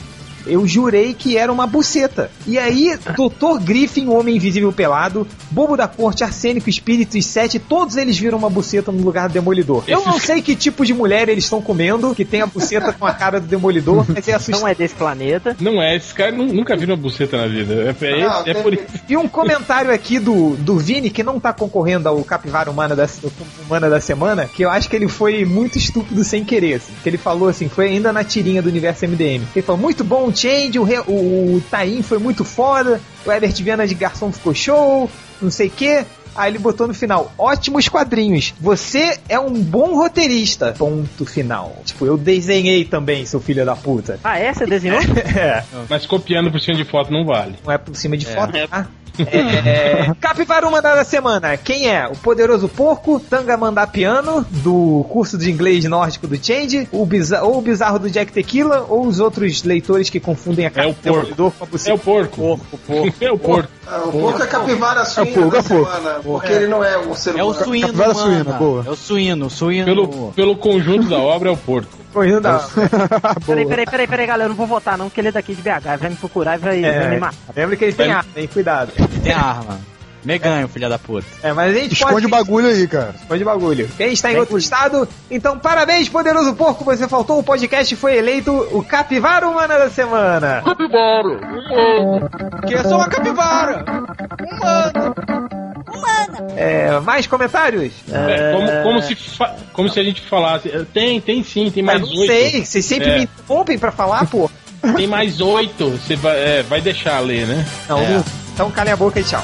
Speaker 1: eu jurei que era uma buceta. E aí, Dr. Griffin, o Homem Invisível Pelado, Bobo da Corte, Arsênico, Espírito e Sete, todos eles viram uma buceta no lugar do Demolidor. Eu não sei que tipo de mulher eles estão comendo, que tem a buceta com a cara do Demolidor, mas é assustador.
Speaker 7: Não é desse planeta.
Speaker 4: Não é, esses caras nu- nunca viram uma buceta na vida. É, é,
Speaker 1: Não,
Speaker 4: esse- é por isso.
Speaker 1: E um comentário aqui do, do Vini, que não tá concorrendo ao Capivara Humana da, Humana da Semana, que eu acho que ele foi muito estúpido sem querer. assim. que ele falou assim, foi ainda na tirinha do universo MDM. Ele falou, muito bom o Change, o, Re- o, o Taim foi muito foda, o Herbert Viana de Garçom ficou show, não sei o quê. Aí ele botou no final, ótimos quadrinhos. Você é um bom roteirista. Ponto final. Tipo, eu desenhei também, seu filho da puta.
Speaker 7: Ah, é? Você desenhou?
Speaker 1: *laughs* É.
Speaker 4: Mas copiando por cima de foto não vale.
Speaker 1: Não é por cima de foto, tá? É, Capivara Humana da semana. Quem é? O poderoso porco, Tanga Mandapiano, do curso de inglês nórdico do Change, o bizar- ou o bizarro do Jack Tequila, ou os outros leitores que confundem a
Speaker 4: É o
Speaker 1: do
Speaker 4: porco.
Speaker 1: Demolidor com a buceta.
Speaker 4: É o porco. Porco, porco. É o porco.
Speaker 2: Ah, o porco é capivara suína
Speaker 4: porco,
Speaker 2: da
Speaker 4: é porco.
Speaker 2: semana, porque ele não é um ser humano.
Speaker 3: É o suíno,
Speaker 2: Capivara
Speaker 3: mano.
Speaker 2: suína, boa.
Speaker 3: É o suíno, o suíno.
Speaker 4: Pelo, pelo conjunto da obra é o porco.
Speaker 1: Correndo da.
Speaker 7: Peraí, peraí, peraí, peraí, galera. Eu não vou votar, não, porque ele é daqui de BH. Vai me procurar e vai, vai me
Speaker 1: É,
Speaker 7: matar.
Speaker 1: lembra que ele tem arma, hein? Cuidado.
Speaker 3: Tem arma. Meganho, filha da puta.
Speaker 1: É, mas a gente
Speaker 3: Esconde
Speaker 1: pode... o bagulho aí, cara. Esconde o bagulho. Quem está em outro estado, então parabéns, poderoso porco, você faltou. O podcast foi eleito o Capivara Humana da Semana. Capivara! Que eu sou uma capivara! É, mais comentários?
Speaker 4: É, como, como se fa- como se a gente falasse. é, Tem, tem sim, tem mais
Speaker 1: Mas Ah, não
Speaker 4: oito.
Speaker 1: sei, vocês sempre me interrompem pra falar, pô.
Speaker 4: Tem mais oito. Você vai, é, vai deixar ler, né?
Speaker 1: Não,
Speaker 4: É.
Speaker 1: não. Então calem a boca e tchau.